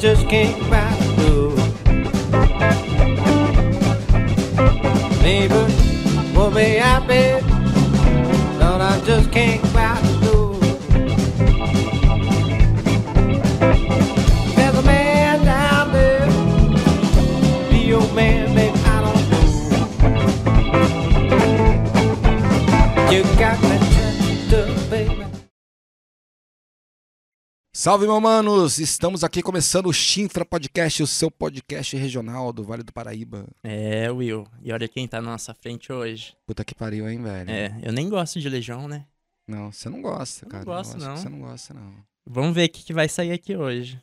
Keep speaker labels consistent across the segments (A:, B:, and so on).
A: just can't ride through. Neighbor, will be happy. Lord, I just can't ride through. There's a man down there. Be your man, babe, I don't know. You got me turned up, baby.
B: Salve, meu manos! Estamos aqui começando o Chinfra Podcast, o seu podcast regional do Vale do Paraíba.
C: É, Will. E olha quem tá na nossa frente hoje.
B: Puta que pariu, hein, velho?
C: É, eu nem gosto de Legião, né?
B: Não, você não gosta,
C: Eu não
B: cara.
C: gosto,
B: acho que
C: não.
B: Você não gosta, não.
C: Vamos ver o que, que vai sair aqui hoje.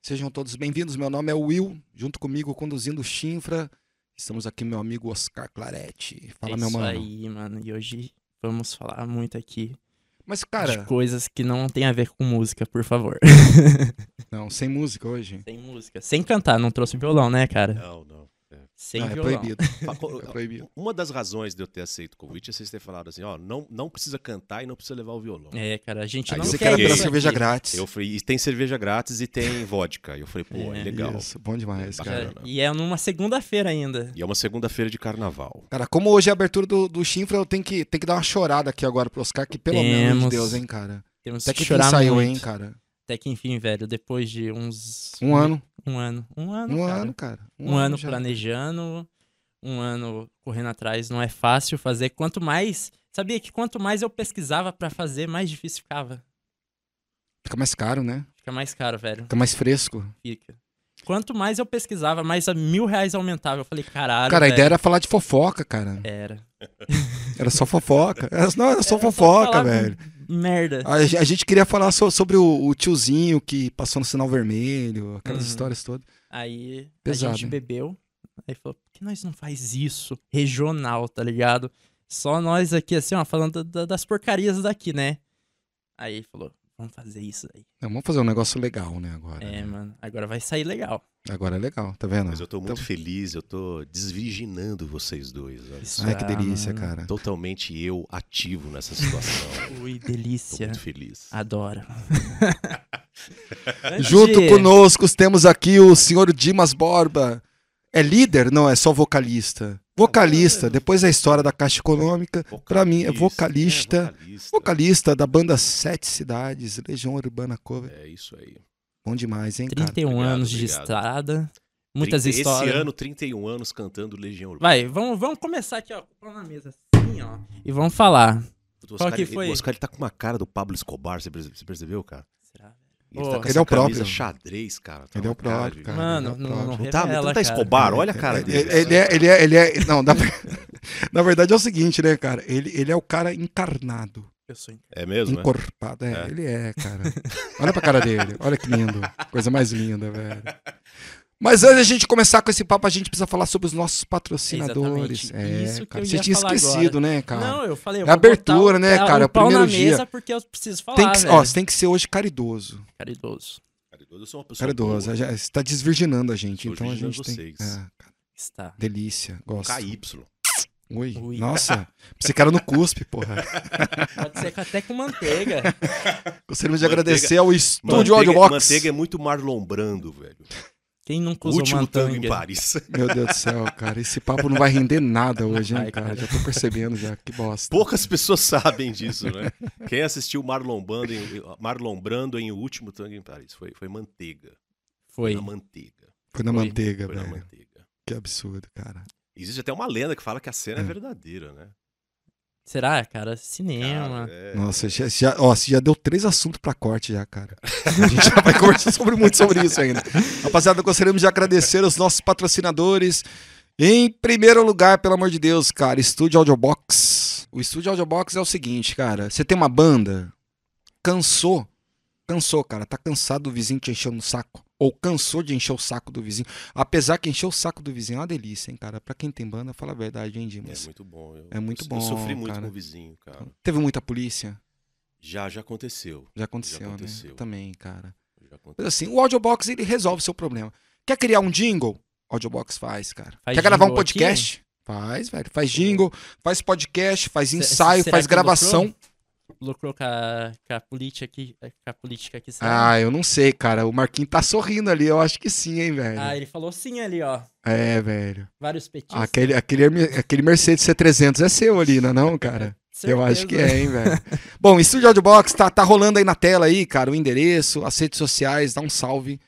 B: Sejam todos bem-vindos. Meu nome é Will, junto comigo, conduzindo o Chinfra. Estamos aqui, meu amigo Oscar Claretti. Fala,
C: é
B: meu
C: isso
B: mano.
C: aí, mano. E hoje vamos falar muito aqui
B: Mas, cara,
C: de coisas que não tem a ver com música, por favor.
B: não, sem música hoje.
C: Sem música. Sem cantar, não trouxe violão, né, cara?
D: Não, não.
C: Sem
B: não, é
C: violão.
B: proibido.
D: Paco-
B: É proibido.
D: Uma das razões de eu ter aceito o convite é vocês terem falado assim, ó, não, não precisa cantar e não precisa levar o violão.
C: É, cara, a gente
B: Aí
C: não
B: você
C: quer
B: quer pela
C: isso
B: cerveja
C: aqui.
B: grátis.
D: Eu falei, e tem cerveja grátis e tem vodka. Eu falei, pô, é,
C: É,
D: legal.
B: Isso, bom demais,
D: É
B: cara.
D: bacana.
C: E é numa segunda-feira ainda.
D: E é uma segunda-feira de carnaval.
B: Cara, como hoje é a abertura do, do Chinfra, eu tenho que, tenho que dar uma chorada aqui agora pro Oscar, que pelo amor de
C: Temos.
B: Deus, hein, cara.
C: Temos
B: Até que
C: chorar
B: saiu,
C: muito.
B: hein, cara.
C: Até que enfim, velho, depois de uns...
B: Um ano.
C: Um ano. Um ano,
B: Um
C: cara.
B: ano, cara.
C: um ano
B: já.
C: planejando, um ano correndo atrás, não é fácil fazer. Quanto mais, sabia que quanto mais eu pesquisava pra fazer, mais difícil ficava.
B: Fica mais caro, né?
C: Fica mais caro, velho.
B: Fica mais fresco.
C: Fica. Quanto mais eu pesquisava, mais a mil reais aumentava. Eu falei, caralho.
B: cara, a
C: velho.
B: ideia era falar de fofoca, cara.
C: era.
B: Era só fofoca. Era- não, era só
C: Era só
B: fofoca,
C: falar
B: velho.
C: Merda.
B: A, ge- a gente queria falar so- sobre o, o tiozinho que passou no sinal vermelho, aquelas
C: Uhum.
B: histórias todas.
C: Aí
B: Ah, Pesado,
C: a gente
B: hein?
C: bebeu. Aí falou, por que nós não faz isso regional, tá ligado? Só nós aqui, assim, ó, falando da- das porcarias daqui, né? Aí falou, vamos fazer isso aí.
B: Não, vamos fazer um negócio legal, né, agora.
C: É, mano, agora vai sair legal.
B: Agora é legal, tá vendo?
D: Mas eu tô muito
B: Então-
D: feliz, eu tô desvirginando vocês dois. olha.
C: Isso.
B: Ai, que delícia,
C: Ah,
B: cara.
D: Totalmente eu ativo nessa situação.
C: Ui,
D: tô
C: delícia.
D: muito feliz.
C: Adoro.
B: Junto conosco temos aqui o senhor Dimas Borba. É líder? Não, é só vocalista. Vocalista, depois da história da Caixa Econômica, pra mim é vocalista.
D: Vocalista, é vocalista.
B: Vocalista da banda Sete Cidades, Legião Urbana Cover.
D: É isso aí.
B: Bom demais, hein, cara?
C: 31
D: Obrigado,
C: anos de
D: obrigado.
C: estrada. Muitas
D: Trinta-
C: histórias.
D: Esse ano, 31 anos cantando Legião Urbana.
C: Vai, vamos, vamos começar aqui, ó. Pão na mesa, assim, ó. E vamos falar.
D: O
C: Qual
D: Oscar,
C: que
D: ele-
C: foi?
D: O Oscar ele tá com uma cara do Pablo Escobar, você perce- você percebeu, cara?
C: Será?
D: Ele
C: Ô,
D: tá
C: Ele
B: é
D: com
B: o
D: essa camisa
B: próprio.
D: xadrez, cara. Tá
B: Ele é
D: uma
B: o próprio, cara.
C: Mano,
B: ele é
C: não, não,
B: pródigo.
D: Não tá, não
C: revela,
D: tá
C: cara.
D: Escobar, olha a cara
B: Ele,
D: dele.
B: ele é, ele é, ele é- Não, na, ver- na verdade é o seguinte, né, cara? Ele, ele é o cara encarnado,
C: Eu sou incrível.
D: É mesmo, né?
B: encorpado. É,
D: É.
B: ele é, cara. Olha pra cara dele, olha que lindo. Coisa mais linda, velho. Mas antes da gente começar com esse papo, a gente precisa falar sobre os nossos patrocinadores.
C: Exatamente.
B: É,
C: Isso que
B: cara.
C: eu
B: Você
C: ia
B: tinha
C: falar
B: esquecido, né, cara?
C: Não, eu falei. Eu
B: É
C: vou
B: abertura,
C: botar o-
B: né,
C: é,
B: cara?
C: O pau
B: Primeiro
C: na
B: dia.
C: mesa porque eu preciso falar,
B: tem que,
C: velho.
B: ó, você tem que ser hoje caridoso.
C: Caridoso.
D: Caridoso, né? eu sou uma pessoa
B: Caridoso.
D: boa. né?
B: já- Você tá desvirginando a gente,
D: Tô
B: então a gente
D: virginando
B: tem.
D: vocês.
B: É, cara,
C: Está.
B: delícia, gosto.
D: KY.
B: Ui.
C: Ui.
B: Nossa, esse cara no cuspe, porra.
C: Pode ser até com manteiga.
B: Gostaríamos de
D: Manteiga-
B: agradecer ao estúdio
D: Manteiga,
B: Audiobox.
D: manteiga é muito Marlon Brando, velho.
C: Quem nunca
D: O
C: usou
D: último tango em
C: manteiga?
D: Paris.
B: Meu Deus do céu, cara. Esse papo não vai render nada hoje, hein,
C: vai,
B: cara.
C: cara.
B: Já tô percebendo já. Que bosta.
D: Poucas pessoas sabem disso, né? Quem assistiu Marlon Brando em, Marlon Brando em O Último Tango em Paris? Foi, foi Manteiga.
C: Foi.
D: Na Manteiga.
B: Foi na
C: Foi.
B: manteiga,
D: Foi na
B: velho.
D: Manteiga.
B: Que absurdo, cara.
D: Existe até uma lenda que fala que a cena é
B: É.
D: verdadeira, né?
C: Será, cara? Cinema.
D: Cara, é-
B: Nossa, já, já, ó, você já deu três assuntos pra corte já, cara. A gente já vai conversar sobre, muito sobre isso ainda. Rapaziada, gostaríamos de agradecer os nossos patrocinadores. Em primeiro lugar, pelo amor de Deus, cara, Estúdio Audiobox. O Estúdio Audiobox é o seguinte, cara. Você tem uma banda, cansou, cansou, cara. Tá cansado do vizinho te enchendo o saco. Ou cansou de encher o saco do vizinho. Apesar que encher o saco do vizinho é uma delícia, hein, cara. Pra quem tem banda, fala a verdade, hein,
D: É
B: Dimas.
D: muito bom. Eu,
B: É muito
D: eu,
B: bom,
D: Eu sofri muito
B: cara. Então
D: com o vizinho, cara.
B: Teve muita polícia?
D: Já, já aconteceu.
B: Já aconteceu, né?
D: aconteceu.
B: Eu Também, cara.
D: Já
B: Mas
D: aconteceu.
B: assim, o Audiobox ele resolve o seu problema. Quer criar um jingle? Audiobox faz, cara.
C: Faz
B: Quer gravar um
C: jingle aqui?
B: podcast? Faz, velho. Faz jingle, faz podcast, faz
C: Se-
B: ensaio,
C: será
B: faz
C: que é do
B: gravação.
C: Pro? lucrou com a, com a política aqui, é, com a política aqui sabe?
B: Ah, eu não sei, cara. O Marquinhos tá sorrindo ali. Eu acho que sim, hein, velho.
C: Ah, ele falou sim ali, ó.
B: É, velho.
C: Vários petistas.
B: Aquele, aquele, Herme- aquele Mercedes C300 é seu ali, não é não, cara? Eu acho que é, hein, velho. Bom, Estúdio Audiobox tá, tá rolando aí na tela aí, cara, o endereço, as redes sociais, dá um salve,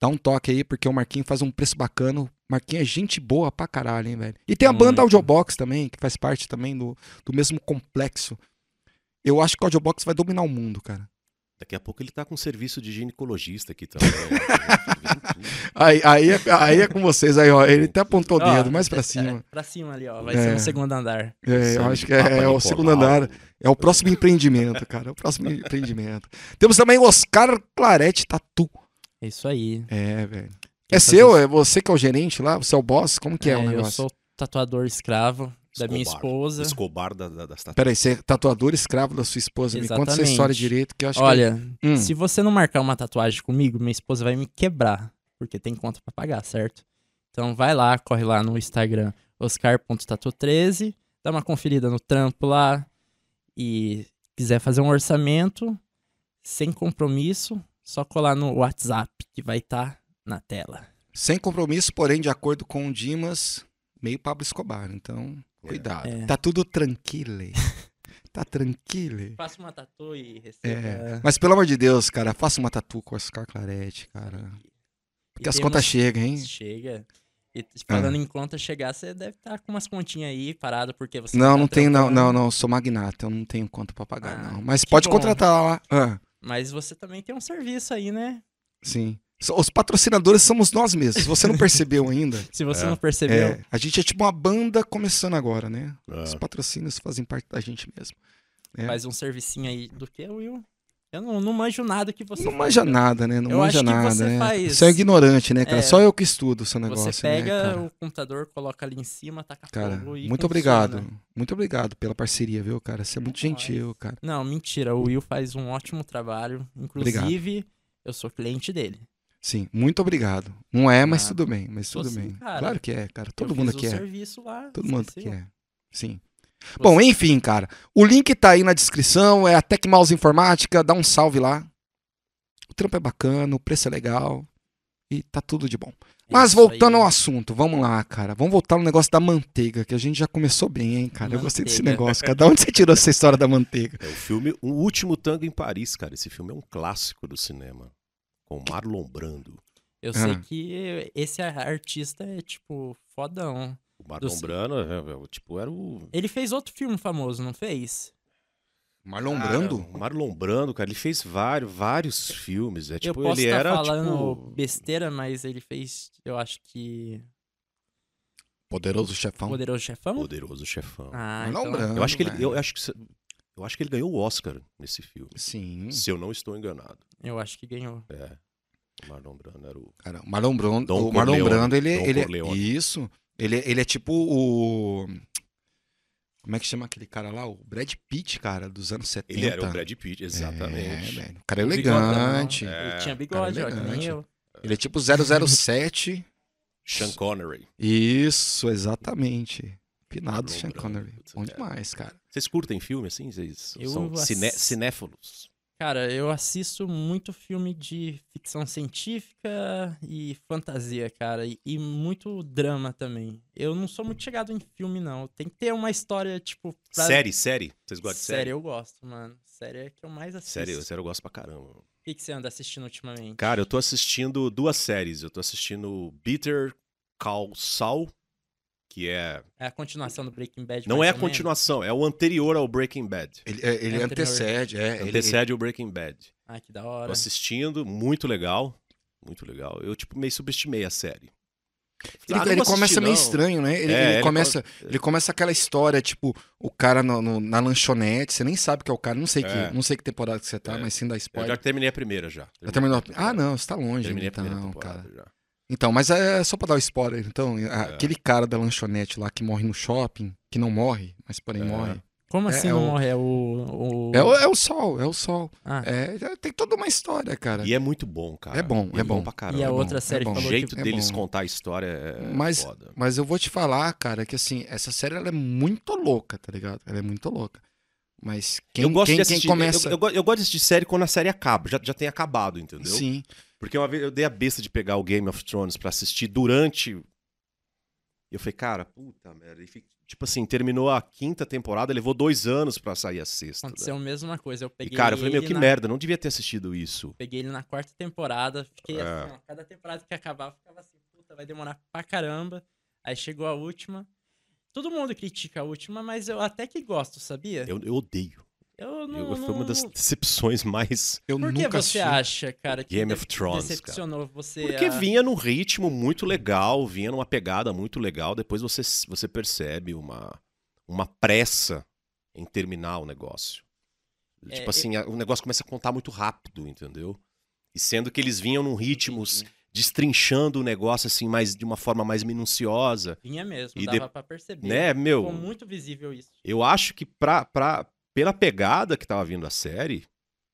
B: dá um toque aí, porque o Marquinhos faz um preço bacana. O Marquinhos é gente boa pra caralho, hein, velho. E tem a banda
C: Muito.
B: Audiobox também, que faz parte também do, do mesmo complexo. Eu acho que o Audiobox vai dominar o mundo, cara.
D: Daqui a pouco ele tá com serviço de ginecologista aqui também. né?
B: Aí, aí, é, aí é com vocês aí, ó. Ele até apontou o
C: Ó,
B: dedo, mais pra
C: é,
B: cima.
C: pra cima ali, ó. Vai
B: É.
C: ser no segundo andar.
B: É, eu
D: Sabe,
B: acho que é,
D: Papa né?
B: é o
D: Nicolau.
B: segundo andar. É o próximo empreendimento, cara. É o próximo empreendimento. Temos também o Oscar tá Clarete Tatu.
C: É isso aí.
B: É, velho.
C: Quer
B: é
C: fazer
B: seu?
C: isso?
B: É você que é o gerente lá? Você é o boss? Como que é, o
C: É,
B: negócio?
C: Eu sou tatuador escravo da minha
D: Escobar.
C: esposa.
D: Escobar da, da, das tatuagens.
B: Peraí, você é tatuador escravo da sua esposa. Me conta essa
C: Exatamente.
B: história direito que eu acho
C: Olha,
B: que... Hum,
C: se você não marcar uma tatuagem comigo, minha esposa vai me quebrar, porque tem conta pra pagar, certo? Então vai lá, corre lá no Instagram oscar.tatu13, dá uma conferida no trampo lá e quiser fazer um orçamento sem compromisso, só colar no WhatsApp que vai estar na tela.
B: Sem compromisso, porém, de acordo com o Dimas, meio Pablo Escobar. Então,
D: É.
B: cuidado.
C: É.
B: Tá tudo tranquilo. tá tranquilo.
C: Faça uma tatu e
B: É.
C: receba.
B: Mas pelo amor de Deus, cara, faça uma tatu com o Oscar Clarete, cara. Porque as contas chegam, É. hein?
C: Chega. E falando em conta chegar, você deve estar com umas continhas aí parado porque você
B: Não,
C: tá
B: não tenho, não, não,
C: trampando.
B: não. eu Sou magnata, eu não tenho conta pra pagar,
C: Ah,
B: não. Mas
C: que
B: pode
C: bom.
B: contratar lá. Ah,
C: Mas você também tem um serviço aí, né?
B: sim. So- Os patrocinadores somos nós mesmos. Você não percebeu ainda?
C: Se você
D: É.
C: não percebeu,
B: É, a gente é tipo uma banda começando agora, né? Os
D: Ah,
B: patrocínios fazem parte da gente mesmo. É.
C: faz um servicinho aí do que, Will? Eu não, não manjo nada que você
B: Não
C: faz,
B: manja
C: cara.
B: nada, né? Não
C: Eu
B: manja
C: acho que
B: nada,
C: você
B: né?
C: faz-
B: Você é ignorante, né, cara?
C: É.
B: Só eu que estudo o seu negócio,
C: Você
B: né,
C: pega
B: cara?
C: o computador, coloca ali em cima, taca
B: Cara,
C: fogo e
B: muito
C: funciona.
B: obrigado. Muito obrigado pela parceria, viu, cara? Você é muito
C: Nós.
B: gentil, cara.
C: Não, mentira. O Will faz um ótimo trabalho. Inclusive, eu sou cliente dele.
B: Sim, muito obrigado. Não é, mas
C: Ah,
B: tudo bem, mas
C: sou
B: tudo
C: sim,
B: bem.
C: cara.
B: Claro que é, cara. Todo
C: eu
B: mundo
C: fiz
B: aqui
C: o
B: é.
C: serviço lá.
B: Todo mundo que
C: Ah, esqueceu.
B: é. Sim. Bom, enfim, cara. O link tá aí na descrição, é a Tech Mouse Informática, dá um salve lá. O trampo é bacana, o preço é legal e tá tudo de bom. Mas
C: É Isso
B: voltando
C: aí.
B: ao assunto, vamos lá, cara. Vamos voltar no negócio da manteiga, que a gente já começou bem, hein, cara. Eu gostei desse
C: Manteiga.
B: negócio. Cada onde você tirou essa história da manteiga?
D: É o filme O Último Tango em Paris, cara. Esse filme é um clássico do cinema. Com Marlon Brando.
C: Eu sei
B: Ah.
C: que esse artista é, tipo, fodão.
D: O Marlon
C: ci-
D: Brando, é, é, tipo, era o...
C: Ele fez outro filme famoso, não fez?
B: Marlon
D: Cara,
B: Brando?
D: o Marlon Brando, cara, ele fez vários, vários filmes. É tipo,
C: eu posso
D: ele
C: tá
D: era,
C: falando
D: tipo...
C: besteira, mas ele fez, eu acho que...
B: Poderoso chefão.
C: Poderoso Chefão?
D: Poderoso Chefão.
C: Ah,
B: Marlon
C: então...
B: Brando.
D: eu acho que ele,
B: velho.
D: eu acho que, se- eu acho que ele ganhou o Oscar nesse filme.
B: Sim.
D: Se eu não estou enganado.
C: Eu acho que ganhou.
D: É. O Marlon Brando era o.
B: Cara, o Marlon Brando,
D: Dom
B: o Marlon
D: Corleone,
B: Brando ele,
D: Dom
B: ele é
D: Corleone.
B: isso. Ele, ele é tipo o como é que chama aquele cara lá, o Brad Pitt, cara, dos anos 70.
D: Ele era o Brad Pitt,
B: Então
D: exatamente.
B: tá. É, velho. O cara é
D: O bigodão,
B: elegante.
D: é.
C: Ele tinha bigode,
B: cara,
C: ó, que nem
B: elegante.
C: eu.
B: Ele é tipo 007.
D: Sean Connery.
B: isso, exatamente. Pinado
D: Marlon
B: Sean
D: Brando,
B: Connery.
D: putz,
B: Bom
D: cara.
B: demais, cara.
D: Vocês curtem filme assim? Vocês
C: Eu
D: são cine-
C: ass-
D: cinéfilos?
C: Cara, eu assisto muito filme de ficção científica e fantasia, cara. E, e muito drama também. Eu não sou muito chegado em filme, não. Tem que ter uma história, tipo... pra-
D: Série, série. Vocês gostam de
C: Série
D: série?
C: eu gosto, mano. Série é que eu mais assisto.
D: Série, série eu gosto pra caramba.
C: O que, que você anda assistindo ultimamente?
D: Cara, eu tô assistindo duas séries. Eu tô assistindo Bitter Call Saul, que é.
C: É a continuação do Breaking Bad.
D: Não
C: mais
D: é a
C: ou menos?
D: continuação, é o anterior ao Breaking Bad.
B: Ele, é- ele
C: É
B: antecede, é. ele-
D: Antecede o Breaking Bad.
C: Ah, que da hora.
D: Tô assistindo, muito legal. Muito legal. Eu, tipo, meio subestimei a série.
B: Ele, tá
D: Ah, não
B: ele
D: vou
B: começa
D: assistir,
B: meio
D: não.
B: estranho, né? Ele,
D: É,
B: ele
D: ele
B: começa, ele começa aquela história, tipo, o cara no- no- na lanchonete, você nem sabe que é o cara, não sei,
D: É.
B: que, não sei que temporada que você tá,
D: É.
B: mas sim dá
D: Eu
B: spoiler.
D: já terminei a primeira já.
B: Já terminou a- Ah, não, você tá longe.
D: Terminei a primeira
B: então,
D: temporada É.
B: cara.
D: já.
B: Então, mas é só pra dar o spoiler. Então, a- aquele cara da lanchonete lá que morre no shopping, que não morre, mas porém
D: É.
B: morre.
C: Como assim
B: é
C: não
B: o-
C: morre? É o...
B: É o, é o sol, é o sol.
C: Ah,
B: É, já tem toda uma história, cara.
D: E é muito bom, cara.
B: É bom,
D: E
B: é bom.
D: pra caramba.
C: E a
B: É bom,
C: outra
B: é
C: série
B: bom.
D: O
C: falou
D: jeito
C: que...
B: é
D: deles
B: bom.
D: contar a história é
B: Mas-
D: foda.
B: Mas eu vou te falar, cara, que assim, essa série ela é muito louca, tá ligado? Ela é muito louca. Mas quem,
D: eu gosto
B: quem,
D: de
B: quem
D: assistir.
B: começa.
D: Eu, eu, go- eu gosto de assistir série quando a série acaba, já, já tem acabado, entendeu?
B: Sim.
D: Porque uma vez eu dei a besta de pegar o Game of Thrones pra assistir durante. Eu falei, cara, puta merda. E fi- Tipo assim, terminou a quinta temporada, levou dois anos pra sair a sexta. né?
C: Aconteceu a mesma coisa. Eu
D: E,
C: é um peguei né?"
D: cara, eu falei, meu,
C: ele
D: que
C: na-
D: merda, não devia ter assistido isso.
C: Peguei ele na quarta temporada, fiquei
D: É.
C: assim, ó, cada temporada que acabava, eu ficava assim, puta, vai demorar pra caramba. Aí chegou a última. Todo mundo critica a última, mas eu até que gosto, sabia?
D: Eu, eu odeio.
C: Eu não.
D: Eu- foi uma
C: não-
D: das decepções mais.
B: Eu
C: Por que
B: nunca assisti.
C: você acha, cara, que
D: Game
C: de-
D: of Thrones, cara.
C: decepcionou você?
D: Porque
C: a-
D: vinha num ritmo muito legal, vinha numa pegada muito legal. Depois você, você percebe uma, uma pressa em terminar o negócio.
C: É,
D: tipo assim, a- o negócio começa a contar muito rápido, entendeu? E sendo que eles vinham num ritmo
C: Uhum.
D: s- destrinchando o negócio assim, mais, de uma forma mais minuciosa,
C: Vinha mesmo,
D: E
C: dava
D: de-
C: pra perceber.
D: né, meu?
C: Ficou muito visível isso.
D: Eu acho que pra, pra, pela pegada que tava vindo a série,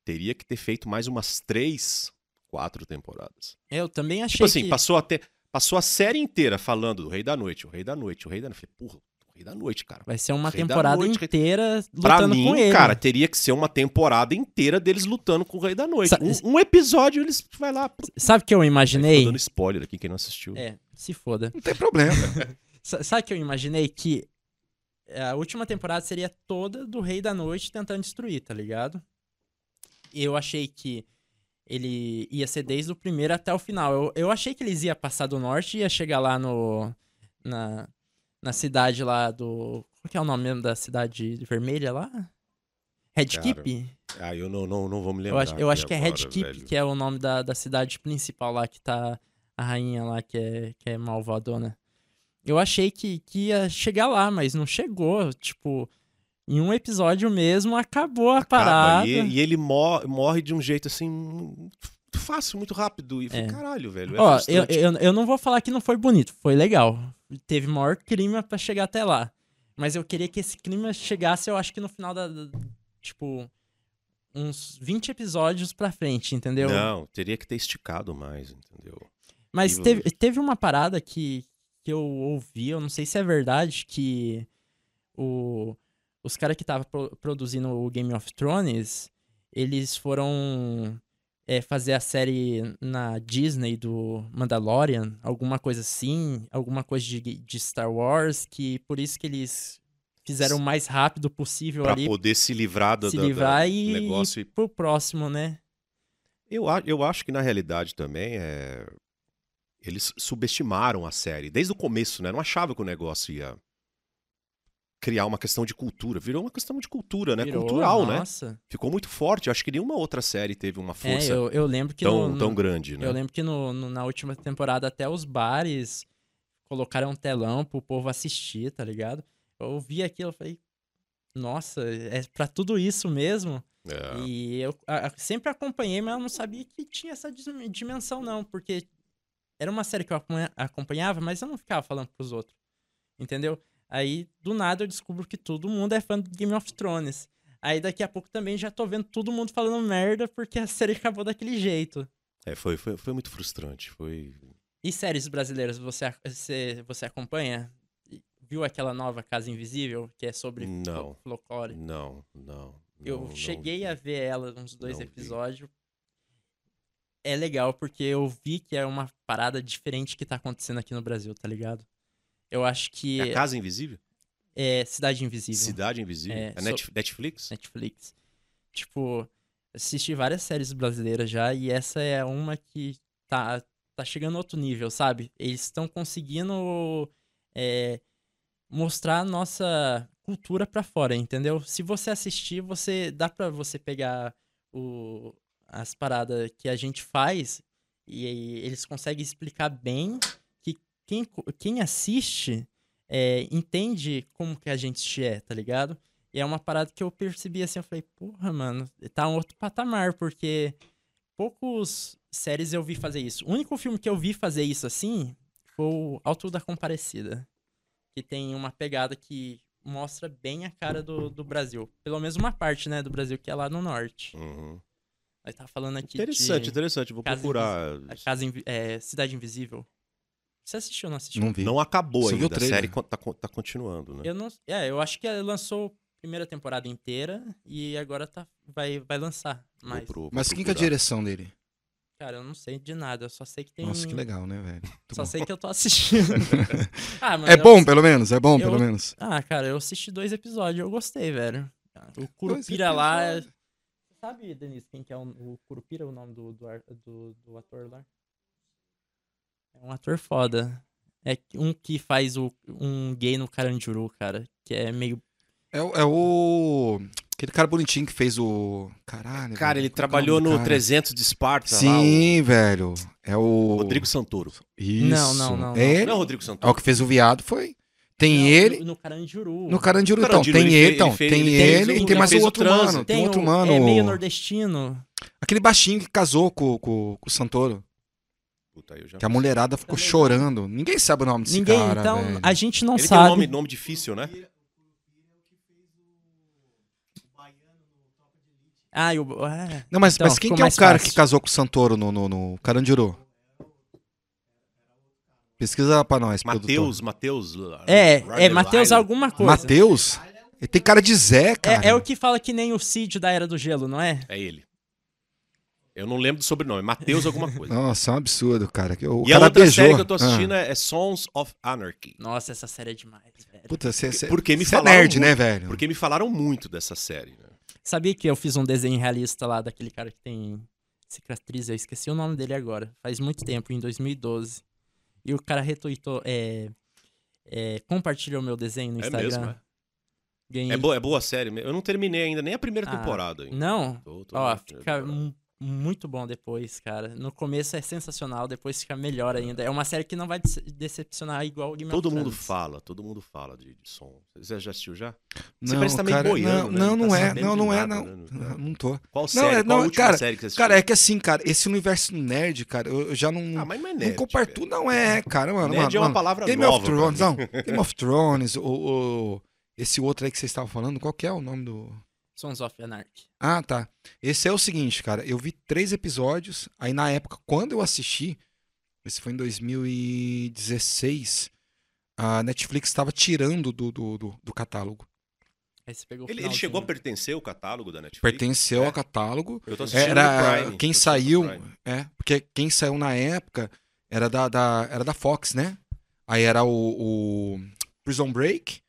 D: teria que ter feito mais umas três, quatro temporadas.
C: Eu também achei
D: Tipo assim,
C: que...
D: passou, até, passou a série inteira falando do Rei da Noite, o Rei da Noite, o Rei da Noite. Falei, porra, o Rei da Noite, cara.
C: Vai ser uma
D: Rei da
C: temporada
D: noite, rei-
C: inteira lutando
D: Pra mim,
C: com ele.
D: cara, teria que ser uma temporada inteira deles lutando com o Rei da Noite.
C: Sa-
D: Um, um episódio eles vai lá. pô.
C: Sabe o que eu imaginei?
D: Tô dando spoiler aqui, quem não assistiu.
C: É, se foda.
B: Não tem problema.
C: Sa- Sabe o que eu imaginei? Que é, a última temporada seria toda do Rei da Noite tentando destruir, tá ligado? E Eu achei que ele ia ser desde o primeiro até o final. Eu, eu achei que eles iam passar do norte e ia chegar lá no. Na, na cidade lá do. Qual que é o nome mesmo da cidade vermelha lá? Red
D: Cara,
C: Keep?
D: Ah, eu não, não, não vou me
C: Eu
D: lembrar.
C: acho, eu acho que é
D: agora,
C: Red Keep,
D: velho.
C: que é o nome da, da cidade principal lá, que tá a rainha lá, que é, que é malvadona. Eu achei que, que ia chegar lá, mas não chegou. Tipo, em um episódio mesmo, acabou a
D: Acaba,
C: parada.
D: E, e ele mor- morre de um jeito assim. muito Fácil, muito rápido. E eu falei,
C: É.
D: caralho, velho. é
C: Ó, eu,
D: frustrante.
C: eu, eu não vou falar que não foi bonito, foi legal. Teve maior clima pra chegar até lá. Mas eu queria que esse clima chegasse, eu acho que no final da. da- tipo, uns 20 episódios pra frente, entendeu?
D: Não, teria que ter esticado mais, entendeu?
C: Mas
D: E
C: teve,
D: você?
C: teve uma parada que, que eu ouvi, eu não sei se é verdade, que o, os caras que estavam produzindo o Game of Thrones, eles foram é, fazer a série na Disney do Mandalorian, alguma coisa assim, alguma coisa de, de Star Wars, que por isso que eles fizeram o mais rápido possível
D: Pra
C: ali
D: poder se livrar da,
C: se
D: da- da-
C: livrar
D: do
C: e,
D: negócio.
C: e pro próximo, né?
D: Eu, a- eu acho que na realidade também é... eles subestimaram a série desde o começo, né? Não achava que o negócio ia criar uma questão de cultura. Virou uma questão de cultura, né?
C: Virou,
D: Cultural, né?
C: nossa.
D: Ficou muito forte. Eu Acho que nenhuma outra série teve uma
C: É,
D: força
C: eu, eu lembro que
D: tão,
C: no- no-
D: tão grande, né?
C: Eu lembro que no- no- na última temporada até os bares colocaram um telão pro povo assistir, tá ligado? Eu vi aquilo, eu falei, nossa, é pra tudo isso mesmo?
D: É.
C: E eu a- a- sempre acompanhei, mas eu não sabia que tinha essa dis- dimensão não, porque era uma série que eu acompanha- acompanhava, mas eu não ficava falando pros outros, entendeu? Aí, do nada, eu descubro que todo mundo é fã de Game of Thrones. Aí, daqui a pouco, também já tô vendo todo mundo falando merda porque a série acabou daquele jeito.
D: É, foi, foi, foi muito frustrante. Foi...
C: E séries brasileiras você, ac- você, você acompanha? E Viu aquela nova Casa Invisível, que é sobre fo-
D: Não.
C: folclore?
D: Não, não.
C: eu
D: não, não
C: cheguei
D: vi.
C: a ver ela uns dois
D: Não vi.
C: episódios. É legal, porque eu vi que é uma parada diferente que tá acontecendo aqui no Brasil, tá ligado? Eu acho que
D: É a Casa Invisível?
C: é Cidade Invisível,
D: Cidade Invisível?
C: É,
D: É,
C: so-
D: Net- Netflix?
C: Netflix. Tipo, assisti várias séries brasileiras já e essa é uma que tá, tá chegando a outro nível, sabe? Eles estão conseguindo é, mostrar a nossa cultura pra fora, entendeu? Se você assistir, você dá pra você pegar o, as paradas que a gente faz e, aí eles conseguem explicar bem que quem, co- quem assiste é, entende como que a gente é, tá ligado? E é uma parada que eu percebi assim, eu falei, porra, mano, tá um outro patamar, porque poucos séries eu vi fazer isso. O único filme que eu vi fazer isso assim foi o Alto da Comparecida, que tem uma pegada que mostra bem a cara do, do Brasil. Pelo menos uma parte, né, do Brasil, que é lá no norte.
D: Uhum.
C: Aí tá falando aqui
D: Interessante,
C: de
D: interessante. Vou
C: Casa
D: procurar.
C: a casa Invi- é, Cidade Invisível. Você assistiu ou não assistiu?
B: Não vi.
D: Não acabou
B: Você viu
D: ainda.
B: o
D: A
B: trailer?
D: série con- tá, con- tá continuando, né?
C: Eu não. É, eu acho que lançou primeira temporada inteira e agora tá, vai, vai lançar.
D: Vou
C: Mas,
D: pro- vou
B: Mas quem que é a
D: procurar.
B: direção dele?
C: cara, eu não sei de nada. Eu só sei que tem. um
B: Nossa,
D: um-
B: que legal, né, velho? Muito
C: Só
B: bom.
C: sei que eu tô assistindo. Ah, mas
B: É
C: eu
B: bom,
C: assisti-
B: pelo menos, é bom, pelo
C: Eu-
B: menos.
C: Ah, cara, eu assisti dois episódios, eu gostei, velho. O Curupira lá. é- Sabe, Denise, quem que é o, o Curupira, o nome do, do, ar- do- do ator lá? É um ator foda. É que- um que faz o- um gay no Carandiru, cara. Que é meio.
B: É, o- é o. Aquele cara bonitinho que fez o. Caralho.
D: Cara,
B: velho,
D: ele
B: qual que é o
D: trabalhou
B: nome do
D: no
B: cara?
D: 300 de Esparta lá.
B: Sim, velho. É o.
D: O Rodrigo Santoro.
B: Isso.
C: Não, não, não,
B: É ele?
D: Não é o Rodrigo
B: É o
D: Santoro.
B: que fez o viado, foi. Tem
C: Não,
B: ele.
C: No, no Carandiru.
B: No Carandiru,
D: No
B: então.
D: Carandiru,
B: Tem
D: ele
B: ele,
D: fez-
B: então.
D: ele fez-
B: Tem
D: ele
C: fez
B: ele
C: o-
B: e tem
C: ele
B: mais o
D: fez o
B: outro
D: transe.
B: mano. Tem um
C: Tem
B: outro
C: o-
B: mano.
C: É meio nordestino.
B: Aquele baixinho que casou com, com, com o Santoro.
D: Puta, eu já...
B: Que é a mulherada ficou
C: Também.
B: chorando. Ninguém sabe o nome desse
C: é Ninguém,
B: cara.
C: então.
B: velho.
C: A gente não
D: Ele tem um
C: sabe.
D: nome, nome difícil, né?
C: Ah, eu. É.
B: Não, mas,
C: Então,
B: mas quem
C: ficou
B: que é o
C: mais
B: cara
C: fácil.
B: que casou com o Santoro no, no, no Carandiru? Pesquisa pra nós, produtor.
D: Mateus, Mateus. uh,
C: É, é Matheus alguma coisa.
B: Mateus? Ele tem cara de Zé, cara.
C: É, é o que fala que nem o Cid da Era do Gelo, não é?
D: É ele. Eu não lembro do sobrenome. Matheus alguma coisa.
B: Nossa, é um absurdo, cara. que O
D: e a
B: cara
D: outra
B: beijou.
D: série que eu tô assistindo
B: Ah.
D: é é Sons of Anarchy.
C: Nossa, essa série é demais, velho.
B: Puta, você você-
D: Porque me
B: você é
D: falaram
B: nerd,
D: muito.
B: né, velho?
D: Porque me falaram muito dessa série. né?
C: Sabia que eu fiz um desenho realista lá daquele cara que tem cicatriz, eu esqueci o nome dele agora. Faz muito tempo, em 2012. E o cara retweetou, é, é, compartilhou meu desenho no
D: É
C: Instagram.
D: mesmo, é.
C: Ganhei.
D: É boa, é boa a série. mesmo. Eu não terminei ainda, nem a primeira
C: Ah,
D: temporada. ainda.
C: Não,
D: Tô- tô
C: ó,
D: na primeira
C: fica
D: temporada.
C: mu- muito bom depois, cara. No começo é sensacional, depois fica melhor ainda. É uma série que não vai dece- decepcionar igual o Game of
D: Todo mundo
C: Thrones.
D: fala, todo mundo fala de, de som. Você já assistiu já?
B: Não,
D: Você parece que tá meio
B: cara,
D: boiando, né?
B: Não,
D: Não
B: não,
D: tá
B: é,
D: sabendo
B: não,
D: de
B: não é,
D: nada,
B: não.
D: né?
B: Não, Não tô.
D: Qual
B: Não,
D: série?
B: é-
D: Qual
B: não,
D: a última
B: cara,
D: série que você assistiu?
B: Cara, é que assim, cara, esse universo nerd, cara, eu, eu já não,
D: Ah, mas não é
B: não
D: nerd.
B: compartilho. Não é, cara, mano.
D: Nerd
B: mano,
D: é uma
B: mano.
D: palavra
B: Game
D: nova.
B: of Thrones,
D: pra
B: não.
D: mim.
B: Game of Thrones, o, o- esse outro aí que vocês estavam falando, qual que é o nome do.
C: Sons of Anarchy.
B: Ah, tá. Esse é o seguinte, cara. Eu vi três episódios. Aí na época, quando eu assisti, esse foi em 2016, a Netflix estava tirando do, do, do, do catálogo.
C: Aí você pegou o
D: Ele, ele
C: finalzinho.
D: chegou a pertencer ao catálogo da Netflix?
B: Pertenceu
D: É.
B: ao catálogo.
D: Eu tô assistindo no
B: Era
D: Prime,
B: quem
D: tô assistindo no
B: saiu,
D: Prime.
B: é, porque quem saiu na época era da, da- era da Fox, né? Aí era o, o Prison Break,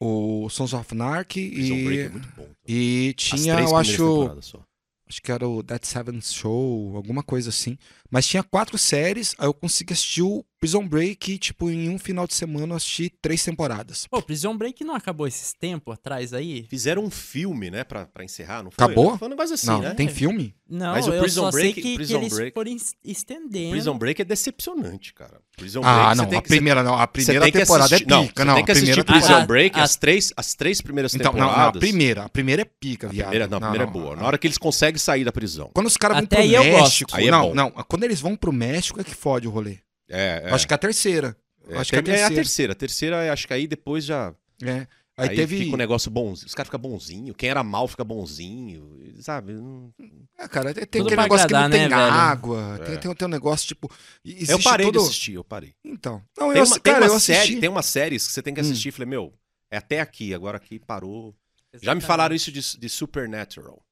B: o Sons of Anarchy
D: Prison Break é
B: e,
D: muito bom.
B: e
D: As
B: tinha,
D: três
B: eu
D: primeiras
B: acho,
D: temporadas só.
B: acho que era o That Seven Show, alguma coisa assim. Mas tinha quatro séries, aí eu consegui assistir o Prison Break e, tipo, em um final de semana eu assisti três temporadas.
C: Pô, Prison Break não acabou esses tempos atrás aí?
D: Fizeram um filme, né, pra, pra encerrar, não foi?
B: Acabou?
D: Foi um negócio assim,
B: Não,
D: né?
B: tem filme?
C: Não,
D: Mas o
C: eu
D: Prison
C: só sei
D: Break-
C: que, que
D: Prison
C: eles
D: Break-
C: foram es- estendendo.
D: Prison Break é decepcionante, cara. Prison
B: ah,
D: Break, você
B: não,
D: tem
B: a
D: que- você-
B: primeira não, a
D: você
B: primeira
D: tem que
B: temporada
D: assistir-
B: é pica,
D: você
B: não,
D: tem que
B: a primeira
D: assistir
B: temporada.
D: Prison
C: Ah,
D: Break,
C: ah,
D: as, três, as três primeiras
B: Então, não,
D: temporadas.
B: não, a primeira, a primeira é pica,
D: A
B: viado.
D: primeira, não, a primeira é boa. Na hora que eles conseguem sair da prisão.
B: Quando os caras vão
C: Até
B: pro
C: aí eu gosto.
B: México,
D: Aí é
B: não,
D: bom.
B: não, quando eles vão pro México é que fode o rolê.
D: É, é.
B: Acho que é a terceira.
D: É,
B: acho que é a
D: tem- é a
B: terceira.
D: terceira. A terceira, é, acho que aí depois já.
B: É. Aí,
D: Aí,
B: teve,
D: fica um negócio bonzinho. Os caras ficam bonzinho. Quem era mal fica bonzinho. Sabe? Não-
B: é, cara, tem tem
C: Tudo
B: aquele
C: pra
B: negócio
C: agradar,
B: que não tem
C: né, velho?
B: água, tem,
D: É.
B: tem, tem um negócio tipo, e- existe
D: Eu parei
B: todo...
D: de assistir, eu parei.
B: Então, não,
D: Tem
B: eu,
D: uma,
B: assi- cara,
D: tem, uma
B: eu assisti.
D: série, tem umas séries que você tem que
B: Hum.
D: assistir. Falei, meu, é até aqui, agora aqui parou. Já me falaram isso de, de Supernatural.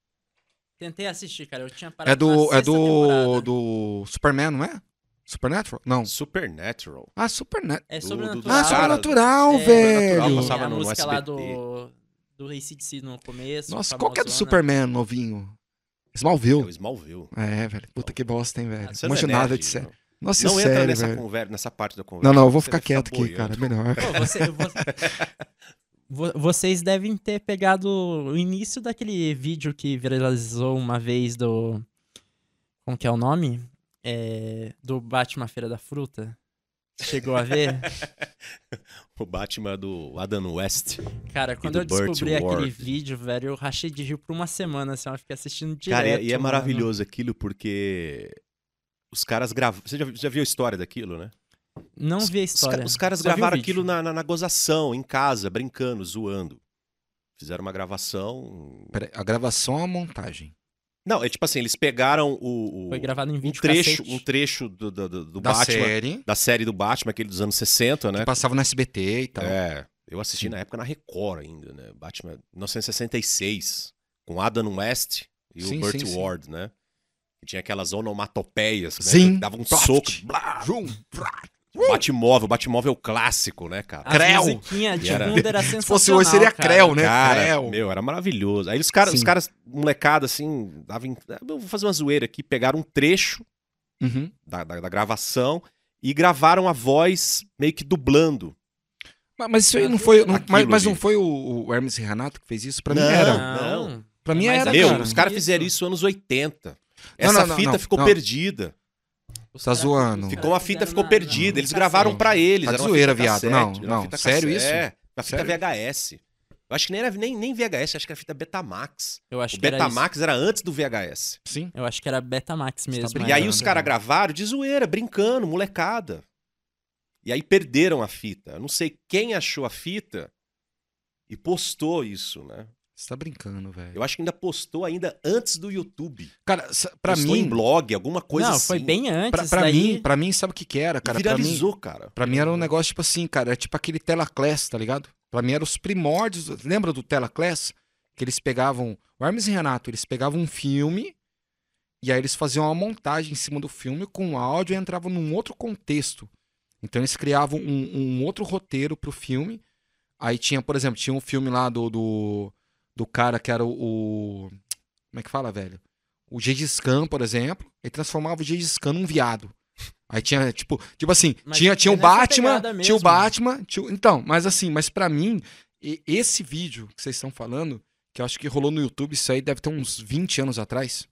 C: Tentei assistir, cara. Eu tinha parado
B: É do,
C: na
B: é
C: sexta
B: do,
C: temporada.
B: do Superman, não é? Supernatural? Não.
D: Supernatural.
B: Ah, Supernatural.
C: É
D: do- do-
C: sobrenatural.
B: Ah,
D: Cara,
B: Sobrenatural,
C: É,
B: velho.
D: Sobrenatural
C: Tem
D: passava
C: a
D: no
C: música lá
D: SBT.
C: do, do ACDC no começo. né?
B: Nossa, qual que é do
C: famosona.
B: Superman novinho?
D: É o
B: Smallville.
D: Smallville.
B: É, velho. Puta que bosta, hein, velho.
D: Ah, você
B: Não
D: não é
B: manjo nada
D: nerd,
B: de série.
D: não.
B: Nossa, é
D: Não
B: sério,
D: entra nessa,
B: velho.
D: conversa, nessa parte da conversa.
B: Não, não, eu vou
D: você
B: ficar
D: vai
B: quieto aqui,
D: boiando.
B: cara. Melhor.
C: Pô, você- você- Vo- Vocês devem ter pegado o início daquele vídeo que viralizou uma vez do. Como que é o nome? É, do Batman Feira da Fruta. Chegou a ver?
D: O Batman do Adam West.
C: Cara, quando
D: do
C: eu descobri
D: Burt
C: aquele
D: Ward.
C: vídeo, velho, eu rachei de rir por uma semana, assim, eu fiquei assistindo direto. né?
D: Cara, e- e é
C: mano.
D: maravilhoso aquilo porque os caras gravam. Você já, já viu a história daquilo, né?
C: Não vi a
D: Os ca-
C: história.
D: Os, caras
C: só vi o
D: gravaram
C: vídeo.
D: aquilo na, na- na gozação, em casa, brincando, zoando. Fizeram uma gravação.
B: Peraí, a gravação é uma montagem.
D: Não, é tipo assim, eles pegaram o. o-
C: Foi gravado em
D: um
C: vídeo
D: trecho, um trecho do, do- do- do
B: da
D: Batman.
B: série
D: Da série do Batman, aquele dos anos 60, né?
B: Então, que passava no SBT e tal.
D: É. Eu assisti na época na Record ainda, né? Batman 1966, com Adam West e
B: Sim,
D: o Burt
B: sim, sim.
D: Ward, né? E tinha aquelas onomatopeias, né?
B: Sim. Uh!
D: Que Dava um
B: Proft.
D: soco. Blá,
B: Jum,
D: Batmóvel, Batmóvel clássico, né, cara?
C: As
B: Creu.
C: musiquinhas de
D: E era-
C: bunda era sensacional,
B: Se fosse hoje, seria
C: cara.
B: Creu, né?
D: Cara,
B: Creu.
D: meu, era maravilhoso. Aí os caras, os
B: Sim.
D: caras, molecada, assim, dava em- "Ah, eu vou fazer uma zoeira aqui, pegaram um trecho
B: Uhum.
D: da, da, da gravação e gravaram a voz meio que dublando.
B: Mas, mas isso aí não foi. não-
D: Aquilo
B: mas, mas
D: ali.
B: não foi o, o Hermes e Renato que fez isso? Pra
D: Não.
B: mim era.
D: Não.
C: Não.
B: Pra mim
C: Mas
B: era.
D: Meu,
B: cara.
D: os caras
C: Isso.
D: fizeram isso nos anos 80. Essa
B: não, não,
D: fita
B: não,
D: ficou
B: não.
D: perdida.
C: Os
B: Tá
C: caras-
B: zoando.
C: os
D: Ficou
C: caras
D: uma fita,
C: fizeram
D: ficou
C: na-
D: perdida.
C: na-
D: Eles
C: na
D: gravaram
C: cassete.
D: pra eles.
B: Tá de
D: era uma
B: zoeira,
D: fita
B: viado. Não,
D: cassete, era uma
B: não.
D: fita
B: Sério
D: cassete.
B: isso?
D: É,
C: Tá
D: uma fita
B: Sério?
D: VHS. Eu acho que nem era nem, nem VHS, acho que era fita Betamax.
C: Eu acho
D: o
C: que era isso.
D: Betamax era antes do VHS.
B: Sim.
C: Eu acho que era Betamax mesmo.
B: brincando.
D: E aí
C: era.
D: os caras gravaram de zoeira, brincando, molecada. E aí perderam a fita. Eu Não sei quem achou a fita e postou isso, né?
B: Você tá brincando, velho.
D: Eu acho que ainda postou ainda antes do YouTube.
B: Cara, sa- pra
D: Postou em
B: mim.
D: blog, alguma coisa
C: Não,
D: assim.
C: foi bem antes.
B: Pra, pra
C: daí...
B: mim, pra mim, sabe o que que era,
D: E
B: cara? Pra mim,
D: viralizou, cara.
B: pra mim era um negócio tipo assim, cara. Era tipo aquele Telaclass, tá ligado? Pra mim era os primórdios. do- Lembra do Telaclass? Que eles pegavam. O Hermes e Renato, eles pegavam um filme. E aí eles faziam uma montagem em cima do filme com um áudio e entravam num outro contexto. Então eles criavam um, um outro roteiro pro filme. Aí tinha, por exemplo, tinha um filme lá do, do, do cara que era o, o- Como é que fala, velho? O Gengis Khan, por exemplo. Ele transformava o Gengis Khan num viado. Aí tinha, tipo, tipo assim,
C: Mas
B: tinha, tinha o
C: é nessa
B: Batman,
C: pegada
B: tinha o
C: mesmo.
B: Batman, tinha o- Então, mas assim, mas pra mim, e- esse vídeo que vocês estão falando, que eu acho que rolou no YouTube, isso aí deve ter uns 20 anos atrás.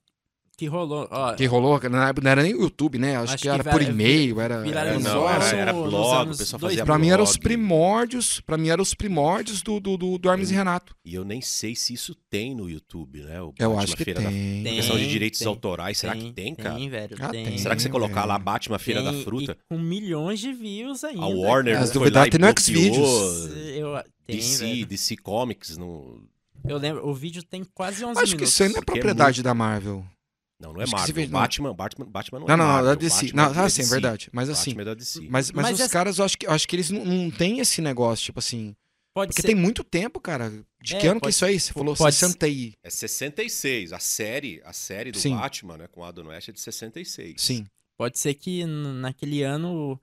C: Que rolou. Ó,
B: Que rolou, na época não era nem o YouTube, né? Acho,
C: Acho
B: que,
C: que
B: era
C: vira-
B: por e-mail, era.
D: É,
C: viralizou
D: não, era,
C: no-
D: era
C: nos
D: blog, o
C: anos
D: pessoal
C: dois
D: fazia
B: Pra mim eram os
D: blog.
B: primórdios, pra mim eram os primórdios do, do, do, do Hermes e Renato.
D: E eu nem sei se isso tem no YouTube, né? O
B: Eu
D: Batman
B: acho que
D: Feira
B: tem.
D: Da...
C: Tem,
D: Questão de direitos
C: tem,
D: autorais, será que tem, cara?
C: Tem, velho.
B: Ah,
C: tem.
B: tem.
D: Será que você colocar
B: velho.
D: lá Batman Feira
C: Tem,
D: da
C: e
D: Fruta,
C: com milhões de views ainda.
D: a Warner
C: cara.
B: As
D: foi
B: duvidar
D: lá e
B: tem no
D: bloqueou
B: Xvideos.
C: Eu, tem,
D: DC,
C: velho.
D: DC Comics. No...
C: Eu lembro, o vídeo tem quase 11
B: Acho que
C: minutos.
B: isso aí não é
D: porque é
B: propriedade da Marvel.
D: Não, não é
B: Acho que
D: Marvel.
B: se vê- não.
D: Batman, Batman, Batman não,
B: Não,
D: é
B: não, não,
D: Marvel.
B: da DC.
D: Batman
B: Não,
D: é
B: ah, sim,
D: DC.
B: verdade. Mas assim,
D: Batman é da DC.
B: mas, mas,
C: Mas
B: os
C: essa-
B: caras, eu acho que, eu acho que eles não, não têm esse negócio, tipo assim.
C: Pode
B: Porque
C: ser.
B: tem muito tempo, cara. De
C: É,
B: que ano que
C: pode-
B: isso aí? Você falou
C: pode-
B: 60 e.
D: É 66. A série, a série do
B: Sim.
D: Batman, né, com Adam West é de 66.
B: Sim.
C: Pode ser que n- naquele ano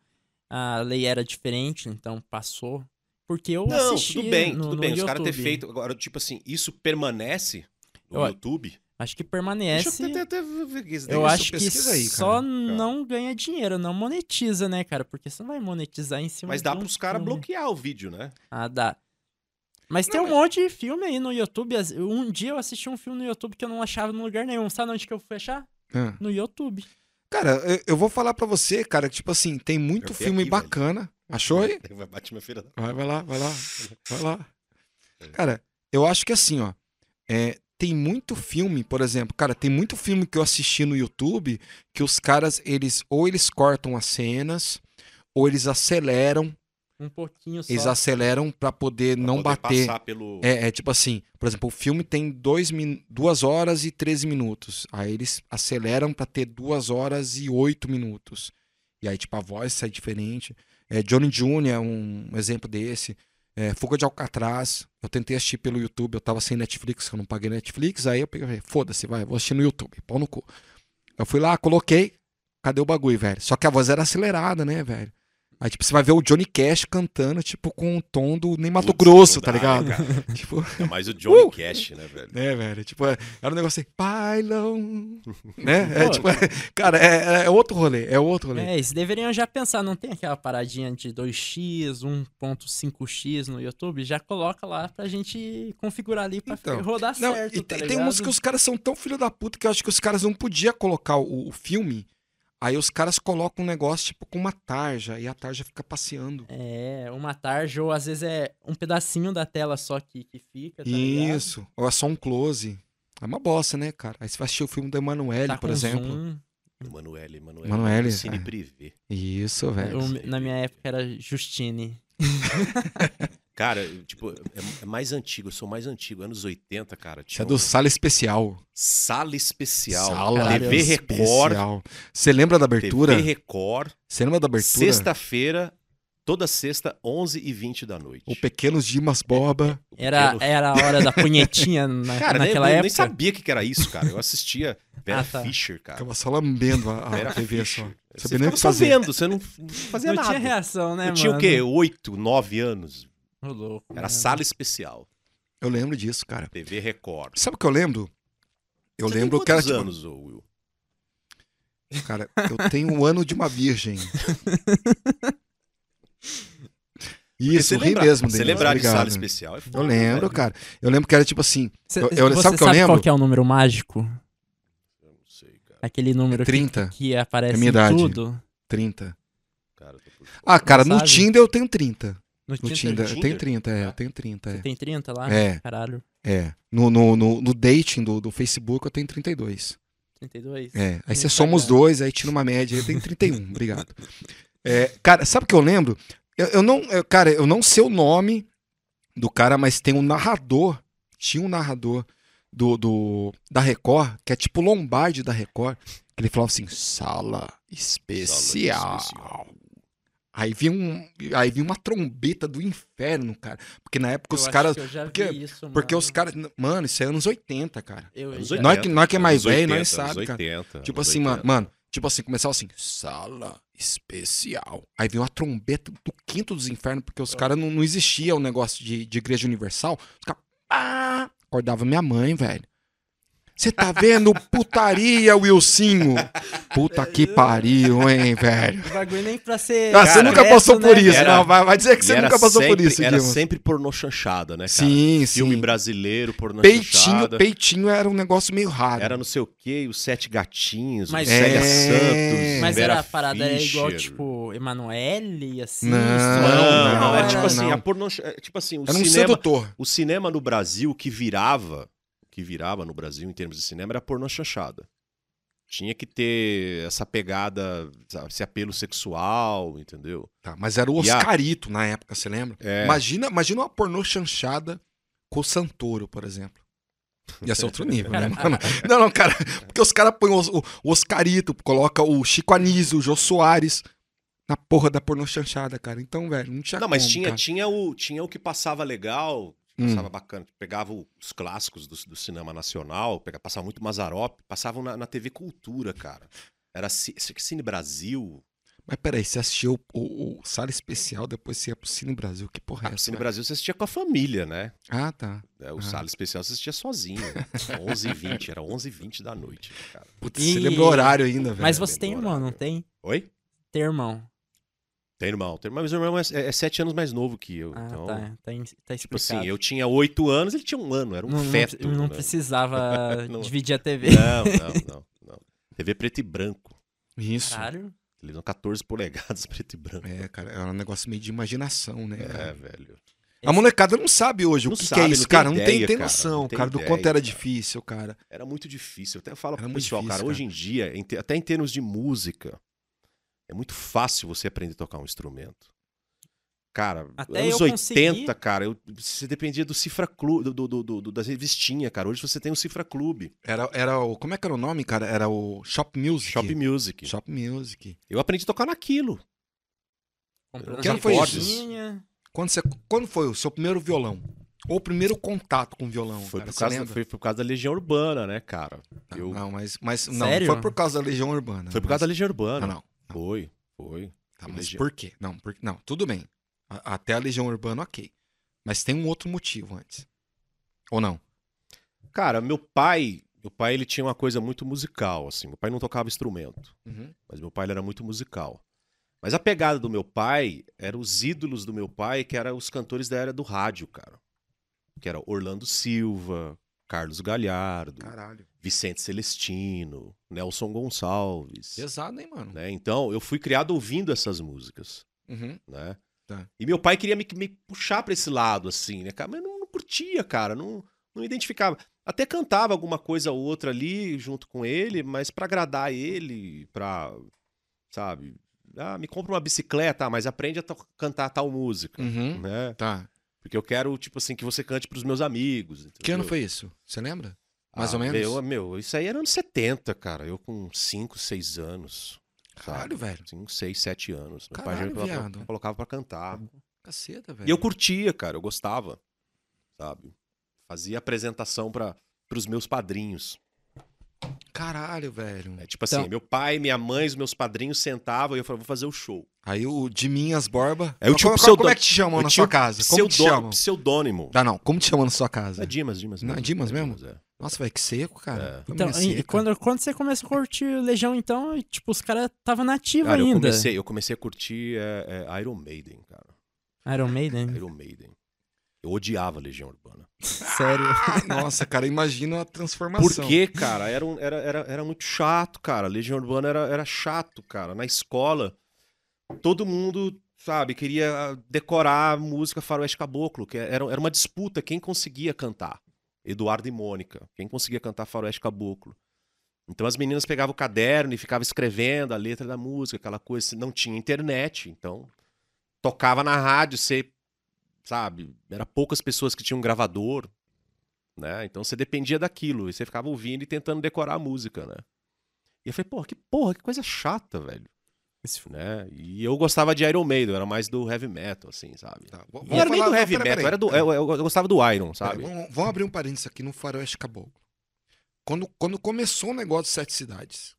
C: a lei era diferente, então passou. Porque eu
D: Não,
C: assisti
D: tudo bem,
C: no,
D: tudo
C: no
D: bem. Os
C: YouTube.
D: caras ter feito. Agora, tipo assim, isso permanece no
C: Eu-
D: YouTube?
C: Acho que permanece.
D: Deixa eu até, até ver que isso daí
C: Eu
D: é
C: acho que
B: pesquisa aí, cara.
C: só não ganha dinheiro, não monetiza, né, cara? Porque você não vai monetizar em cima
D: Mas dá
C: de um
D: pros caras
C: filme.
D: bloquear o vídeo, né?
C: Ah, dá. Mas
B: Não,
C: tem um
B: mas-
C: monte de filme aí no YouTube. As- Um dia eu assisti um filme no YouTube que eu não achava em lugar nenhum. Sabe onde que eu fui achar?
B: Ah.
C: No YouTube.
B: Cara, eu, eu vou falar pra você, cara, que, tipo assim, tem muito
D: Eu vi
B: filme
D: aqui, velho.
B: bacana. Achou aí?
D: Batman Feira da
B: Vai, vai lá, vai lá, vai lá.
D: É.
B: Cara, eu acho que assim, ó. é, tem muito filme, por exemplo, cara, tem muito filme que eu assisti no YouTube que os caras, eles ou eles cortam as cenas, ou eles aceleram,
C: Um pouquinho só.
B: eles aceleram pra poder
D: pra
B: não
D: poder
B: bater.
D: Passar pelo...
B: É, é tipo assim, por exemplo, o filme tem 2 duas horas e 13 minutos. Aí eles aceleram pra ter 2 horas e 8 minutos. E aí, tipo, a voz sai diferente. É, Johnny Jr. é um exemplo desse. É, Fuga de Alcatraz. Eu tentei assistir pelo YouTube, eu tava sem Netflix, eu não paguei Netflix. Aí eu peguei, e falei, foda-se, vai, vou assistir no YouTube, pau no cu. Eu fui lá, coloquei. Cadê o bagulho, velho? Só que a voz era acelerada, né, velho? Aí, tipo, você vai ver o Johnny Cash cantando, tipo, com o tom do Nem Mato
D: Putz,
B: Grosso,
D: não
B: tá
D: dá,
B: ligado?
D: cara.
B: Tipo,
D: Ainda mais o Johnny
B: Uh!
D: Cash, né, velho?
B: né, velho? Tipo, é- era um negócio assim, Pylon. né? É,
C: Pô.
B: tipo, cara, é, é outro rolê, é outro rolê.
C: É, eles deveriam já pensar, não tem aquela paradinha de um 2x, 1.5x no YouTube? Já coloca lá pra gente configurar ali pra
B: Então,
C: fi- rodar
B: Não,
C: certo,
B: e
C: tá
B: tem, tem
C: ligado?
B: uns que os caras são tão filho da puta que eu acho que os caras não podiam colocar o, o filme. Aí os caras colocam um negócio, tipo, com uma tarja, e a tarja fica passeando.
C: É, uma tarja ou às vezes é um pedacinho da tela só que, que fica, tá ligado?
B: Isso. Ou é só um close. É uma bosta, né, cara? Aí você vai assistir o filme do Emanuele,
C: Tá
B: por
C: com
B: exemplo.
C: zoom.
D: Emanuele, Emanuele.
B: Emanuele,
D: Cine
B: é.
D: Privé.
B: Isso, velho.
C: Eu- na minha época era Justine.
D: Cara, eu, tipo, é, é mais antigo, eu sou mais antigo. Anos 80, cara.
B: Isso
D: Tinha
B: é do
D: um-
B: Sala Especial.
D: Sala Especial.
B: Sala
D: TV Record.
B: Especial. Você lembra da abertura?
D: TV Record.
B: Você lembra da abertura?
D: Sexta-feira, Toda sexta, 11h20 da noite.
B: O Pequenos Dimas
D: É,
B: Boba.
C: Era,
D: Pequeno-
C: era a hora da punhetinha na-
D: Cara, nem-
C: naquela
D: nem, nem
C: época.
D: sabia o que, que era isso, cara. Eu assistia Vera
C: Ah, tá.
D: Fischer, cara.
B: Ficava só lambendo a, a
D: Vera
B: TV só.
D: Fischer. Você
B: Sabia nem o
D: ficava
B: que
D: só
B: fazer.
D: vendo, você não, não fazia
C: não
D: nada.
C: tinha reação, né,
D: eu
C: mano? É.
D: tinha o quê? Oito, nove anos.
C: Ô, louco, né?
D: Era
C: mano.
D: sala especial.
B: Eu lembro disso, cara.
D: TV Record.
B: Sabe o que eu lembro? Eu
D: Você tem
B: lembro que era
D: quantos
B: tipo,
D: anos, ô, Will?
B: Cara, eu tenho um ano de uma virgem. Isso,
D: Você
B: eu ri
D: lembra-
B: mesmo
D: Você
B: Denise,
D: lembrar de
B: obrigado.
D: sala especial é foda,
B: Eu lembro,
D: velho.
B: cara. Eu lembro que era tipo assim,
C: Cê-
B: eu- eu-
C: você
B: sabe o que eu lembro?
C: qual que é o número mágico?
D: Eu não sei, cara.
C: Aquele número que-
B: 30,
C: que, aparece
B: É minha
C: em
B: idade.
C: tudo.
B: 30.
D: Cara, eu tô por fora.
B: Ah, cara, no
C: sabe?
B: Tinder eu tenho 30.
C: No
B: No
C: Tinder,
B: Tinder, eu tenho
D: Tinder?
B: 30, é, eu
D: Ah.
B: tenho 30,
C: Você
B: é.
C: tem 30 lá?
B: É,
C: Caralho,
B: é. No, no, no, no dating do, do Facebook eu tenho 32.
C: 32?
B: É, aí
C: No
B: você soma os
C: Instagram.
B: dois, aí tira uma média, aí tem 31, obrigado. É, cara, sabe o que eu lembro? Eu, eu não, eu- cara, eu não sei o nome do cara, mas tem um narrador, tinha um narrador do, do da Record, que é tipo o Lombardi da Record, que ele falava assim, sala
D: Sala
B: especial.
D: especial.
B: Aí vinha, um, aí vinha uma trombeta do inferno, cara. Porque na época
C: Eu
B: os
C: acho
B: caras.
C: que eu já vi
B: porque-
C: isso, mano.
B: Porque os caras. Mano, isso é anos 80, cara.
C: Eu
D: Anos
C: já-
D: 80,
B: Nós que- nós que é mais
D: anos
B: velho, nós
D: 80,
B: sabe,
D: anos
B: cara.
D: 80,
B: Tipo
D: anos
B: assim, mano,
D: 80.
B: mano, tipo assim, começava assim, sala especial. Aí veio uma trombeta do quinto dos infernos, porque
D: Tá.
B: os caras não, não existia o negócio de, de igreja universal. Os caras, pá, acordava minha mãe, velho. Você tá vendo putaria, Wilsinho? Puta que pariu, hein, velho.
C: O bagulho nem pra ser.
B: Ah, você
D: Cara,
B: nunca passou
C: né,
B: por isso,
D: Era-
B: não, vai, vai dizer é que
D: E
B: você
D: era
B: nunca passou por
D: sempre-
B: isso,
D: Era
B: Guilherme.
D: sempre pornô chanchada, né, cara?
B: Sim,
D: Filme
B: sim.
D: brasileiro, pornô
B: Peitinho,
D: chanchada.
B: peitinho era um negócio meio raro.
D: Era não sei o quê, os Sete Gatinhos,
C: Mas-
D: o Célia
C: É.
B: né?
D: Santos,
C: Mas
D: Vera
C: era a parada era igual,
D: Fischer.
C: tipo, Emanuele, assim?
B: Não,
D: Não,
C: Estrela?
D: não,
B: não,
D: é tipo
B: era-
D: assim,
B: não.
D: a pornô... é tipo assim, o
B: Era um
D: cinema...
B: sedutor.
D: O cinema no Brasil que virava, que virava no Brasil em termos de cinema era pornô chanchada. Tinha que ter essa pegada, sabe, esse apelo sexual, entendeu?
B: Tá, mas era o
D: E a-
B: Oscarito na época, você lembra?
D: É.
B: Imagina, imagina uma pornô chanchada com o Santoro, por exemplo. Ia ser outro nível, né, mano? Não, não, cara. Porque os caras põem o, o- o Oscarito, coloca o Chico Anísio, o Jô Soares na porra da pornô chanchada, cara. Então, velho, não tinha
D: Não, mas
B: como,
D: tinha,
B: cara.
D: tinha, o, tinha o que passava legal, que
B: Hum.
D: passava bacana. Pegava o- os clássicos do, do cinema nacional, pega, passava muito Mazarop, passavam na, na TV Cultura, cara. Era ci- ci- Cine Brasil.
B: Mas peraí, você assistiu o, o, o Sala Especial, depois você ia pro Cine Brasil, que porra é
D: Ah,
B: essa?
D: Cine
B: velho?
D: Brasil você assistia com a família, né?
B: Ah, tá.
D: É, O
B: Ah.
D: Sala Especial você assistia sozinho. né? 11h20, era 11h20 da noite, cara.
B: Putz,
C: E-
B: você lembrou o horário ainda, velho.
C: Mas você tem
D: lembro,
C: irmão, não
D: cara.
C: tem?
D: Oi?
C: Tem irmão.
D: Tem irmão, tem irmão, mas meu irmão é, é- é sete anos mais novo que eu.
C: Ah,
D: então,
C: tá. Tá, em- tá explicado.
D: tipo assim, eu tinha oito anos, ele tinha um ano, era um
C: não, não-
D: feto.
C: Não,
D: né?
C: precisava
D: Não.
C: dividir a TV.
D: Não, não, não, não. TV preto e branco.
B: Isso.
C: Caralho.
D: Televisão 14 polegadas, preto e branco.
B: É, cara, era um negócio meio de imaginação, né?
D: É,
B: cara?
D: velho.
B: A molecada não sabe hoje
D: Não
B: o que, que é
D: sabe,
B: isso,
D: não tem
B: cara. não tem,
D: ideia,
B: tem
D: cara,
B: noção,
D: não
B: cara,
D: tem
B: do
D: ideia,
B: quanto era
D: cara.
B: difícil, cara.
D: Era muito difícil. Eu até falo
B: Era
D: pro
B: muito
D: pessoal,
B: difícil,
D: cara, hoje em dia, em te- até em termos de música, é muito fácil você aprender a tocar um instrumento. Cara,
C: Até
D: anos
C: eu
D: 80,
C: consegui.
D: cara, eu, você dependia do Cifra Clube, do, do- do- do- das revistinhas, cara. Hoje você tem o Cifra Clube,
B: Era, era o. Como é que era o nome, cara? Era o Shop Music.
D: Shop Music.
B: Shop Music.
D: Eu aprendi a tocar naquilo.
C: Comprando
D: Que
B: ano
C: a
B: foi
D: isso?
C: cozinha.
B: Quando, você, quando foi o seu primeiro violão? Ou o primeiro contato com o violão?
D: foi,
B: cara,
D: por
B: você
D: causa,
B: lembra?
D: foi por causa da Legião Urbana, né, cara?
B: Não,
D: eu-
B: Não, mas, mas não,
C: Sério?
B: foi por causa da Legião Urbana.
D: Foi por causa da
B: mas...
D: Legião Urbana.
B: Não, não.
D: Foi, foi.
B: Tá, mas
D: Legião.
B: por quê? Não, por... não, tudo bem. A- até a Legião Urbana, ok. Mas tem um outro motivo antes. Ou não?
D: Cara, meu pai, meu pai ele tinha uma coisa muito musical, assim. Meu pai não tocava instrumento, mas meu pai ele era muito musical. Mas a pegada do meu pai era os ídolos do meu pai, que eram os cantores da era do rádio, cara. Que era Orlando Silva, Carlos Galhardo,
B: Caralho.
D: Vicente Celestino, Nelson Gonçalves.
B: Pesado, hein, mano?
D: né? Então, eu fui criado ouvindo essas músicas.
B: Uhum.
D: né?
B: Tá.
D: E meu pai queria me, me puxar pra esse lado, assim, né, cara? Mas eu não, não curtia, cara, não, não identificava. Até cantava alguma coisa ou outra ali junto com ele, mas pra agradar ele, pra, sabe? Ah, me compra uma bicicleta, ah, mas aprende a to- cantar tal música,
B: Uhum.
D: né?
B: Tá.
D: Porque eu quero, tipo assim, que você cante pros meus amigos.
B: Que ano
D: entendeu?
B: foi isso? Você lembra? Mais
D: Ah,
B: ou menos?
D: Meu, meu, isso aí era anos 70, cara. Eu com 5, 6 anos.
B: Caralho, velho.
D: Assim, uns 6, 7 anos. Meu pai já
B: Caralho,
D: me colocava-
B: viado.
D: colocava pra cantar.
B: Caceta, velho.
D: E eu curtia, cara, eu gostava, sabe? Fazia apresentação para os meus padrinhos.
B: Caralho, velho.
D: É tipo assim,
C: Então-
D: meu pai, minha mãe, os meus padrinhos sentavam e eu falava, vou fazer o show.
B: Aí o de Minhas Borba.
D: É, eu tinha
B: como, como,
D: um pseudo-
B: é que te chamam
D: Eu
B: na
D: tinha
B: sua
D: um
B: casa? Como que te
D: Pseudo-
B: chamam?
D: Pseudônimo.
B: Ah, não. Como te chamam na sua casa?
D: É Dimas, Dimas.
B: Não, é Dimas mesmo?
D: Dimas, é.
B: Nossa, velho, que seco, cara. é Família
C: Então, e- e
B: seca.
C: quando, quando você começa a curtir Legião, então, e, tipo, os caras estavam nativos
D: Cara, eu
C: ainda.
D: comecei, eu comecei a curtir é, é, Iron Maiden, cara.
C: Iron Maiden,
D: Iron Maiden. Eu odiava Legião Urbana.
C: sério.
B: Ai, Ah, Nossa, cara, imagina a transformação.
D: Porque, cara, era, um- era, era, era muito chato, cara. Legião Urbana era, era chato, cara. Na escola, todo mundo, sabe, queria ah, decorar a música Faroeste Caboclo, que era, era uma disputa quem conseguia cantar. Eduardo e Mônica, quem conseguia cantar Faroeste Caboclo. Então as meninas pegavam o caderno e ficavam escrevendo a letra da música, aquela coisa. se Não tinha internet, então tocava na rádio, você, sabe, era poucas pessoas que tinham gravador né? Então você dependia daquilo, e você ficava ouvindo e tentando decorar a música, né? E eu falei, porra, que porra, que coisa chata, velho. Né? E eu gostava de Iron Maiden, eu era mais do heavy metal, assim, sabe?
B: Tá, v-
D: Não era nem do
B: não,
D: heavy
B: pera,
D: metal,
B: pera aí.
D: era do, eu, eu- eu gostava do Iron,
B: Pera aí,
D: sabe?
B: Vamos, vamos abrir um parênteses aqui no Faroeste Caboclo. Quando, quando começou o negócio de Sete Cidades,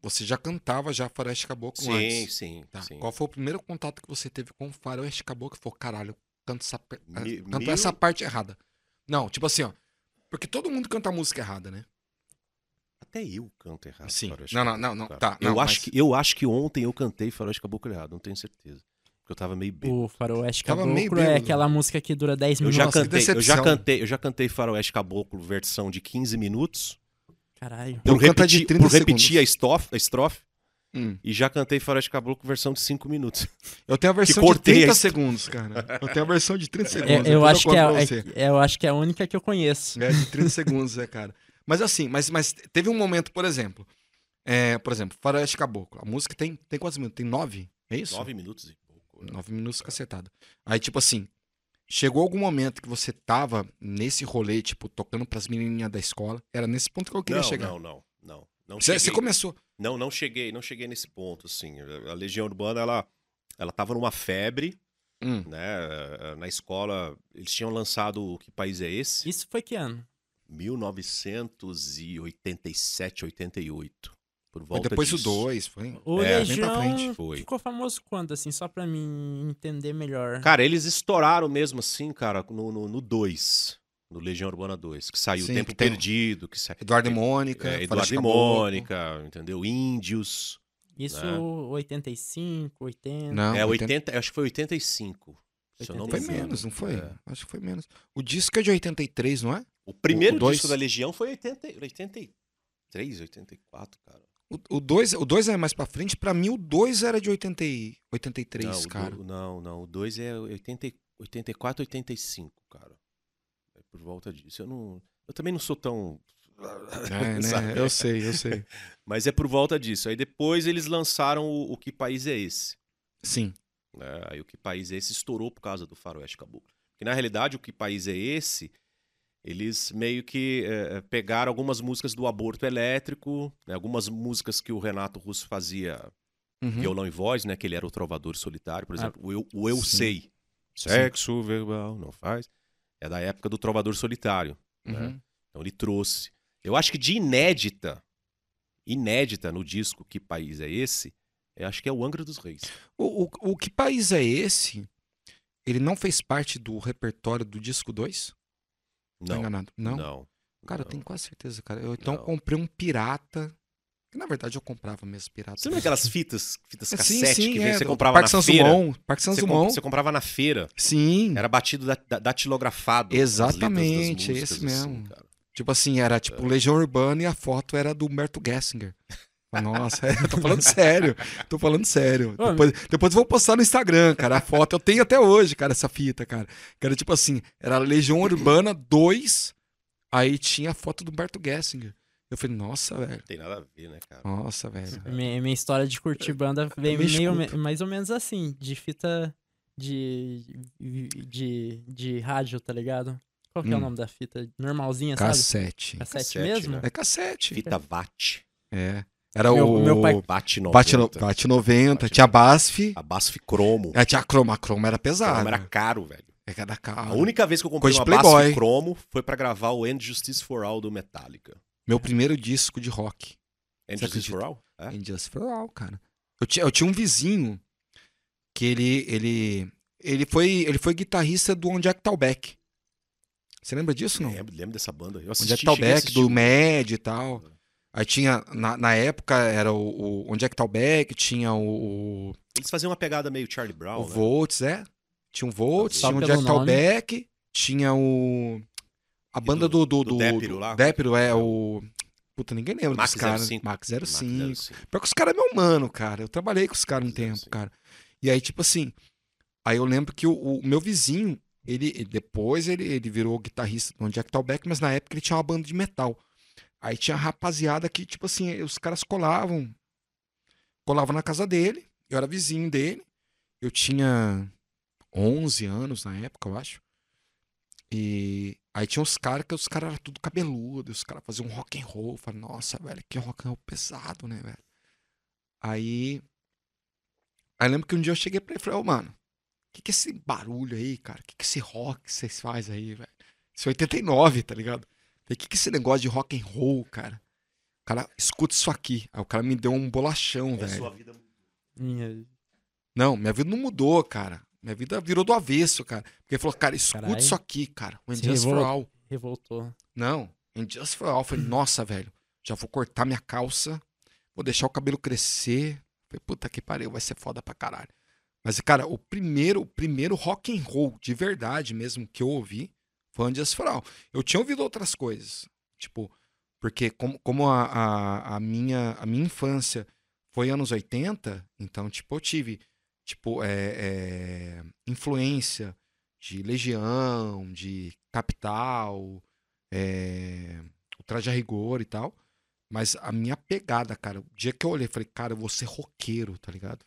B: você já cantava já Faroeste Caboclo
D: Sim,
B: antes.
D: sim,
B: Tá.
D: sim.
B: Qual foi o primeiro contato que você teve com o Faroeste Caboclo? Falou, caralho, eu canto, essa, pe- eh,
D: Mi-
B: canto
D: mil-
B: essa parte errada. Não, tipo assim, ó. Porque todo mundo canta música errada, né?
D: Até Ah, eu canto errado.
B: Sim.
D: Faroeste
B: Não, não,
D: Caboclo,
B: não, não,
D: cara.
B: tá,
D: eu,
B: não,
D: acho
B: mas-
D: que, eu acho que ontem eu cantei Faroeste Caboclo errado, não tenho certeza. Porque eu tava meio bêbado.
C: O Faroeste
B: Tava meio
C: Caboclo é
B: bêbado.
C: aquela música que dura 10
D: Eu
C: minutos.
D: já,
B: Nossa, que
D: cantei, eu já
B: decepção.
D: cantei, eu já cantei Faroeste Caboclo versão de 15 minutos.
C: Caralho.
B: Então
D: Por
B: canta de
D: repetir,
B: 30
D: por repetir
B: segundos.
D: a estrofe, a estrofe
B: Hum.
D: E já cantei Faroeste Caboclo versão de 5 minutos.
B: Eu tenho a versão de
D: cortei
B: 30
D: a história.
B: segundos, cara. Eu tenho a versão de 30 segundos.
C: É,
B: depois
C: eu, acho que é,
B: conto pra
C: é-
B: você.
C: é- eu acho que é a única que eu conheço.
B: É, de 30 segundos, é, cara. Mas assim, mas, mas teve um momento, por exemplo. É, por exemplo, Faroeste Caboclo. A música tem, tem quantos minutos? Tem nove? É isso?
D: 9 minutos e pouco. né?
B: Nove minutos cacetado. Aí, tipo assim, chegou algum momento que você tava nesse rolê, tipo, tocando pras menininhas da escola. Era nesse ponto que eu queria
D: não,
B: chegar.
D: não, não, não. Não
B: Você,
D: cheguei,
B: você começou.
D: não, não cheguei, não cheguei nesse ponto assim. A Legião Urbana ela ela tava numa febre,
B: Hum,
D: né? Na escola eles tinham lançado o que país é esse?
C: Isso foi que ano?
D: 1987, 88. Por
B: foi
D: volta
B: depois
D: disso.
B: o dois, foi.
C: O
D: É,
B: bem pra
C: Legião
B: frente,
D: foi.
C: ficou famoso quando, assim, só pra mim entender melhor.
D: Cara, eles estouraram mesmo assim, cara, no 2. No, no, dois, no Legião Urbana 2, que saiu o
B: Sim,
D: Tempo
B: que tem-
D: Perdido, que saiu
B: Eduardo e Mônica.
D: é,
B: Faroeste
D: Eduardo
B: Caboclo.
D: e Mônica, entendeu? Índios.
C: Isso,
D: né?
C: 85, 80.
B: Não,
D: é,
B: 80
D: 80, acho que foi 85. Se eu não
B: Ah,
D: me
B: Foi
C: 85.
D: engano.
B: menos, não foi?
D: É.
B: Acho que foi menos. O disco é de 83, não é?
D: O primeiro
B: O- o dois-
D: disco da Legião foi 80, 83, 84, cara.
B: O 2 o dois é mais pra frente. Pra mim, o 2 era de 80 e- 83,
D: não, o do-
B: cara.
D: não, não. O 2 é 80, 84, 85, cara. É por volta disso. Eu, não, eu também não sou tão.
B: É, né?
D: Sabe?
B: Eu sei, eu sei.
D: Mas é por volta disso. Aí depois eles lançaram o, o Que País é Esse?
B: Sim.
D: né? Aí o Que País é Esse estourou por causa do Faroeste Caboclo. Porque na realidade, o Que País é Esse? Eles meio que eh, eh, pegaram algumas músicas do aborto elétrico, né? algumas músicas que o Renato Russo fazia
B: Uhum.
D: violão e voz, né? Que ele era o trovador solitário, por
C: Ah,
D: exemplo. o Eu, o eu
B: sim.
D: Sei. Sexo verbal não faz. É da época do trovador solitário.
B: Uhum.
D: Então ele trouxe. Eu acho que de inédita, inédita no disco Que País é Esse? Eu acho que é o Angra dos
B: Tá
D: Reis.
B: O, o, o Que País é Esse? Ele não fez parte do repertório do disco 2? Tô
D: Não,
B: enganado. Não?
D: não.
B: Cara, eu
D: não.
B: tenho quase certeza, cara. Eu então
D: Não.
B: comprei um pirata. Que, na verdade, eu comprava mesmo pirata.
D: Você é lembra aquelas fitas, fitas
B: É,
D: cassete que vem-
B: é,
D: você
B: do
D: comprava
B: Parque
D: na
B: Santos
D: feira?
B: Dumont. Parque Santos
D: Você, comp-
B: Dumont.
D: você comprava na feira.
B: Sim.
D: Era batido da, da, datilografado. as letras das
B: Hum. Exatamente, é
D: músicas,
B: esse
D: assim,
B: mesmo.
D: cara.
B: Tipo assim, era tipo Legião Urbana e a foto era do Humberto Gessinger. Nossa, é, eu tô falando sério. Tô falando sério.
C: Ô,
B: Depois, depois eu vou postar no Instagram, cara, a foto. Eu tenho até hoje, cara, essa fita, cara. Que era tipo assim, era Legião Urbana 2, aí tinha a foto do Humberto Gessinger. Eu falei, nossa, velho.
D: Não tem nada a ver, né, cara?
B: Nossa, velho.
C: Minha, minha história de curtir banda vem
B: Tá. me
C: meio,
B: escuto.
C: me- mais ou menos assim, de fita de, de, de rádio, tá ligado? Qual que é o
B: Hum.
C: nome da ffita? Normalzinha, sabe?
B: Cassete.
C: Cassete
D: Cassete,
C: mesmo?
D: né?
B: É cassete.
D: Fita VAT.
B: É. Era
C: Meu-
B: o
C: meu pai-
D: Bate 90.
B: Bate, no- Bate 90, tinha a BASF,
D: A BASF Cromo.
B: é, tinha a Croma. A Croma era pesada.
D: Cromo era caro, velho.
B: É que era
D: A
B: caro.
D: única vez que eu comprei
B: Coisa
D: uma
B: de Playboy.
D: BASF Cromo foi pra gravar o End Justice for All do Metallica.
B: Meu primeiro disco de rock.
D: End
B: Você
D: Justice
B: acredita?
D: for All? É?
B: And Just For All, cara. Eu, ti- eu tinha um vizinho que ele ele ele foi ele foi guitarrista do Onde é que tá o Beck. Você lembra disso não?
D: Lembro, lembro dessa banda. Eu
B: Onde
D: É, assisti,
B: é que tá o
D: cheguei a
B: Beck do
D: assistir. Uhum.
B: Med e tal. Aí tinha na, na época era o, o Onde é que tá o Beck, tinha o, o,
D: Eles faziam uma pegada meio Charlie
B: o
D: Brown, né?
B: Volts, é? Tinha o Volts,
C: Só
B: tinha o Onde é
C: pelo
B: que tá o
C: nome.
B: Beck, tinha o a banda do
D: do-
B: do,
D: do
B: do,
D: Dépiro lá? Tá.
B: Dépiro, é o Puta, ninguém lembra
D: Max
B: dos caras.
D: 05.
B: Max
D: Mark
B: 05.
D: 05.
B: Pior que os caras é meu mano, cara. Eu trabalhei com os caras um
D: Pois é,
B: tempo,
D: sim.
B: cara. E aí, tipo assim, aí eu lembro que o, o meu vizinho, ele ele- depois ele, ele virou guitarrista do Jack Talbeck, mas na época ele tinha uma banda de metal. Aí tinha rapaziada que, tipo assim, os caras colavam. Colavam na casa dele, eu era vizinho dele. Eu tinha 11 anos na época, eu acho. E aí tinha uns caras que os caras eram tudo cabeludo, os caras faziam rock and roll. Eu falei, nossa, velho, que rock and roll pesado, né, velho? Aí. Aí eu lembro que um dia eu cheguei pra ele e falei, ô, mano, o que, que é esse barulho aí, cara? O que, que é esse rock que vocês fazem aí, velho? Isso é 89, tá ligado? Falei, o que, que é esse negócio de rock and roll, cara? O cara, escuta isso aqui. Aí o cara me deu um bolachão,
D: É a
B: velho.
D: sua vida.
B: né?
C: Minha-
B: Não, minha vida não mudou, cara. Minha vida virou do avesso, cara. Porque ele falou, cara, escuta
C: Caralho.
B: isso aqui, cara. O And
C: Se
B: Just For
C: revolta.
B: All.
C: Revoltou.
B: Não, And Just For All. Eu Falei, nossa, velho, já vou cortar minha calça, vou deixar o cabelo crescer. Falei, puta que pariu, vai ser foda pra caralho. Mas, cara, o primeiro, o primeiro rock and roll, de verdade mesmo, que eu ouvi, foi And Just For All. Eu tinha ouvido outras coisas, tipo... Porque como, como a, a, a minha, a minha infância foi anos 80, então, tipo, eu tive, tipo, é, é, influência de Legião, de Capital, é, o Traje a Rigor e tal. Mas a minha pegada, cara, o dia que eu olhei, eu falei, cara, eu vou ser roqueiro, tá ligado?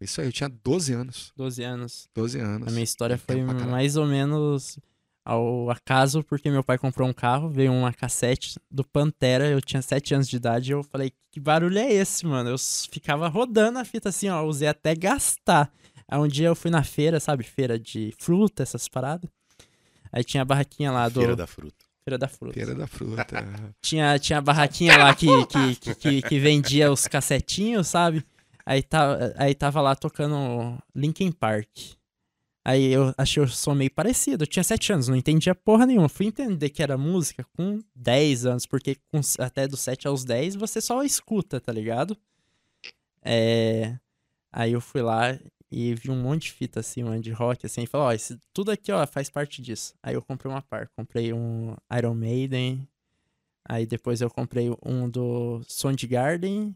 B: Isso aí, eu tinha 12 anos.
C: 12 anos.
B: 12 anos.
C: A minha história foi
B: é Tempo pra caralho.
C: mais ou menos ao acaso, porque meu pai comprou um carro, veio uma cassete do Pantera, eu tinha 7 anos de idade, e eu falei, que barulho é esse, mano? Eu s- ficava rodando a fita assim, ó, usei até gastar. Aí um dia eu fui na feira, sabe, feira de fruta, essas paradas. Aí tinha a barraquinha lá do...
D: Feira da Fruta.
C: Feira da Fruta.
B: Feira da fruta.
C: Tinha, tinha a barraquinha lá que, que, que, que, que vendia os cassetinhos, sabe? Aí, tá, aí tava lá tocando Linkin Park. Aí eu achei o som meio parecido. Eu tinha 7 anos, não entendia porra nenhuma. Fui entender que era música com 10 anos, porque com s- até dos 7 aos 10 você só escuta, tá ligado? É, Aí eu fui lá e vi um monte de fita assim, um de rock, assim, e falei, ó, esse- tudo aqui, ó, faz parte disso. Aí eu comprei uma par, comprei um Iron Maiden, aí depois eu comprei um do Soundgarden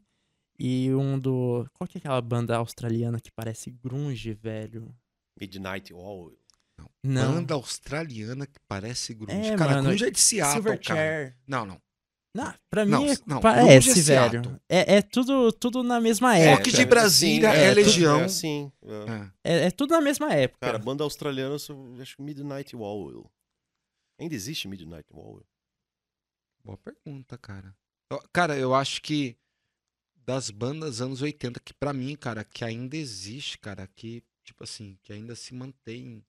C: e um do... Qual que é aquela banda australiana que parece grunge, velho?
D: Midnight All.
C: Não,
B: Banda australiana que parece grunge.
C: É,
B: cara,
C: mano,
B: grunge é de Seattle, cara.
C: Silverchair.
B: Não, não.
C: Não, pra mim
B: Não,
C: é,
B: não,
C: parece,
B: grunge é
C: velho.
B: Seattle.
C: É, é tudo, tudo na mesma
B: É,
C: época.
B: Rock de Brasília
C: é
B: Legião.
D: sim.
B: É.
C: É, é tudo na mesma época.
D: Cara, banda australiana, eu sou- acho que Midnight Wall. Ainda existe Midnight Wall?
B: Boa pergunta, cara. Eu- Cara, eu acho que das bandas anos 80, que pra mim, cara, que ainda existe, cara, que, tipo assim, que ainda se mantém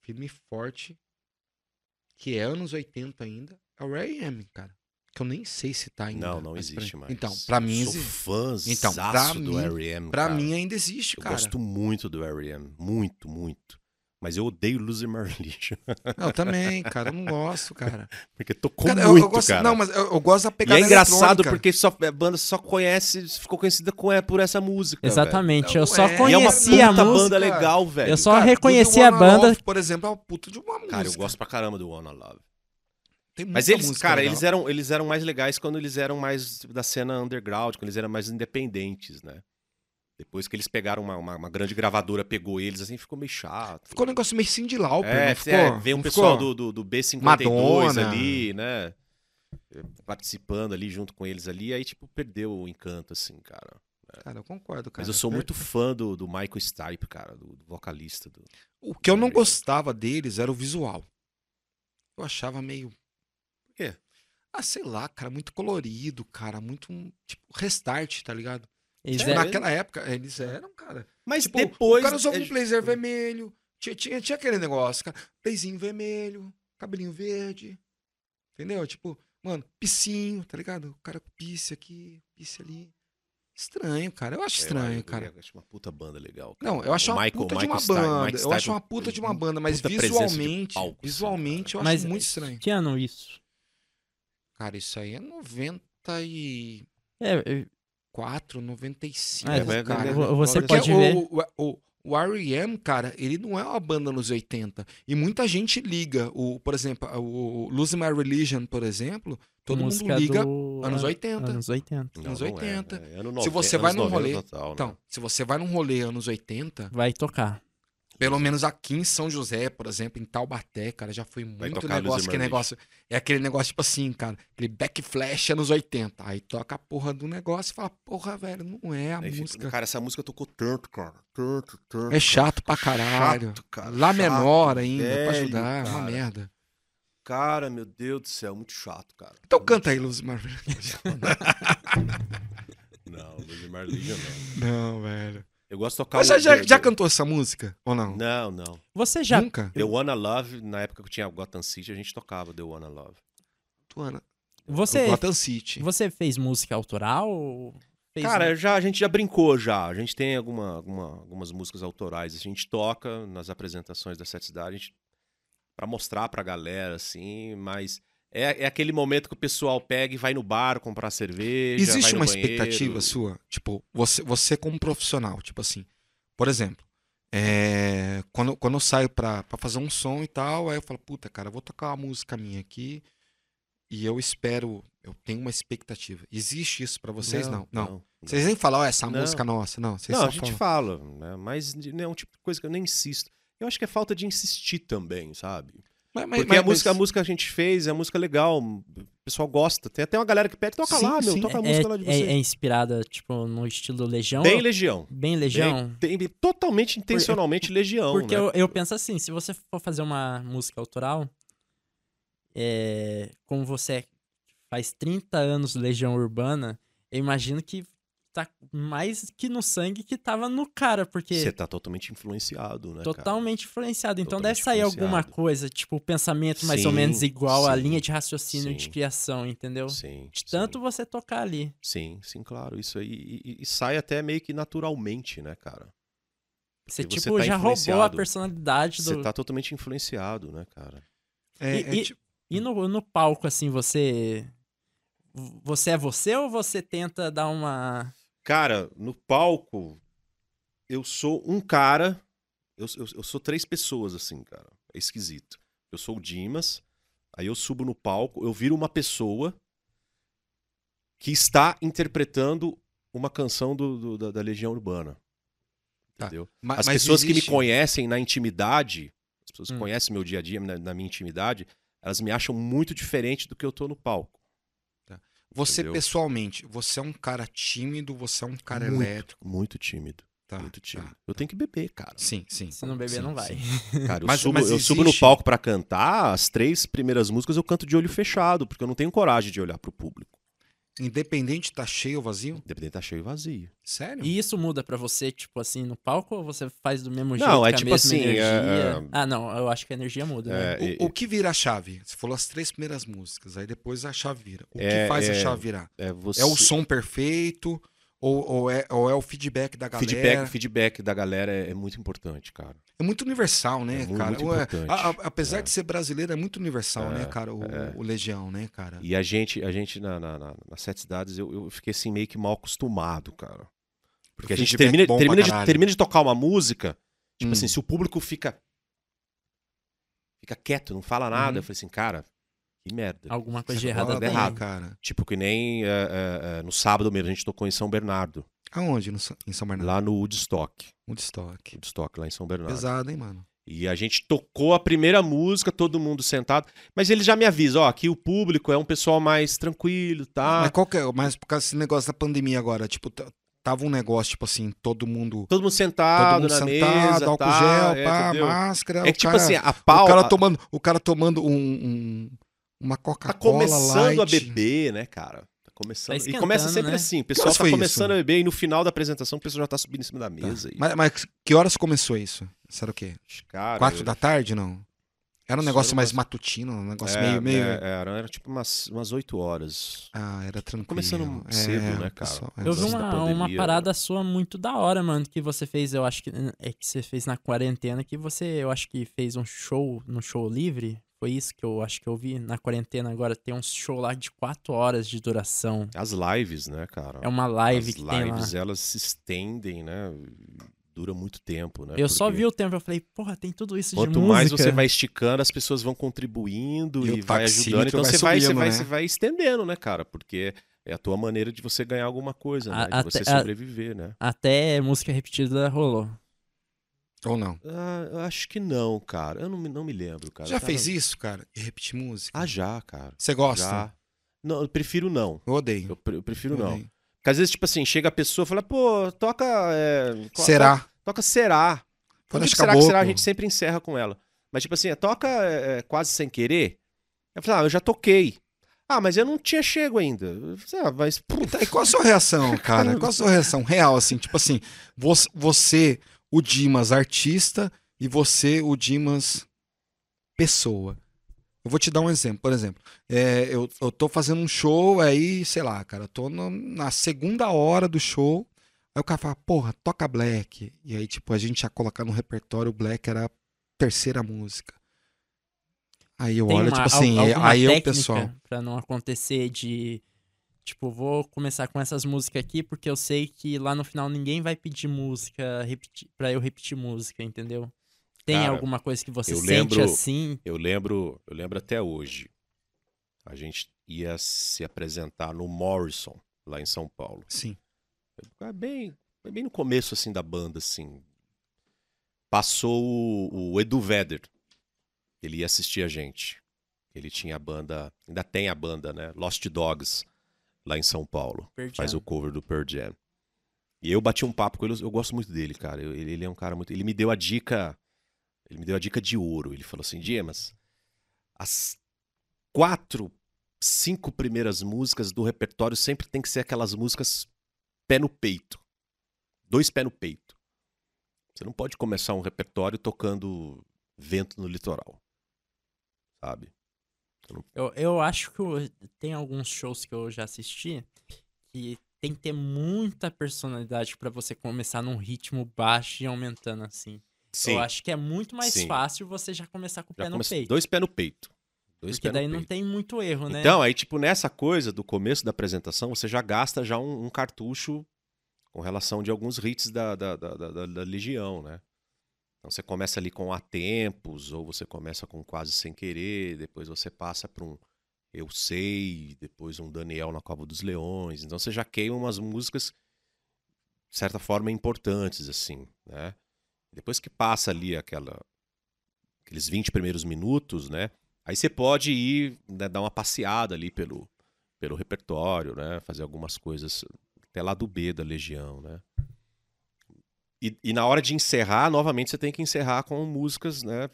B: firme e forte, que é anos 80 ainda, é o Ray M, cara. Que eu nem sei se tá ainda.
D: Não, não
B: mas pra-
D: existe mais.
B: Então, pra mim,
D: Eu sou
B: exi-
D: fã
B: Então, pra
D: do
B: mim-
D: R.E.M.,
B: pra
D: cara.
B: mim ainda existe,
D: Eu
B: cara.
D: gosto muito do R.E.M., muito, muito. Mas eu odeio Loser Marlish,
B: Não, eu também, cara, eu não gosto, cara.
D: porque tocou
B: Cara, eu-
D: muito,
B: eu, gosto,
D: cara.
B: Não, mas eu, eu gosto da
D: E
B: pegada
D: é engraçado
B: eletrônica.
D: porque só, a banda só conhece, ficou conhecida com, é, por essa música,
C: Exatamente,
B: Não,
C: eu só
B: é.
D: velho. E é uma
C: conheci
D: puta
C: a música.
D: banda legal, velho.
C: eu só
B: Cara,
C: reconheci
B: Good
C: a
B: Wanna
C: banda.
B: Love, por exemplo, é uma puta de uma música.
D: Cara, eu gosto pra caramba do Wanna Love.
B: Tem
D: Mas
B: muita
D: eles,
B: música
D: cara,
B: legal.
D: eles eram, eles eram mais legais quando eles eram mais da cena underground, quando eles eram mais independentes, né? Depois que eles pegaram uma, uma- uma grande gravadora, pegou eles, assim, ficou meio chato.
B: Ficou um negócio meio Cindy Lauper,
D: é,
B: não ficou?
D: é, veio um
B: Não
D: pessoal
B: ficou?
D: do, do, do B52
B: Madonna.
D: ali, né? Participando ali junto com eles ali, aí, tipo, perdeu o encanto, assim, cara.
B: Cara, eu concordo, cara.
D: Mas eu sou
B: Per-
D: muito fã do, do Michael Stipe, cara, do, do vocalista. Do...
B: É, O que eu
D: é.
B: não gostava deles era o visual. Eu achava meio... Por
D: quê?
B: Ah, sei lá, cara, muito colorido, cara, muito um, tipo restart, tá ligado?
C: Eles
B: Tipo,
D: É.
C: eram-
B: naquela época, eles eram, cara.
D: Mas
B: Tipo,
D: depois.
B: o cara usava
D: é,
B: um blazer vermelho, tinha, tinha, tinha aquele negócio, cara, blazinho vermelho, cabelinho verde, entendeu? Tipo, mano, piscinho, tá ligado? O cara com pisse aqui, pisse ali. Estranho, cara, eu acho
D: eu-
B: é estranho,
D: eu-
B: cara.
D: Eu acho uma puta banda legal. cara.
B: Não, eu acho
D: O
B: uma
D: É, Michael-
B: puta de
D: Michael
B: uma
D: Stipe-
B: banda,
D: Mike
B: eu acho
D: Stipe-
B: uma puta de uma banda, mas
D: puta presença de
B: visualmente,
D: palco, assim,
B: visualmente eu acho
C: Mas
D: é,
B: muito estranho.
C: Que ano isso?
B: Cara, isso aí é 94,
C: É, eu-
B: 95,
C: ah,
D: É, vai-
B: cara.
D: vai-
C: vo- você
B: Porque
C: pode
B: o,
C: ver.
B: O, o, o R.E.M., cara, ele não é uma banda nos 80. E muita gente liga. O, por exemplo, o, o Losing My Religion, por exemplo, todo
C: música
B: mundo liga
C: do- é,
B: anos 80.
C: Anos 80.
B: anos
D: não é,
B: 80.
D: é ano
B: Se
D: 90,
B: você vai
D: anos
B: num
D: 90
B: rolê-
D: total, né?
B: Então, se você vai num rolê anos 80,
C: Vai tocar.
B: pelo menos aqui em São José, por exemplo, em Taubaté, cara, já foi muito
D: tocar
B: negócio.
D: Losing My
B: Aquele negócio é aquele negócio tipo assim, cara, aquele backflash anos 80. Aí toca a porra do negócio e fala, porra, velho, não é a
D: Aí fica,
B: música.
D: Cara, essa música tocou tanto, cara. Tanto, tanto.
B: É chato pra caralho.
D: Chato, cara.
B: Lá
D: Chato,
B: menor ainda, pra
D: velho,
B: ajudar. é Uma
D: cara.
B: merda.
D: Cara, meu Deus do céu, muito chato, cara.
B: Então
D: Muito
B: canta aí,
D: chato.
B: Luz Marvel.
D: Não, Luzimar Liga não.
B: Não, velho.
D: Eu gosto de tocar.
B: Mas
D: o-
B: já, já,
D: do-
B: já
D: do-
B: cantou essa música? Ou não?
D: Não, não.
C: Você já.
B: Nunca?
D: The Wanna Love, na época que tinha Gotham City, a gente tocava The Wanna Love.
B: Tuana.
C: Você,
B: Gotham City.
C: você fez música autoral? ou fez- um-
B: né?
D: Cara, já, a gente já brincou já. A gente tem alguma, alguma- algumas músicas autorais. A gente toca nas apresentações da Sete Cidade a gente- pra mostrar pra galera, assim, mas é, é aquele momento que o pessoal pega e vai no bar comprar cerveja. vai
B: Existe
D: no
B: uma
D: banheiro.
B: expectativa sua? Tipo, você, você como profissional, tipo assim, por exemplo, é, quando, quando eu saio pra, pra fazer um som e tal, aí eu falo, puta, cara, eu vou tocar uma música minha aqui e eu espero, eu tenho uma expectativa. Existe isso pra vocês? Não. Não. Vocês nem falam, ó, essa
D: Não.
B: música é nossa, não. Vocês
D: Não,
B: só
D: a gente
B: falam.
D: fala, né? mas não é um tipo de coisa que eu nem insisto. Eu acho que é falta de insistir também, sabe?
B: Mas, mas-
D: Porque
B: mas-
D: a, música,
B: mas-
D: a música que a gente fez é música legal, o pessoal gosta. Tem até uma galera que pede, toca
B: Sim,
D: lá, meu,
B: sim.
D: toca a
C: é,
D: música lá de
C: é-
D: vocês.
C: é inspirada, tipo, no estilo Legião?
B: é um
D: Bem Legião.
C: Bem Legião?
D: Tem, tem- totalmente intencionalmente Legião,
C: é, Porque
D: né?
C: eu, eu penso assim, se você for fazer uma música autoral, é, como você faz 30 anos Legião Urbana, eu imagino que tá mais que no sangue que tava no cara, porque
D: Você tá totalmente influenciado, né, cara?
C: tototalmente influenciado. Então
D: Totalmente
C: deve sair alguma
D: influenciado.
C: coisa, tipo, o pensamento mais ou
D: Sim,
C: menos igual à
D: sim,
C: linha de raciocínio de
D: sim.
C: criação, entendeu?
D: Sim.
C: De
D: sim.
C: tanto você tocar ali.
D: Sim, sim, claro. Isso aí e, e- e sai até meio que naturalmente, né, cara?
C: Você,
D: Porque
C: tipo,
D: você tá
C: já roubou a
D: influenciado.
C: personalidade do.
D: Você tá totalmente influenciado, né, cara?
B: é-
C: e-
B: é
C: e-
B: tipo-
C: E no, no palco, assim, você. Você é você ou você tenta dar uma.
D: Cara, no palco, eu sou um cara. Eu, eu, eu sou três pessoas, assim, cara. É esquisito. Eu sou o Dimas, aí eu subo no palco, eu viro uma pessoa que está interpretando uma canção do- do- da, da Legião Urbana.
B: Tá.
D: Entendeu?
B: ma-
D: As
B: mas
D: pessoas que me
B: existe-
D: conhecem na intimidade, as pessoas que
C: Hum.
D: conhecem meu dia a dia, na, na minha intimidade, elas me acham muito diferente do que eu tô no palco.
B: Você
D: Entendeu?
B: pessoalmente, você é um cara tímido, você é um cara
D: Muito,
B: elétrico.
D: Muito tímido.
B: Tá,
D: muito tímido.
B: tá.
D: Eu tenho que beber, cara.
B: Sim, sim.
C: Se não beber,
B: sim,
C: não vai.
B: sim.
D: Cara, eu,
B: Mas-
D: subo,
B: mas
D: eu subo no
B: existe-
D: palco pra cantar, as três primeiras músicas eu canto de olho fechado, porque eu não tenho coragem de olhar pro público.
B: Independente tá cheio ou vazio?
D: Independente tá cheio e vazio.
B: Sério?
C: E isso muda pra você, tipo assim, no palco ou você faz do mesmo
D: Não,
C: jeito?
D: é
C: com a
D: tipo
C: mesma
D: assim, é-
C: energia?
D: é-
C: Ah, não, eu acho que a energia muda. né?
D: É,
B: O, o que vira a chave? Você falou as três primeiras músicas, aí depois a chave vira. O
D: É,
B: que faz a
D: é.
B: chave virar?
D: é, você-
B: É o som perfeito? Ou, ou é, ou é o feedback da galera?
D: Feedback, feedback da galera é, é muito importante, cara.
B: É muito universal, né,
D: É muito,
B: cara?
D: muito
B: Ou é-
D: importante.
B: a- a- apesar de ser brasileiro, é muito universal, né, cara? O,
D: é.
B: o Legião, né, cara?
D: E a gente, a gente na, na, na- nas sete cidades, eu, eu fiquei assim meio que mal acostumado, cara. Porque a gente
B: Feedback
D: termina,
B: bom pra
D: termina, de,
B: caralho.
D: termina de tocar uma música, tipo
B: Hum.
D: assim, se o público fica. Fica quieto, não fala nada. Eu falei assim, cara, que merda.
C: Alguma coisa
B: Essa
C: de errada
B: bola
D: dá
C: tem.
D: tá errado.
B: cara.
D: Tipo que nem é, é, é, no sábado mesmo, a gente tocou em São Bernardo,
B: Aonde? No Sa- em São Bernardo?
D: lá no Woodstock.
B: Woodstock.
D: Woodstock, lá em São Bernardo.
B: Pesado, hein, mano?
D: E a gente tocou a primeira música, todo mundo sentado. Mas ele já me avisa, ó, aqui o público é um pessoal mais tranquilo, tá?
B: Mas qual que é? Mas por causa desse negócio da pandemia agora, tipo, t- tava um negócio, tipo assim, todo mundo.
D: Todo
B: Todo
D: mundo sentado
B: mundo
D: na
B: sentado,
D: Ah, mesa,
B: álcool
D: tá,
B: gel,
D: é,
B: pá,
D: entendeu?
B: máscara.
D: É
B: o
D: que, tipo
B: cara,
D: assim, a
B: o
D: pau...
B: cara
D: a-
B: tomando, o cara tomando um, um- uma
D: Tá
B: Coca-Cola
D: começando
B: light.
D: a beber, né, cara? Tá começando. e
C: esquentando,
D: começa sempre
C: né?
D: assim. O
B: Que
D: pessoal
B: horas
D: tá
B: foi
D: começando
B: isso?
D: a beber e no final da apresentação o pessoal já tá subindo em cima da mesa. E...
B: Mas, mas que horas começou isso? Isso era o quê?
D: Cara,
B: Quatro
D: eu-
B: da tarde, não? Era um
D: Isso
B: negócio
D: era
B: mais
D: umas-
B: matutino, um negócio
D: é,
B: meio... meio...
D: é, era, era tipo umas, umas 8 horas.
B: Ah, era tranquilo.
D: Começando cedo, né, cara?
B: é,
C: Eu vi
D: Antes
B: pessoal-
D: da
C: uma,
D: pandemia,
C: uma
D: né?
C: parada sua muito da hora, mano, que você fez, eu acho que é que você fez na quarentena, que você, eu acho que fez um show no show livre. Foi isso que eu acho que eu vi na quarentena agora. Tem um show lá de quatro horas de duração.
D: As lives, né, cara?
C: É uma live
D: As
C: que tem lá.
D: lives, elas se estendem, né? Dura muito tempo, né?
C: eu só
D: Porque
C: vi o tempo, eu falei, porra, tem tudo isso de
D: Quanto
C: música.
D: mais você vai esticando, as pessoas vão contribuindo
B: E
D: e,
B: o
D: vai
B: taxímetro
D: ajudando. Então
B: vai
D: você, vai,
B: subindo,
D: você, vai,
B: né?
D: você vai estendendo, né, cara? Porque é a tua maneira de você ganhar alguma coisa, né?
C: A-
D: de
C: até-
D: você
C: a-
D: sobreviver, né?
C: Até música repetida rolou.
B: Ou não?
D: Ah, eu acho que não, cara. Eu não, me- não me lembro, cara.
B: Já
D: Eu tava-
B: fez isso, cara? De repetir música?
D: Ah, já, cara.
B: Você gosta?
D: Já. Não, eu prefiro não.
B: Eu odeio.
D: Eu, pre- eu prefiro
B: Eu
D: não.
B: odeio.
D: Porque às vezes, tipo assim, chega a pessoa e fala, pô, toca. é, co-
B: Será?
D: to- Toca será.
B: Quando
D: Por que
B: acho
D: que
B: que
D: será que será? A
B: acabou.
D: gente sempre encerra com ela. Mas, tipo assim, é, toca é, é, quase sem querer. Eu falo, ah, eu já toquei. Ah, mas eu não tinha chego ainda. Eu falei, ah, mas. pô,
B: E qual a sua reação, cara? Qual a sua reação real, assim? Tipo assim, vo- você, o Dimas, artista, e você, o Dimas, pessoa. Eu vou te dar um exemplo. Por exemplo, é, eu, eu tô fazendo um show aí, sei lá, cara, eu tô no- na segunda hora do show. Aí o cara fala, porra, toca Black. E aí, tipo, a gente ia colocar no repertório, o Black era a terceira música. Aí eu
C: Tem
B: olho,
C: uma-
B: tipo assim,
C: al-
B: aí-
C: alguma
B: aí eu,
C: técnica
B: pessoal.
C: Pra não acontecer de. Tipo, vou começar com essas músicas aqui, porque eu sei que lá no final ninguém vai pedir música repeti- pra eu repetir música, entendeu? Tem
D: Cara,
C: alguma coisa que você
D: eu
C: sente
D: lembro-
C: assim?
D: Eu lembro, eu lembro até hoje. A gente ia se apresentar no Morrison, lá em São Paulo.
B: Sim.
D: Foi É bem, foi bem no começo, assim, da banda, assim. Passou o, o Edu Vedder. Ele ia assistir a gente. Ele tinha a banda, ainda tem a banda, né? Lost Dogs, lá em São Paulo.
C: Pearl
D: faz
C: Jam.
D: o cover do Pearl Jam. E eu bati um papo com ele, eu gosto muito dele, cara. Eu- ele, ele é um cara muito. Ele me deu a dica. Ele me deu a dica de ouro. Ele falou assim: Dimas, as quatro, cinco primeiras músicas do repertório sempre tem que ser aquelas músicas pé no peito. Dois pé no peito. Você não pode começar um repertório tocando vento no litoral. Sabe?
C: Eu, eu acho que eu- tem alguns shows que eu já assisti que tem que ter muita personalidade pra você começar num ritmo baixo e aumentando assim. Eu acho que é muito mais
D: Sim.
C: fácil você já começar com o
D: Já
C: pé no
D: comecei-
C: peito.
D: Dois pé no peito. Dois
C: Porque
D: pé
C: daí
D: no
C: não
D: peito.
C: tem muito erro, né?
D: Então, aí, tipo, nessa coisa do começo da apresentação, você já gasta já um, um cartucho com relação de alguns hits da, da, da, da- da- da Legião, né? Então você começa ali com A Tempos, ou você começa com Quase Sem Querer, depois você passa para um Eu Sei, depois um Daniel na Cova dos Leões. Então você já queima umas músicas, de certa forma, importantes, assim, né? Depois que passa ali aquela, aqueles 20 primeiros minutos, né? Aí você pode ir né, dar uma passeada ali pelo, pelo repertório, né? Fazer algumas coisas até lá do B da Legião, né? E, e na hora de encerrar, novamente você tem que encerrar com músicas, né?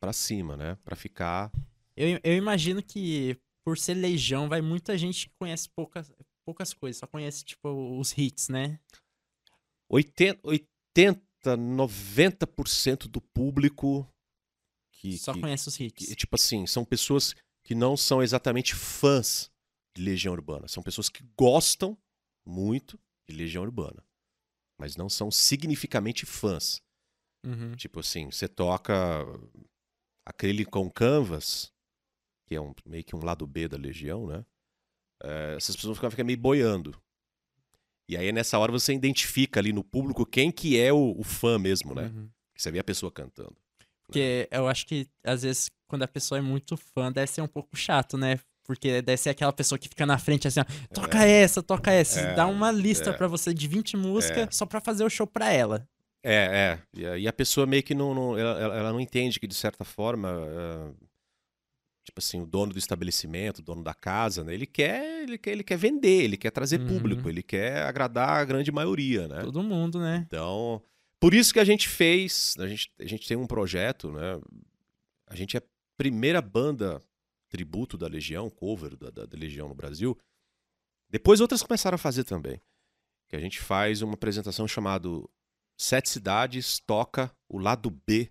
D: Pra cima, né? Pra ficar.
C: Eu, eu imagino que, por ser legião, vai muita gente que conhece poucas, poucas coisas, só conhece, tipo, os hits, né?
D: 80, 80 90% do público que,
C: só
D: que-
C: conhece os hits.
D: que, tipo assim, são pessoas que não são exatamente fãs de Legião Urbana. São pessoas que gostam muito de Legião Urbana, mas não são significamente fãs.
C: Uhum.
D: Tipo assim, você toca aquele com canvas, que é um, meio que um lado B da Legião, né? É, essas pessoas ficam, ficam meio boiando. E aí nessa hora você identifica ali no público quem que é o, o fã mesmo, né?
C: Uhum.
D: Você vê a pessoa cantando.
C: Porque eu acho que, às vezes, quando a pessoa é muito fã, deve ser um pouco chato, né? Porque deve ser aquela pessoa que fica na frente assim, ó, toca essa, toca essa.
D: É,
C: Dá uma lista
D: é.
C: pra você de 20 músicas só pra fazer o show pra ela.
D: É, é. E a- E a pessoa meio que não. não- ela, ela- ela não entende que, de certa forma. é, tipo assim, o dono do estabelecimento, o dono da casa, né? Ele quer, ele quer, ele quer vender, ele quer trazer
C: Uhum.
D: público, ele quer agradar a grande maioria, né?
C: Todo mundo, né?
D: Então, por isso que a gente fez, a gente, a gente tem um projeto, né? A gente é a primeira banda tributo da Legião, cover da, da- da Legião no Brasil. Depois outras começaram a fazer também. Que a gente faz uma apresentação chamada Sete Cidades Toca o Lado B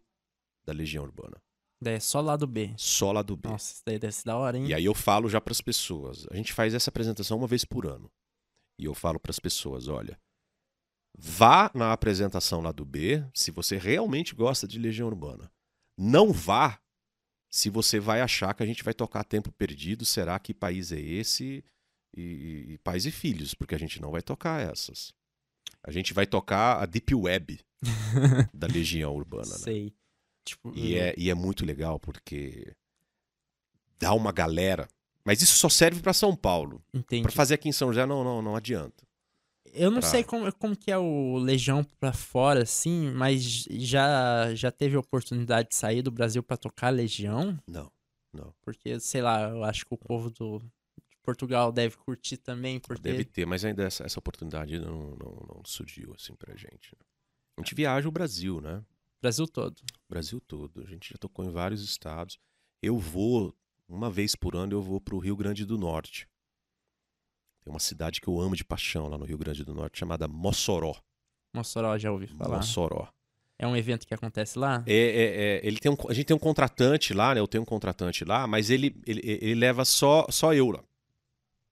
D: da Legião Urbana.
C: Daí é só lado B.
D: Só Lado B.
C: Nossa, isso daí deve ser da hora, hein?
D: E aí eu falo já para as pessoas. A gente faz essa apresentação uma vez por ano. E eu falo para as pessoas, olha, vá na apresentação lá do B, se você realmente gosta de Legião Urbana. Não vá se você vai achar que a gente vai tocar tempo perdido, será que país é esse? E, e- e pais e filhos, porque a gente não vai tocar essas. A gente vai tocar a Deep Web da Legião Urbana. né?
C: Sei. Tipo,
D: E, é, e é muito legal porque dá uma galera. Mas isso só serve pra São Paulo.
C: entendi.
D: Pra fazer aqui em São José, não, não, não adianta.
C: Eu não
D: pra-
C: sei como, como que é o Legião pra fora, assim, mas j- já, já teve a oportunidade de sair do Brasil pra tocar Legião?
D: Não, não.
C: Porque, sei lá, eu acho que o povo do de Portugal deve curtir também, porque...
D: Deve ter, mas ainda essa, essa oportunidade ainda não, não, não surgiu assim pra gente. né? A gente viaja o Brasil, né?
C: Brasil todo.
D: O Brasil todo. A gente já tocou em vários estados. Eu vou, uma vez por ano, eu vou pro Rio Grande do Norte. Tem uma cidade que eu amo de paixão lá no Rio Grande do Norte, chamada Mossoró.
C: Mossoró, já ouvi falar.
D: Mossoró.
C: É um evento que acontece lá?
D: É, é, é, ele tem um, a gente tem um contratante lá, né? Eu tenho um contratante lá, mas ele, ele, ele leva só, só eu lá.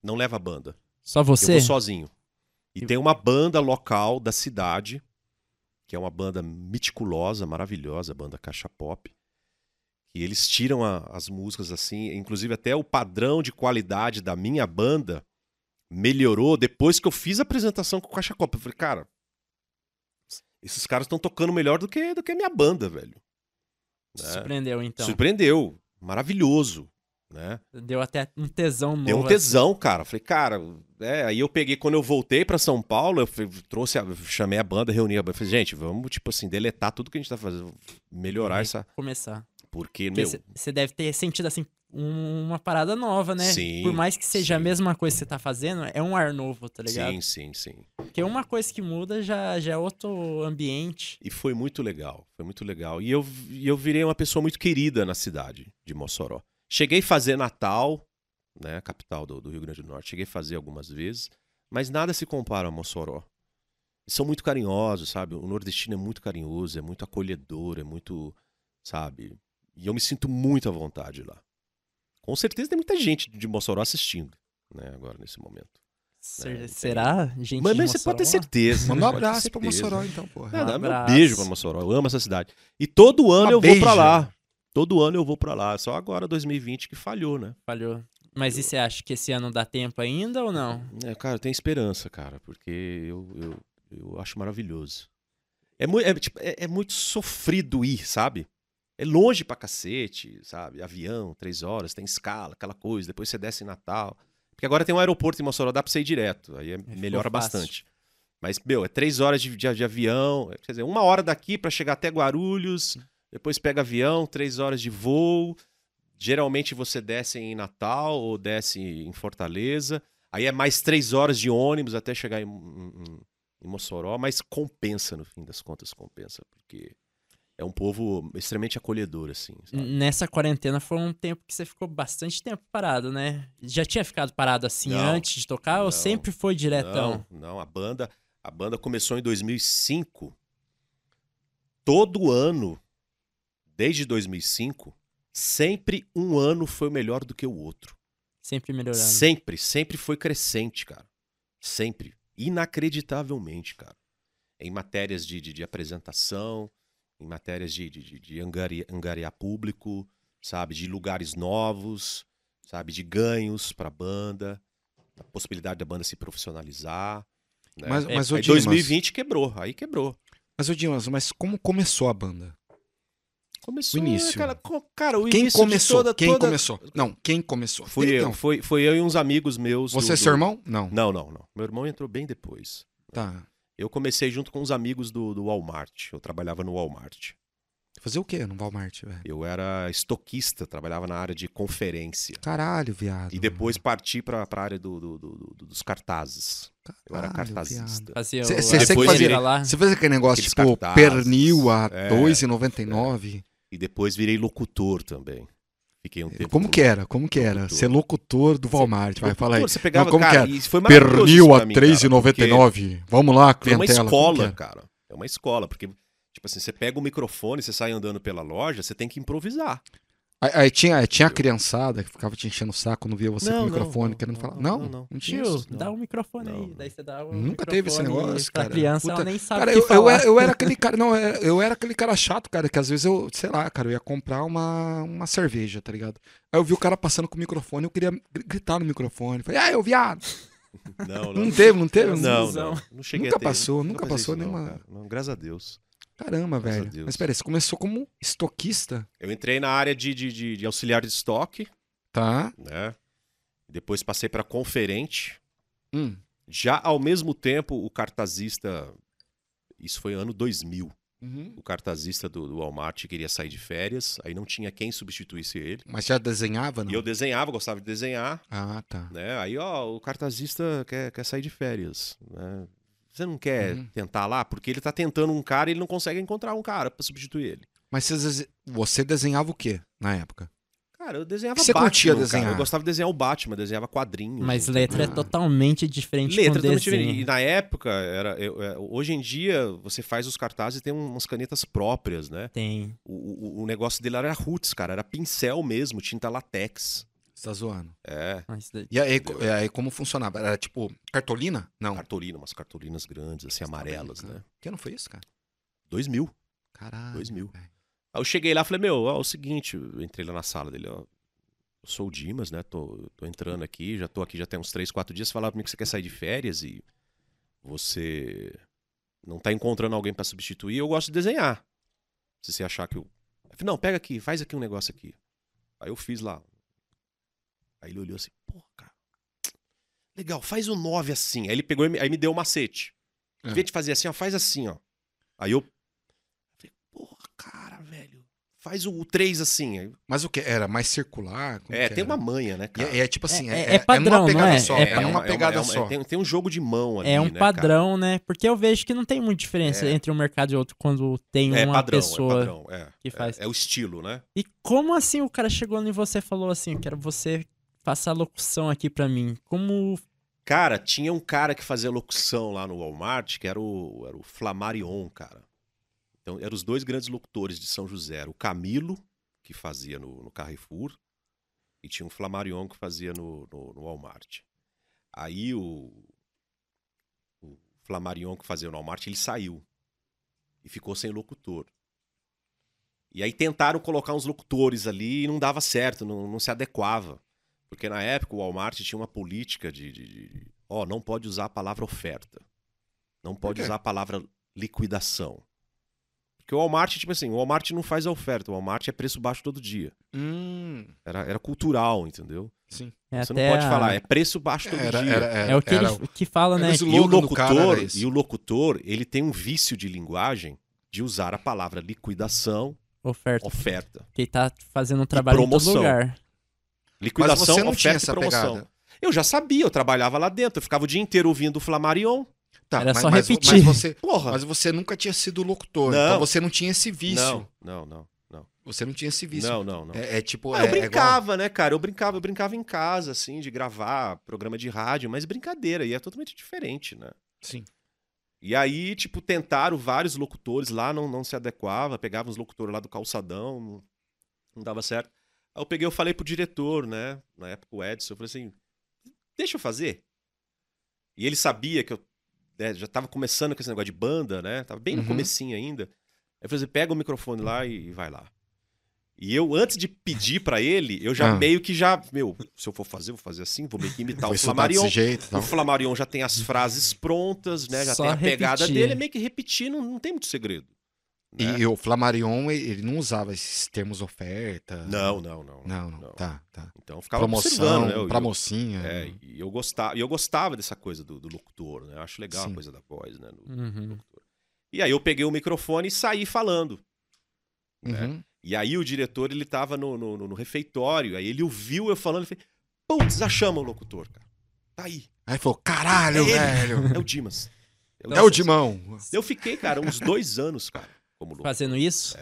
D: Não leva a banda.
C: Só você?
D: Eu vou sozinho. E
C: E-
D: tem uma banda local da cidade, que é uma banda meticulosa, maravilhosa, a banda Caixa Pop. E eles tiram a- as músicas assim, inclusive até o padrão de qualidade da minha banda melhorou depois que eu fiz a apresentação com o Caixa Pop. Eu falei, cara, esses caras estão tocando melhor do que, do que a minha banda, velho.
C: Te
D: Né?
C: Surpreendeu, então.
D: Surpreendeu, maravilhoso, né?
C: Deu até um tesão novo.
D: Deu um
C: assim.
D: tesão, cara. Falei, cara, é, aí eu peguei, quando eu voltei pra São Paulo, eu fui- trouxe, a- chamei a banda, reuni a banda. Falei, gente, vamos, tipo assim, deletar tudo que a gente tá fazendo, melhorar essa.
C: Começar.
D: Porque, meu.
C: Porque tá você deve ter sentido, assim, um- uma parada nova, né?
D: Sim,
C: Por mais que seja a
D: sim.
C: mesma coisa que você tá fazendo, é um ar novo, tá ligado?
D: Sim, sim, sim.
C: Porque uma coisa que muda já, já é outro ambiente.
D: E foi muito legal, foi muito legal. E eu, e eu virei uma pessoa muito querida na cidade de Mossoró. Cheguei a fazer Natal, né, capital do, do Rio Grande do Norte. Cheguei a fazer algumas vezes, mas nada se compara a Mossoró. Eles São muito carinhosos, sabe? O nordestino é muito carinhoso, é muito acolhedor, é muito, sabe? E eu me sinto muito à vontade lá. Com certeza tem muita gente de Mossoró assistindo, né, agora nesse momento.
B: É,
C: Ser-
D: tem-
C: será, gente?
D: Mas,
C: de
D: mas você pode ter
C: Mossoró?
D: certeza.
B: Manda um
D: pode ter
B: abraço pra
D: certeza.
B: Mossoró, então, porra.
D: É,
C: Um
D: dá meu
C: abraço.
D: beijo pra Mossoró. Eu amo essa cidade. E todo ano
B: Uma
D: eu vou
B: beija.
D: pra lá. Todo ano eu vou pra lá. Só agora, 2020, que falhou, né?
C: Falhou. Mas e você acha que esse ano dá tempo ainda ou não?
D: É, cara, eu tenho esperança, cara, porque eu, eu, eu acho maravilhoso. É, mui- é, tipo, é- é muito sofrido ir, sabe? É longe pra cacete, sabe? Avião, três horas, tem escala, aquela coisa. Depois você desce em Natal. Porque agora tem um aeroporto em Mossoró, dá pra você ir direto. Aí é-
C: ficou
D: melhora
C: fácil.
D: bastante. Mas, meu, é três horas de, de- de avião. Quer dizer, uma hora daqui pra chegar até Guarulhos. Depois pega avião, três horas de voo. Geralmente você desce em Natal ou desce em Fortaleza. Aí é mais três horas de ônibus até chegar em, em- em Mossoró, mas compensa, no fim das contas, compensa, porque é um povo extremamente acolhedor, assim.
B: É.
D: sabe?
C: N- Nessa quarentena foi um tempo que você ficou bastante tempo parado, né? Já tinha ficado parado assim
D: Não.
C: antes de tocar ou
D: Não.
C: sempre foi diretão?
D: Não, não, a banda, a banda começou em 2005. Todo ano, desde 2005, sempre um ano foi melhor do que o outro.
C: Sempre melhorando.
D: Sempre, sempre foi crescente, cara. Sempre. Inacreditavelmente, cara. Em matérias de, de, de apresentação, em matérias de, de, de- de angari- angariar público, sabe? De lugares novos, sabe? De ganhos pra banda, a possibilidade da banda se profissionalizar. Né?
B: Mas,
C: É,
B: mas, ô,
D: Aí
B: Dimas,
D: 2020 quebrou, aí quebrou.
B: mas, ô, Dimas, mas como começou a banda?
D: Começou
B: O início.
D: aquela co- cara, o
B: Quem
D: início de
B: começou?
D: toda-
B: quem
D: toda-
B: começou? Não, quem começou?
D: Fui eu,
B: Então,
D: foi, foi eu e uns amigos meus. do-
B: Você é
D: do-
B: seu irmão? Não.
D: Não, não, não. Meu irmão entrou bem depois.
B: Tá.
D: Eu comecei junto com uns amigos do, do Walmart. Eu trabalhava no Walmart.
B: Fazer o quê no Walmart, velho?
D: Eu era estoquista, trabalhava na área de conferência.
B: Caralho, viado.
D: E depois parti pra, pra área do, do- do- do- dos cartazes. Eu era
B: Caralho, viado.
D: cartazista.
C: Fazia
B: Cê-
C: o-
B: cê-
C: a
B: cê que
C: feira
B: fazia-
C: lá.
B: Ah. Você fez aquele negócio
D: Aqueles
B: tipo
D: cartazes.
B: pernil a
D: É,
B: 2,99?
D: E depois virei locutor também. Fiquei um tempo.
B: Como que era? Como que era?
D: Locutor.
B: Ser locutor do Walmart, vai, fala aí.
D: Você pegava,
B: Não, como
D: cara,
B: que
D: isso foi
B: era?
D: maravilhoso isso
B: Pernil a
D: pra mim, cara, porque
B: 3,99. Vamos lá,
D: É uma
B: clientela. Como que
D: escola,
B: era?
D: cara. É uma escola, porque, tipo assim, você pega o microfone, você sai andando pela loja, você tem que improvisar.
B: Aí, aí tinha, aí tinha a criançada que ficava te enchendo o saco, não via você
D: Não,
B: com o
D: não,
B: microfone,
D: não,
B: querendo
D: não,
B: falar.
D: não,
B: Não,
D: não,
B: não,
D: não.
B: tinha
C: Tio,
B: isso. não.
C: dá um microfone aí.
D: Não.
C: Daí você dá um
B: Nunca teve esse
C: microfone
B: negócio,
C: pra
B: cara.
C: criança,
B: Puta-
C: ela nem sabe
B: Cara,
C: o
B: eu,
C: que
B: eu,
C: falar.
B: era, eu era aquele cara, não, eu era- eu era aquele cara chato, cara, que às vezes eu, sei lá, cara, eu ia comprar uma, uma cerveja, tá ligado? Aí eu vi o cara passando com o microfone, eu queria gr- gritar no microfone. Falei, ah, eu viado.
D: Não, não.
B: Não teve, não teve?
D: Não, não, não, cheguei
B: Nunca
D: a ter.
B: passou, nunca
D: passei
B: passou
D: isso, não,
B: nenhuma-
D: cara. Não, graças a Deus.
B: Caramba,
D: Graças a
B: velho.
D: Deus.
B: Mas peraí, você começou como estoquista,
D: Eu entrei na área de, de, de- de auxiliar de estoque,
B: tá?
D: né? Depois passei pra conferente.
B: Hum.
D: Já ao mesmo tempo, o cartazista. Isso foi ano 2000. O cartazista do, do Walmart queria sair de férias, aí não tinha quem substituísse ele.
B: Mas já desenhava, não?
D: E eu desenhava, gostava de desenhar.
B: Ah, tá.
D: né? Aí, ó, o cartazista quer, quer sair de férias, né? Você não quer
B: Uhum.
D: tentar lá? Porque ele tá tentando um cara e ele não consegue encontrar um cara pra substituir ele.
B: Mas você, dese- você desenhava o quê na época?
D: Cara, eu
B: O
D: desenhava
B: que você
D: Batman,
B: curtia
D: cara.
B: desenhar?
D: Eu gostava de desenhar o Batman, desenhava quadrinhos.
C: Mas
D: entendeu?
B: Ah.
C: letra é totalmente diferente
D: Letra
C: com
D: também
C: desenho.
D: tive- E na época, era, eu- é, hoje em dia, você faz os cartazes e tem um, umas canetas próprias, né?
C: Tem.
D: O, o- o negócio dele era roots, cara. Era pincel mesmo, tinta latex.
B: Você tá zoando.
D: É,
C: Mas daí-
B: E aí, co- e aí como funcionava? Era tipo cartolina? Não.
D: cartolina, umas cartolinas grandes, assim,
B: tá
D: amarelas, né?
B: Que ano foi isso, cara?
D: 2000.
B: Caralho.
D: 2000.
B: velho.
D: Aí eu cheguei lá e falei, meu, ó, é o seguinte, eu entrei lá na sala dele, ó. Eu sou o Dimas, né? Tô, tô entrando aqui, já tô aqui já tem uns 3, 4 dias. Falaram pra mim que você quer sair de férias e você não tá encontrando alguém pra substituir. Eu gosto de desenhar. Se você achar que eu. eu falei, não, pega aqui, faz aqui um negócio aqui. Aí eu fiz lá. Aí ele olhou assim, porra, cara. Legal, faz o 9 assim. Aí ele pegou e me, aí me deu o macete. Em
B: Ah.
D: vez de fazer assim, ó, faz assim, ó. Aí eu. Falei, porra, cara, velho. Faz o 3 assim. Aí-
B: Mas o que? Era mais circular? Como
D: É,
B: que
D: tem
B: era?
D: uma manha, né,
B: E
D: cara?
B: é, é tipo assim,
C: É-
B: é,
C: é padrão,
B: numa
C: não
B: pegada
C: é?
B: só.
C: É
B: É,
C: padrão.
B: numa pegada
D: é uma-
B: só.
D: Tem, tem um jogo de mão ali.
C: É um
D: né, cara?
C: padrão, né? Porque eu vejo que não tem muita diferença
D: É.
C: entre um mercado e outro quando tem
D: É
C: uma
D: padrão,
C: pessoa.
D: é padrão. É,
C: que
D: É-
C: faz.
D: É, o estilo, né?
C: E como assim o cara chegou em você e falou assim, eu quero você passar a locução aqui pra mim? Como
D: Cara, tinha um cara que fazia locução lá no Walmart, que era o, era o Flamarion, cara. Então, eram os dois grandes locutores de São José. Era o Camilo, que fazia no, no Carrefour, e tinha o Flamarion que fazia no, no, no Walmart. Aí o, o Flamarion que fazia no Walmart, ele saiu. E ficou sem locutor. E aí tentaram colocar uns locutores ali e não dava certo, não, não se adequava. Porque na época o Walmart tinha uma política de, de- de- ó, não pode usar a palavra oferta. Não pode
B: quê?
D: usar a palavra liquidação. Porque o Walmart, tipo assim, o Walmart não faz a oferta, o Walmart é preço baixo todo dia.
B: Hum,
D: Era, era cultural, entendeu?
B: sim.
C: é
D: Você
C: até
D: não pode
C: a-
D: falar, é preço baixo todo
B: Era,
D: dia.
B: era, era,
C: é o que
B: era
C: ele que fala,
B: era
C: né?
B: o slogan
D: E o
B: do cara
D: locutor,
B: era esse.
D: e o locutor, ele tem um vício de linguagem de usar a palavra liquidação,
C: Oferta.
D: oferta.
C: Que tá fazendo um trabalho em todo
D: promoção.
C: lugar.
B: Mas
D: Liquidação,
B: você não
D: oferta
B: tinha
D: e
B: essa
D: promoção.
B: pegada.
D: Eu já sabia, eu trabalhava lá dentro, eu ficava o dia inteiro ouvindo o Flamarion.
B: Tá,
C: Era
B: mas,
C: só
B: mas-
C: repetir.
B: Mas você,
D: Porra.
B: mas você nunca tinha sido locutor,
D: Não.
B: então você não tinha esse vício.
D: não, não, não, não.
B: Você não tinha esse vício.
D: Não, não, não.
B: É, é tipo. é,
D: Ah, eu
B: é
D: brincava, né, cara? Eu brincava, eu brincava em casa, assim, de gravar programa de rádio, mas brincadeira, e é totalmente diferente, né?
B: igual- Sim.
D: E aí, tipo, tentaram vários locutores lá, não, não se adequava, pegavam os locutores lá do calçadão, não, não dava certo. Aí eu peguei, eu falei pro diretor, né? Na época o Edson, eu falei assim, deixa eu fazer. E ele sabia que eu né, já tava começando com esse negócio de banda, né? Tava bem
B: Uhum.
D: no comecinho ainda. Aí eu falei assim, pega o microfone lá e, e vai lá. E eu, antes de pedir pra ele, eu já
B: Ah.
D: meio que já, meu, se eu for fazer, eu vou fazer assim, vou meio que imitar o
B: Foi soltar
D: Flamarion.
B: desse jeito e tal.
D: O Flamarion já tem as frases prontas, né? Já
C: Só
D: tem a pegada
C: repetir.
D: dele, é meio que repetir, não, não tem muito segredo. né?
B: E, e o Flamarion, ele ele não usava esses termos oferta.
D: Não, não, não.
B: Não, não.
D: não.
B: Tá, tá.
D: Então eu ficava
B: Promoção,
D: observando, né? Eu-
B: pra
D: eu-
B: mocinha.
D: é, e eu gostava, e eu gostava dessa coisa do, do locutor, né? Eu acho legal
B: Sim.
D: a coisa da voz, né? do-
C: Uhum.
D: E aí eu peguei o microfone e saí falando.
B: Uhum.
D: E aí o diretor, ele tava no, no, no- no refeitório, aí ele ouviu eu falando, ele fez, putz, achamos o locutor, cara. Tá aí,
B: Aí falou: caralho,
D: É ele.
B: velho.
D: é o Dimas.
B: É o Dimão.
D: Eu fiquei, cara, uns dois anos, cara, como locutor.
C: Fazendo isso?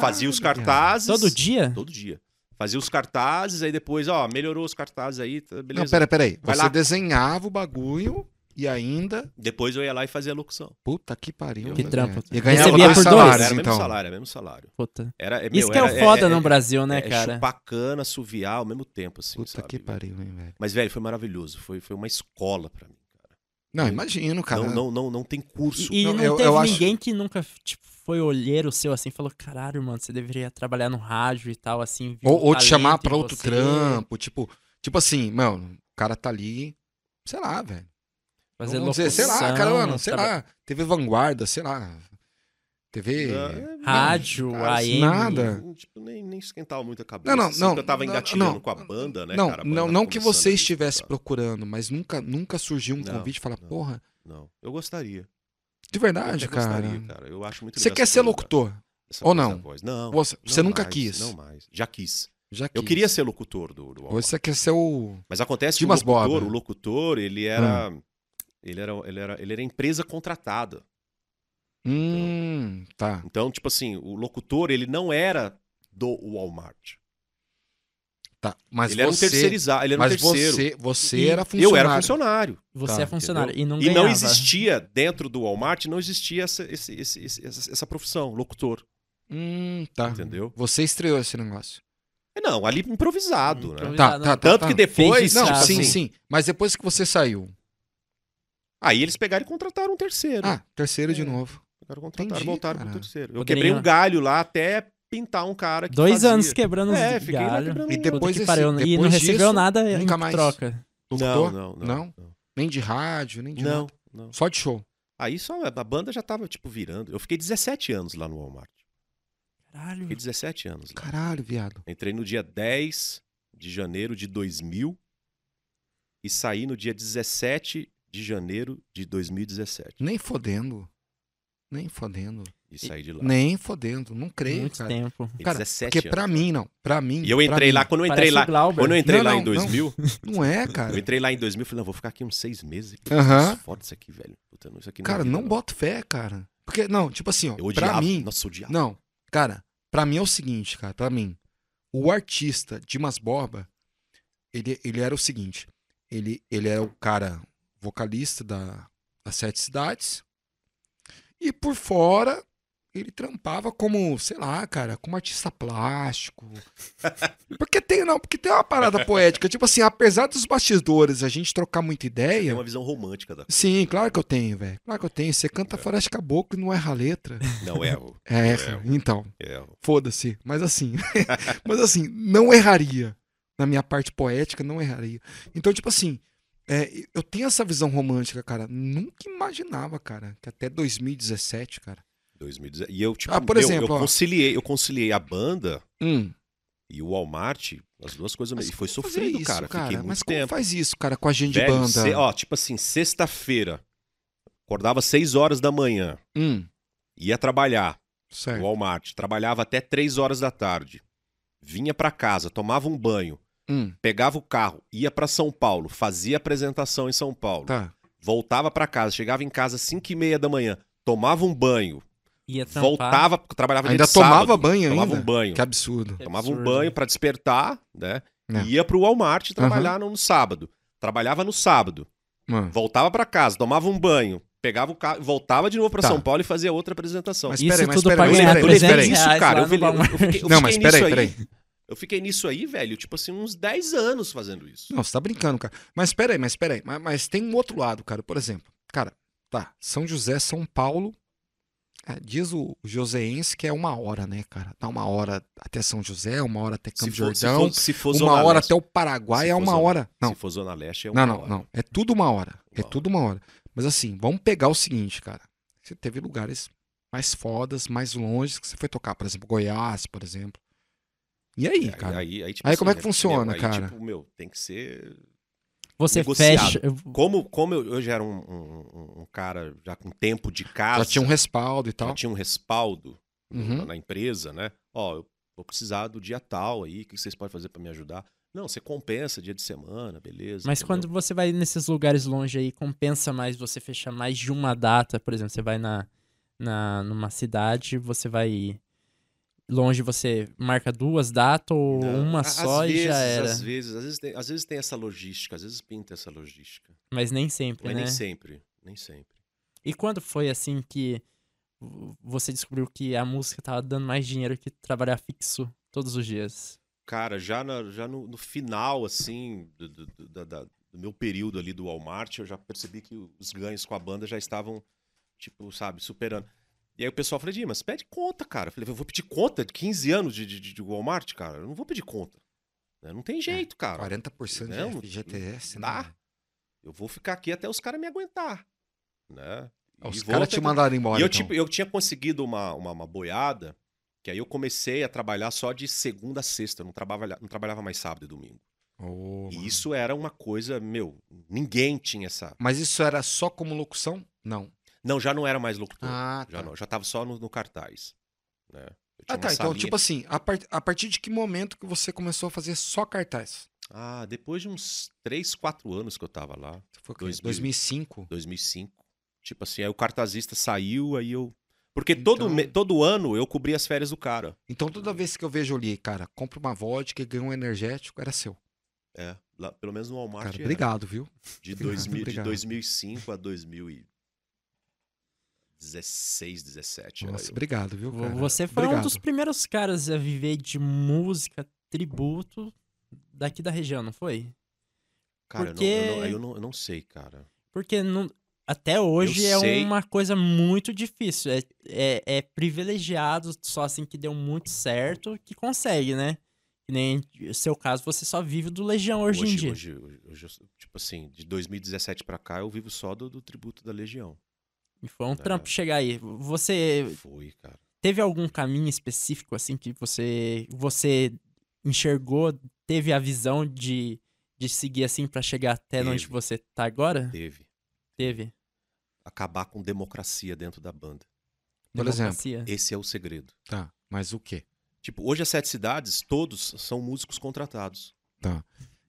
D: Fazia os
B: Caralho,
D: cartazes.
C: Todo dia?
D: Todo dia. Fazia os cartazes, aí depois, ó, melhorou os cartazes aí, tá, beleza.
B: Não, pera, pera aí.
D: Vai
B: Você
D: lá.
B: desenhava o bagulho e ainda.
D: Depois eu ia lá e fazia a locução.
B: Puta que pariu.
C: Que
B: né,
C: trampo.
B: velho? E ganhava
C: Recebia
B: dois
C: por dois?
D: Era
B: salários,
D: mesmo
B: então.
D: salário, era mesmo salário.
C: Puta.
D: Era, é,
C: Isso
D: meu,
C: que é o
D: era-
C: foda
D: é-
C: no
D: é-
C: Brasil, né,
D: é
C: cara?
D: chupar cana, assoviar ao mesmo tempo, assim,
B: Puta
D: sabe?
B: que pariu, hein, velho.
D: Mas, velho, foi maravilhoso. Foi, foi uma escola pra mim, cara.
B: Não, imagino, cara.
D: Não, não, não, não tem curso.
C: E, e
B: Não,
C: não
B: eu-
C: teve
B: eu acho-
C: ninguém que nunca tipo, foi olheiro seu assim e falou: caralho, mano, você deveria trabalhar no rádio e tal, assim. viu
B: Ou,
C: o
B: ou te chamar
C: talento em
B: pra outro
C: você."
B: trampo, tipo, tipo assim, mano, o cara tá ali, sei lá, velho.
C: Fazer
B: Vamos dizer, sei lá,
C: locução,
B: cara, mano, sei
C: traba-
B: lá, TV Vanguarda, sei lá, TV...
D: Ah,
C: Rádio,
B: É, cara, assim,
C: AM.
B: nada.
D: Tipo, nem, nem esquentava muito a cabeça.
B: Não, não,
D: assim,
B: não,
D: porque Eu tava
B: não,
D: engatilhando
B: não.
D: com a banda, né,
B: não,
D: cara? A banda
B: não, não que
D: começando
B: você
D: ali,
B: estivesse
D: tá?
B: procurando, mas nunca, nunca surgiu um
D: Não,
B: convite e falar,
D: não.
B: porra,
D: ah, Não, eu gostaria.
B: de
D: Eu
B: verdade,
D: até
B: cara.
D: gostaria, cara. Eu acho muito
B: Você
D: legal
B: quer
D: essa
B: ser
D: coisa da-
B: locutor?
D: essa
B: Ou
D: coisa da
B: não?
D: voz. Não.
B: Você, você
D: não
B: nunca
D: mais,
B: quis?
D: Não mais. Já quis.
B: Já
D: Eu
B: quis.
D: queria ser locutor do, do Almanac.
B: Hoje você quer ser o...
D: Mas acontece
B: Dimas
D: que o locutor,
B: Borba.
D: o locutor, ele era,
B: Ah.
D: ele era, ele era, ele era empresa contratada.
B: Hum, tá.
D: Então, tipo assim, o locutor, ele não era do Walmart.
B: Tá, mas
D: ele era um
B: você,
D: terceirizado, ele era um
B: mas
D: terceiro.
B: você, você
C: E
B: era
D: Eu
B: funcionário.
D: era funcionário.
C: Você
B: Tá,
C: é funcionário. E não
D: E
C: ganhava.
D: não existia, dentro do Walmart, não existia essa, esse- esse- esse- essa, essa profissão, locutor.
B: Hum, tá.
D: Entendeu? É,
B: Você estreou esse negócio.
D: Não, ali improvisado, né?
C: Improvisado.
B: Tá,
C: Tá,
B: tá, tá.
C: não.
D: Tanto
B: tá.
D: que depois.
C: Fez
B: Não,
C: Tá,
B: sim,
C: assim.
B: sim. Mas depois que você saiu.
D: Aí eles pegaram e contrataram um terceiro.
B: Ah, terceiro de
D: É.
B: novo.
D: Pegaram, contrataram,
B: entendi,
D: voltaram
B: cara.
D: pro terceiro. Eu
C: Poderiam-
D: quebrei um galho lá até pintar um cara que
C: Dois
D: fazia.
C: anos quebrando os
D: É, fiquei lá
C: galho.
D: quebrando
B: E
D: um-
B: depois-
C: Puta que
B: esse-
C: pariu. né? e não
B: depois disso,
C: recebeu nada
B: nunca
C: em
B: mais.
C: troca.
B: Locutor?
D: Não, não,
B: Não?
D: não.
B: Nem de rádio, nem de
D: Não,
B: nada.
D: não.
B: Só de show.
D: Aí só a banda já tava, tipo, virando. Eu fiquei 17 anos lá no Walmart.
C: Caralho.
D: Fiquei 17 anos lá.
B: Caralho, viado.
D: Entrei no dia 10 de janeiro de 2000 e saí no dia 17 de janeiro de 2017.
B: Nem fodendo. Nem fodendo.
D: E saí de lá.
B: Nem fodendo. Não creio,
C: Muito
B: cara.
C: tempo.
D: Fiquei
B: Cara,
D: 17
B: porque pra mim, não. Pra mim.
D: E eu
B: pra
D: entrei
B: mim, um
D: lá, quando eu entrei
C: Parece
D: lá,
C: o Glauber.
D: quando eu entrei
B: Não,
D: lá
B: não,
D: em
B: não.
D: 2000,
B: Não é, cara.
D: eu entrei lá em 2000, falei, não, vou ficar aqui uns seis meses. Que
B: Aham.
D: foda isso aqui, velho. Puta, não, isso aqui
B: Cara,
D: é vida,
B: não boto fé, cara. Porque, não, tipo assim, ó.
D: Eu odiava.
B: Pra mim,
D: Nossa, eu odiava.
B: Não, cara, pra mim é o seguinte, cara, pra mim, o artista Dimas Borba, ele, ele era o seguinte, ele, ele era o cara vocalista da, das Sete Cidades, e por fora ele trampava como, sei lá, cara, como artista plástico. Porque tem, não, porque tem uma parada poética, tipo assim, apesar dos bastidores a gente trocar muita
D: Tem
B: ideia...
D: uma visão romântica da
B: Sim, claro que eu tenho, velho. Claro que eu tenho. Você canta Floresta Caboclo e não erra a letra.
D: Não, é erro.
B: É, erra. Então,
D: erro.
B: Foda-se. Mas assim, mas assim, não erraria. Na minha parte poética, não erraria. Então, tipo assim, é, eu tenho essa visão romântica, cara. Nunca imaginava, cara, que até 2017, cara.
D: 2010. E eu, tipo,
B: Ah, por
D: meu,
B: exemplo, ó.
D: eu conciliei, eu conciliei a banda
B: Hum,
D: e o Walmart, as duas coisas.
B: mas
D: e foi
B: como fazer
D: sofrido,
B: isso,
D: cara. Fiquei muito
B: mas como
D: tempo.
B: faz isso, cara, com a gente de
D: Velho,
B: banda?
D: se- ó, tipo assim, sexta-feira, acordava seis horas da manhã,
B: Hum,
D: ia trabalhar no
B: certo.
D: Walmart, trabalhava até três horas da tarde, vinha pra casa, tomava um banho,
B: Hum,
D: pegava o carro, ia pra São Paulo, fazia apresentação em São Paulo,
B: tá.
D: voltava pra casa, chegava em casa às cinco e meia da manhã, tomava um banho,
C: Ia trampar.
D: voltava, trabalhava dia
B: Ainda
D: de
B: tomava
D: sábado,
B: banho ainda?
D: tomava um banho.
B: Que absurdo.
C: Que
D: Tomava um
C: absurdo.
D: banho pra despertar, né?
B: É.
D: E ia pro Walmart trabalhar no, no sábado. Trabalhava no sábado,
B: Mano.
D: voltava pra casa, tomava um banho, pegava o carro, voltava de novo pra
B: Tá.
D: São Paulo e fazia outra apresentação.
B: Mas
D: Mas,
B: peraí,
C: Isso tudo
B: peraí,
C: pra
B: mas
D: eu
C: ganhar
B: peraí,
D: levei- eu levei
C: 300
D: isso, cara. Eu,
C: reais
D: vi-
C: lá
D: eu,
C: no
D: eu fiquei, eu
B: Não,
D: fiquei
B: mas
D: nisso
B: peraí,
D: aí.
B: peraí.
D: Eu fiquei nisso aí, velho, tipo assim, uns 10 anos fazendo isso.
B: Não, você tá brincando, cara. Mas peraí, mas peraí. Mas, mas tem um outro lado, cara. Por exemplo, cara, tá. São José, São Paulo. é, diz o joseense que é uma hora, né, cara? Dá uma hora até São José, uma hora até Campo
D: for-
B: Jordão.
D: for- se for
B: uma
D: Zona
B: hora
D: Leste-
B: até o Paraguai
D: Se
B: é
D: for
B: uma
D: Zona-
B: hora. Não,
D: Se for Zona Leste, é uma
B: não, não,
D: hora.
B: não. É tudo uma hora. É
D: Uma
B: tudo uma hora. Mas assim, vamos pegar o seguinte, cara. Você teve lugares mais fodas, mais longe que você foi tocar. Por exemplo, Goiás, por exemplo. E aí,
D: Aí,
B: cara?
D: aí, aí, tipo
B: Aí como é
D: né,
B: que funciona,
D: meu, aí,
B: cara?
D: Tipo, meu, tem que ser
C: Você
D: Negociado.
C: fecha.
D: Como, como eu, eu já era um, um- um- um cara já com tempo de
B: Já
D: casa,
B: tinha um respaldo e
D: já
B: tal.
D: tinha um respaldo no-
B: Uhum.
D: na, na empresa, né? Ó, eu vou precisar do dia tal aí, o que vocês podem fazer pra me ajudar? Não, você compensa dia de semana, beleza.
C: Mas
D: entendeu?
C: quando você vai nesses lugares longe aí, compensa mais você fechar mais de uma data. Por exemplo, você vai na, na numa cidade, você vai longe você marca duas datas ou
D: Não.
C: uma
D: Às
C: só e já
D: vezes,
C: era.
D: Às vezes, às vezes, tem, às vezes tem essa logística, às vezes pinta essa logística.
C: Mas nem sempre,
D: Mas
C: né?
D: nem sempre, nem sempre.
C: E quando foi assim que vo- você descobriu que a música tava dando mais dinheiro que trabalhar fixo todos os dias?
D: Cara, já, na- já no, no final, assim, do, do- do- da- da- do meu período ali do Walmart, eu já percebi que os ganhos com a banda já estavam, tipo, sabe, superando. E aí o pessoal falou, Di, mas pede conta, cara. Eu falei, eu vou pedir conta de 15 anos de, de, de Walmart, cara? Eu não vou pedir conta. Né? Não
B: É,
D: tem jeito, cara.
B: 40%
D: Não,
B: de FGTS, né?
D: dá. Eu vou ficar aqui até os caras me aguentar, né?
B: Ah, Os
D: E vou
B: caras te
D: tentar-
B: mandaram embora.
D: E eu,
B: então.
D: tipo, eu tinha conseguido uma, uma, uma boiada, que aí eu comecei a trabalhar só de segunda a sexta, eu não trabalhava, não trabalhava mais sábado e domingo.
B: Ô,
D: e
B: mano.
D: isso era uma coisa, meu, ninguém tinha essa.
B: Mas isso era só como locução? Não.
D: Não, já não era mais locutor.
B: Ah,
D: já
B: tá.
D: não, já tava só no, no cartaz. Né? Eu
B: Ah,
D: tinha uma
B: tá. Então,
D: salinha-
B: tipo assim, a, par- a partir de que momento que você começou a fazer só cartaz?
D: Ah, depois de uns 3, 4 anos que eu tava lá,
B: Foi o quê?
D: 2000.
B: 2005?
D: 2005. Tipo assim, aí o cartazista saiu, aí eu. Porque todo,
B: Então-
D: me- todo ano eu cobria as férias do cara.
B: Então, toda vez que eu vejo ali, cara, compra uma vodka e ganha um energético, era seu.
D: É, lá- pelo menos no Walmart.
B: Cara,
D: era.
B: obrigado, viu?
D: De,
B: Obrigado,
D: 2000, de
B: obrigado.
D: 2005 a 2016, 17.
B: Nossa,
D: era eu.
B: obrigado, viu,
C: Vo-
B: cara?
C: Você foi um
B: Obrigado.
C: dos primeiros caras a viver de música tributo daqui da região, não foi?
D: Cara, eu não-
C: porque-
D: eu, não, eu, não, eu não sei, cara.
C: Porque não- até hoje é
D: sei.
C: uma coisa muito difícil. É, é, é privilegiado, só assim que deu muito certo, que consegue, né? Que nem seu caso, você só vive do Legião hoje, em dia.
D: hoje, hoje, hoje eu- tipo assim, de 2017 pra cá, eu vivo só do, do tributo da Legião.
C: E foi
D: É.
C: um trampo chegar aí. Você
D: Foi, cara.
C: teve algum caminho específico, assim, que você, você enxergou, teve a visão de, de seguir, assim, pra chegar até
D: Teve.
C: onde você tá agora?
D: Teve.
C: Teve.
D: Acabar com democracia dentro da banda.
B: Por exemplo.
C: Democracia.
D: Esse é o segredo.
B: Tá, mas o quê?
D: Tipo, hoje as sete cidades, todos são músicos contratados.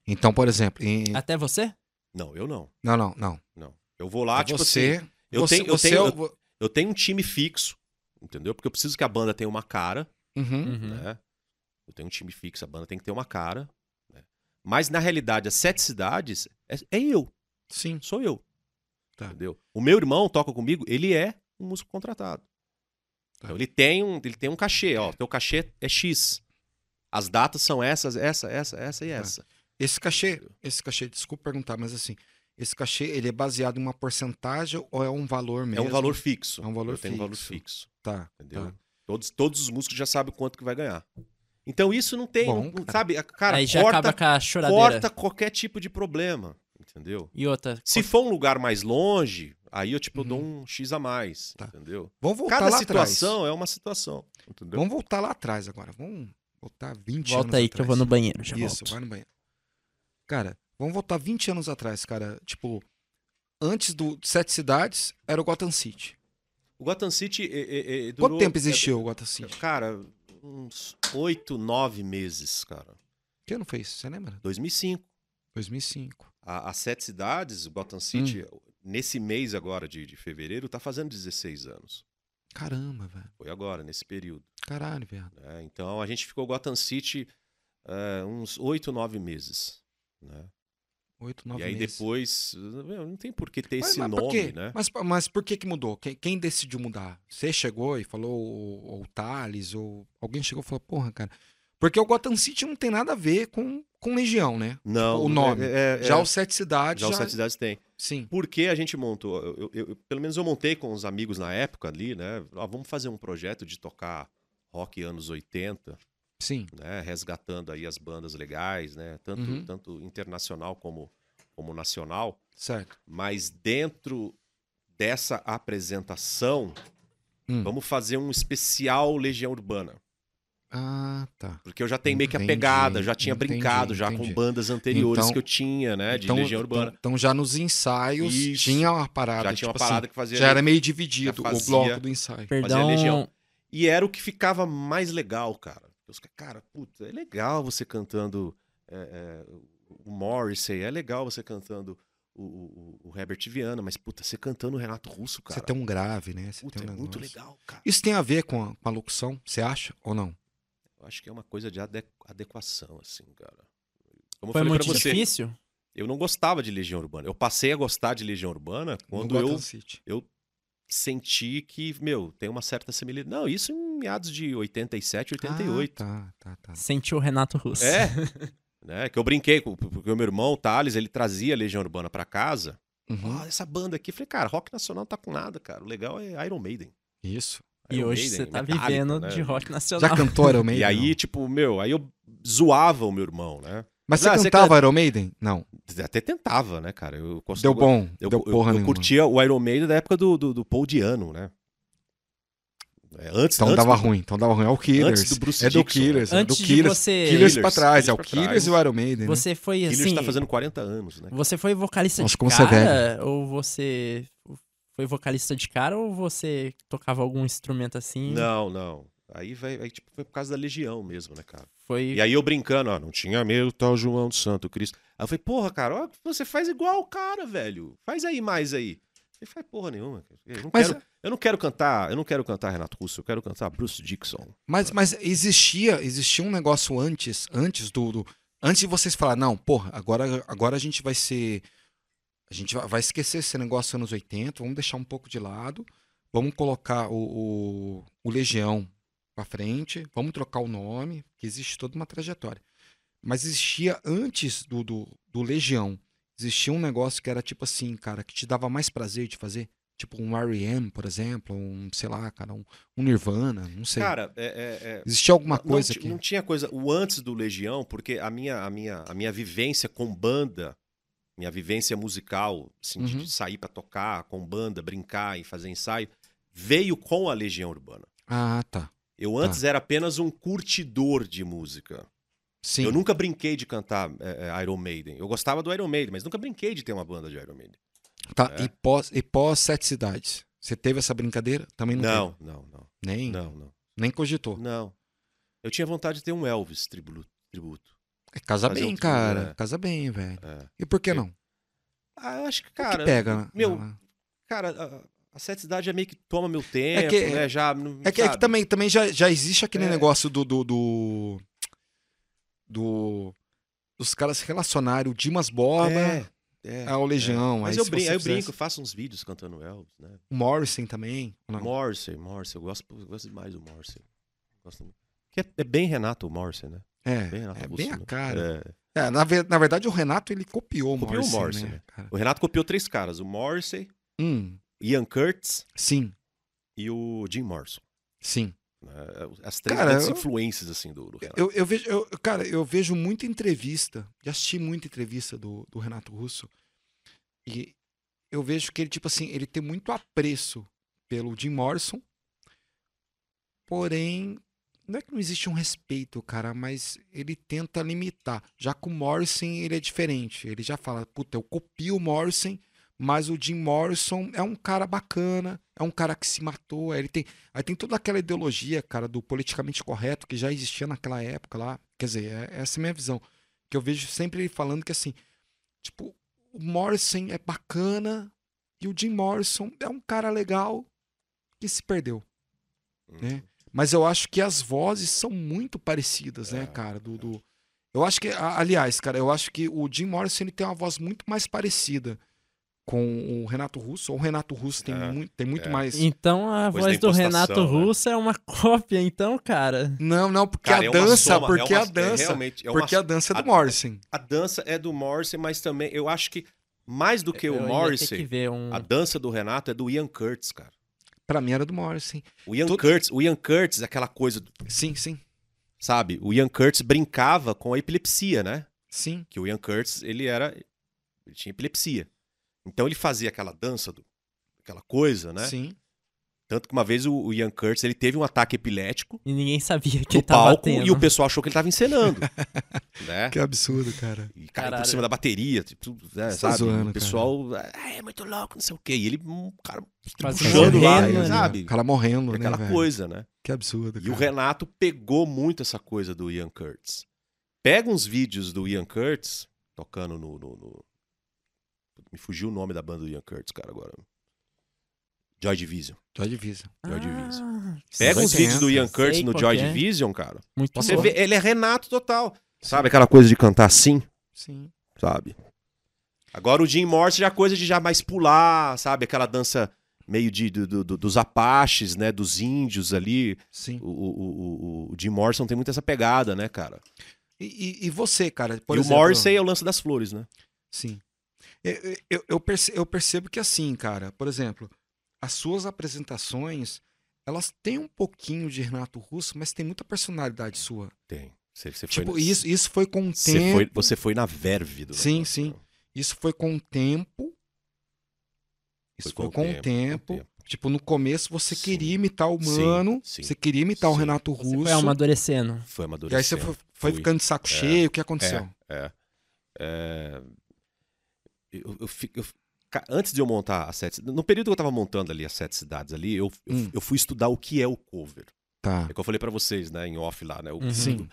B: Então, por exemplo, em...
C: Até você?
D: Não, eu não.
B: não, não, não.
D: Não. Eu vou lá,
B: É
D: tipo assim,
B: você,
D: eu
B: você,
D: tenho- eu
B: você
D: tenho-
B: é o...
D: Eu tenho um time fixo, entendeu? Porque eu preciso que a banda tenha uma cara,
B: Uhum.
C: Uhum.
D: né? Eu tenho um time fixo, a banda tem que ter uma cara. né? Mas, na realidade, as sete cidades é, é eu,
B: Sim.
D: sou eu.
B: Tá.
D: Entendeu? O meu irmão toca comigo, ele é um músico contratado.
B: Tá.
D: Então, ele tem um, ele tem um cachê, ó, teu cachê é X. As datas são essas, essa, essa, essa e
B: Tá.
D: essa.
B: Esse cachê, esse cachê, desculpa perguntar, mas assim, esse cachê, ele é baseado em uma porcentagem ou é um valor
D: É
B: mesmo?
D: um valor fixo.
B: É um valor
D: eu tenho um valor
B: fixo.
D: fixo,
B: Tá,
D: entendeu?
B: tá.
D: Todos, todos os músicos já sabem quanto que vai ganhar. Então isso não tem,
B: Bom,
D: não-
B: cara.
D: sabe? Cara,
C: Aí já
D: corta
C: acaba com a choradeira.
D: corta qualquer tipo de problema, entendeu?
C: E outra.
D: Se for um lugar mais longe, aí eu tipo eu dou um X a mais,
B: Uhum. Tá.
D: entendeu?
B: Vamos voltar
D: Cada
B: lá
D: situação
B: atrás.
D: é uma situação, entendeu?
B: Vamos voltar lá atrás agora. Vamos voltar 20 anos
C: Volta aí que eu
B: atrás.
C: vou no banheiro, já
B: Isso,
C: volto.
B: vai no banheiro. Cara, vamos voltar 20 anos atrás, cara. Tipo, antes do Sete Cidades, era o Gotham City.
D: O Gotham City é, é, é,
B: Quanto
D: durou-
B: tempo existiu o Gotham
D: é,
B: City?
D: cara, uns oito, nove meses, cara.
B: Que ano foi isso? Você lembra?
D: 2005.
B: 2005.
D: A- As sete cidades, o Gotham City,
B: Hum.
D: nesse mês agora de, de fevereiro, tá fazendo 16 anos.
B: Caramba, velho.
D: Foi agora, nesse período.
B: Caralho, velho.
D: né? Então a gente ficou Gotham City eh, uns oito, nove meses. Né?
B: 8, 9
D: e aí
B: meses.
D: depois, meu, não tem por que ter
B: Mas-
D: esse
B: mas por
D: nome,
B: quê?
D: né?
B: Mas, mas por que que mudou? Quem, quem decidiu mudar? Você chegou e falou, ou, ou o Thales, ou alguém chegou e falou, porra, cara. Porque o Gotham City não tem nada a ver com, com Legião, né?
D: Não,
B: o nome.
D: é- é-
B: já
D: é,
B: o Sete Cidades.
D: já o Sete Cidades tem.
B: Sim.
D: Por que a gente montou? Eu- eu- eu- pelo menos eu montei com os amigos na época ali, né? Ah, vamos fazer um projeto de tocar rock anos 80,
B: Sim.
D: né? Resgatando aí as bandas legais, né? Tanto,
B: Uhum.
D: tanto internacional como, como nacional.
B: Certo.
D: Mas dentro dessa apresentação,
B: Hum.
D: vamos fazer um especial Legião Urbana.
B: Ah, tá.
D: Porque eu já tenho meio que a
B: Entendi,
D: pegada, já tinha
B: entendi,
D: brincado já
B: entendi.
D: com bandas anteriores
B: Então-
D: que eu tinha, né? De Legião Urbana.
B: Então, então já nos ensaios
D: Isso.
B: tinha uma parada.
D: já tinha uma
B: tipo
D: parada
B: assim,
D: que fazia.
B: já era meio dividido
D: já
B: o
D: fazia-
B: bloco do ensaio.
C: Perdão.
D: Legião. E era o que ficava mais legal, cara. Os ca- cara, puta, é legal você cantando é, é, o Morrissey, é legal você cantando o, o- o Herbert Viana, mas puta, você cantando o Renato Russo, cara.
B: Você tem um grave, né? Você
D: puta,
B: tem um
D: é muito
B: negócio.
D: legal, cara.
B: Isso tem a ver com a, com a locução, você acha ou não?
D: Eu acho que é uma coisa de ade- adequação, assim, cara. Como
C: Foi
D: eu falei
C: muito
D: pra você,
C: difícil?
D: eu não gostava de Legião Urbana. Eu passei a gostar de Legião Urbana quando
B: no Gotham
D: eu
B: City.
D: senti que, meu, tem uma certa similitude. Não, isso em meados de 87, 88.
B: Ah, tá, tá, tá.
C: Sentiu o Renato Russo.
D: É. né? Que eu brinquei, com- porque o meu irmão, Thales, ele trazia Legião Urbana pra casa.
B: Uhum.
D: Ah, essa banda aqui. Eu Falei, cara, rock nacional não tá com nada, cara. O legal é Iron Maiden.
B: Isso.
C: E
D: Iron
C: hoje
D: Maiden,
C: você tá
D: Metallica,
C: vivendo
D: né?
C: de rock nacional.
B: Já cantou Iron Maiden?
D: E aí,
B: Não.
D: tipo, meu, aí eu zoava o meu irmão, né?
B: Mas você
D: Ah, você
B: cantava Iron Maiden? Não.
D: Até tentava, né, cara? Eu consigo-
B: Deu bom.
D: Eu,
B: deu
D: eu-
B: porra
D: eu
B: nenhuma.
D: curtia o Iron Maiden da época do, do, do Paul Diano, né? É, antes,
B: Então
D: antes
B: dava
D: do-
B: ruim. Então dava ruim. É o Killers.
D: Antes do Bruce né?
B: é do
D: Dickinson.
B: Killers. é
C: Antes
B: do
C: de
B: Killers.
C: você.
B: Killers pra
D: Killers,
B: trás. É o
D: Killers pra
B: Killers e o Iron Maiden. né?
C: Você foi
D: Killers
C: assim.
D: tá fazendo 40 anos, né?
C: Você foi vocalista
B: Nossa,
C: de
B: como você é
C: cara? Ou você foi vocalista de cara ou você tocava algum instrumento assim?
D: Não, não. Aí, vai, aí, tipo, foi por causa da Legião mesmo, né, cara?
C: Foi.
D: E aí eu brincando, ó, não tinha medo, tal João do Santo Cristo. Aí eu falei, porra, cara, ó, você faz igual o cara, velho. Faz aí mais aí. Ele faz porra nenhuma. cara. Eu não,
B: Mas-
D: quero, eu não quero cantar, eu não quero cantar Renato Russo, eu quero cantar Bruce Dixon.
B: Mas, mas existia, existia um negócio antes, antes do, do- antes de vocês falar, não, porra, agora agora a gente vai ser a gente vai- vai esquecer esse negócio dos anos 80, vamos deixar um pouco de lado, vamos colocar o, o, o Legião pra frente, vamos trocar o nome, que existe toda uma trajetória. Mas existia antes do, do, do Legião, existia um negócio que era tipo assim, cara, que te dava mais prazer de fazer, tipo um R.E.M., por exemplo, um, sei lá, cara, um, um Nirvana, não sei.
D: Cara, é- é- é,
B: Existia alguma
D: Não- não
B: coisa
D: ti-
B: aqui?
D: Não tinha coisa. O antes do Legião, porque a minha, a minha, a minha vivência com banda, minha vivência musical, assim, de-
B: Uhum.
D: de sair pra tocar com banda, brincar e fazer ensaio, veio com a Legião Urbana.
B: Ah, tá.
D: Eu antes era apenas um curtidor de música.
B: Sim.
D: Eu nunca brinquei de cantar é, é, Iron Maiden. Eu gostava do Iron Maiden, mas nunca brinquei de ter uma banda de Iron Maiden.
B: Tá,
D: É.
B: e, pós, e pós Sete Cidades? Você teve essa brincadeira? Também não,
D: Não, não, não,
B: teve. Nem,
D: não, não,
B: nem cogitou.
D: não. Eu tinha vontade de ter um Elvis tribu- tributo.
B: É, Casa
D: Fazer
B: bem,
D: um trio,
B: cara.
D: né?
B: Casa bem, velho.
D: É.
B: E por que
D: É,
B: não?
D: Ah, eu acho que,
B: O
D: cara.
B: que pega? né?
D: meu,
B: Ah.
D: cara, a, a sete cidade já meio que toma meu tempo,
B: que-
D: né? Já, não-
B: É que, é que
D: sabe?
B: também, também já, já existe aquele
D: É.
B: negócio do. do, do, do- dos caras relacionarem o Dimas Borba
D: É, é.
B: ao Legião.
D: Mas
B: aí,
D: eu,
B: se
D: brin-
B: você
D: aí eu
B: fizesse-
D: brinco, faço uns vídeos cantando Elvis, né?
B: O Morrison também. ou não?
D: Morrissey, Morrissey, eu gosto, eu gosto demais do Morrissey. Gosto muito. Que é, é bem Renato o Morrissey, né?
B: É,
D: Bem Renato
B: é
D: Russo,
B: bem a
D: né?
B: cara.
D: É.
B: É, na, ve- na verdade, o Renato ele copiou o
D: Copiou o
B: Morrison.
D: Morrison,
B: né,
D: né?
B: cara?
D: O Renato copiou três caras, o Morrissey,
B: Hum,
D: Ian Curtis
B: sim,
D: e o Jim Morrison.
B: sim.
D: né? As três
B: Cara,
D: grandes
B: eu-
D: influências, assim, do, do Renato.
B: Eu, eu vejo, eu- cara, eu vejo muita entrevista, já assisti muita entrevista do, do Renato Russo, e eu vejo que ele, tipo assim, ele tem muito apreço pelo Jim Morrison, porém, não é que não existe um respeito, cara, mas ele tenta limitar. Já com o Morrison, ele é diferente. Ele já fala, puta, eu copio o Morrison, mas o Jim Morrison é um cara bacana, é um cara que se matou, aí ele tem Aí tem toda aquela ideologia, cara, do politicamente correto que já existia naquela época lá. Quer dizer, é, essa é a minha visão. Que eu vejo sempre ele falando que assim, tipo, o Morrison é bacana e o Jim Morrison é um cara legal que se perdeu.
D: Hum.
B: né? Mas eu acho que as vozes são muito parecidas, né,
D: É,
B: cara? Do, do- Eu acho que, a- aliás, cara, eu acho que o Jim Morrison ele tem uma voz muito mais parecida com o Renato Russo. Ou o Renato Russo tem,
D: É,
B: muito, tem muito
D: é.
B: mais.
C: Então a
D: Coisa
C: voz
D: da
C: do
D: impostação,
C: Renato
D: né?
C: Russo é uma cópia, então, cara.
B: Não, não, porque
D: Cara,
B: a
D: é uma
B: dança,
D: soma, é
B: porque
D: uma-
B: a
D: é
B: dança,
D: realmente, é uma
B: porque a dança é do
D: a-
B: Morrison.
D: A dança é do Morrissey, mas também eu acho que mais do que
C: Eu
D: o
C: ainda tenho que
D: Morrissey,
C: ver um.
D: a dança do Renato é do Ian Curtis, cara.
B: Pra mim era do Morrison.
D: O Ian
B: Tu-
D: Curtis, o Ian Curtis, aquela coisa, do-
B: Sim, sim,
D: sabe? O Ian Curtis brincava com a epilepsia, né?
B: sim.
D: Que o Ian Curtis, ele era ele tinha epilepsia. Então ele fazia aquela dança do aquela coisa, né?
B: Sim.
D: Tanto que uma vez o, o Ian Curtis, ele teve um ataque epilético
C: E ninguém sabia que
D: no
C: ele tava
D: palco
C: tendo.
D: e o pessoal achou que ele tava encenando, né?
B: Que absurdo, cara.
D: E caiu
C: Caralho.
D: por cima da bateria, tipo, tudo, né,
B: Você tá
D: sabe?
B: zoando,
D: o pessoal, ah, é muito louco, não sei o quê. E ele, um cara,
C: Quase
B: Assim,
D: puxando lá,
C: morrendo, né?
D: sabe?
B: O cara morrendo, né,
D: Aquela
B: velho?
D: coisa, né?
B: Que absurdo,
D: E o
B: cara.
D: Renato pegou muito essa coisa do Ian Curtis. Pega uns vídeos do Ian Curtis, tocando no... no- no- Me fugiu o nome da banda do Ian Curtis, cara, agora. Joy Division.
B: Joy Division.
D: Joy Division.
C: Ah,
D: Pega os
B: 60,
D: vídeos do Ian Curtis
C: sei
D: no
C: qual
D: Joy
C: que é.
D: Division, cara.
C: Muito
D: Você
C: bom.
D: vê, ele é Renato total. Sabe aquela coisa de cantar assim?
B: Sim.
D: sabe? Agora o Jim Morrison já é coisa de já mais pular, sabe? Aquela dança meio de, do- do- do- dos apaches, né? Dos índios ali.
B: Sim.
D: O, o- o- o- o Jim Morrison tem muito essa pegada, né, cara?
B: E, e- e você, cara? Por
D: e
B: exemplo,
D: o Morrison é o lance das flores, né?
B: Sim. Eu, eu, eu perce- eu percebo que assim, cara, por exemplo, as suas apresentações, elas têm um pouquinho de Renato Russo, mas tem muita personalidade sua.
D: Tem. Você, você
B: tipo,
D: foi,
B: isso, isso foi com o tempo.
D: Você foi, você foi na verve do
B: Sim,
D: negócio,
B: sim.
D: né?
B: Isso foi com o tempo. Isso foi, com, o tempo.
D: com o
B: Tipo, no começo você
D: Sim.
B: queria imitar o
D: Sim,
B: Mano,
D: sim.
B: você queria imitar o
D: Sim.
B: Renato
C: Você
B: Russo.
C: foi amadurecendo.
D: Foi
B: e aí você
D: amadurecendo.
B: foi, foi
D: Fui.
B: ficando de saco cheio. O que aconteceu?
D: É, eu- eu fi- eu fi- ca- antes de eu montar a Sete No período que eu tava montando ali as Sete Cidades ali, eu, eu-
B: Hum.
D: eu fui estudar o que é o cover.
B: Tá.
D: É que eu falei pra vocês, né, em off lá, né? o-
C: Uhum.
B: Sim.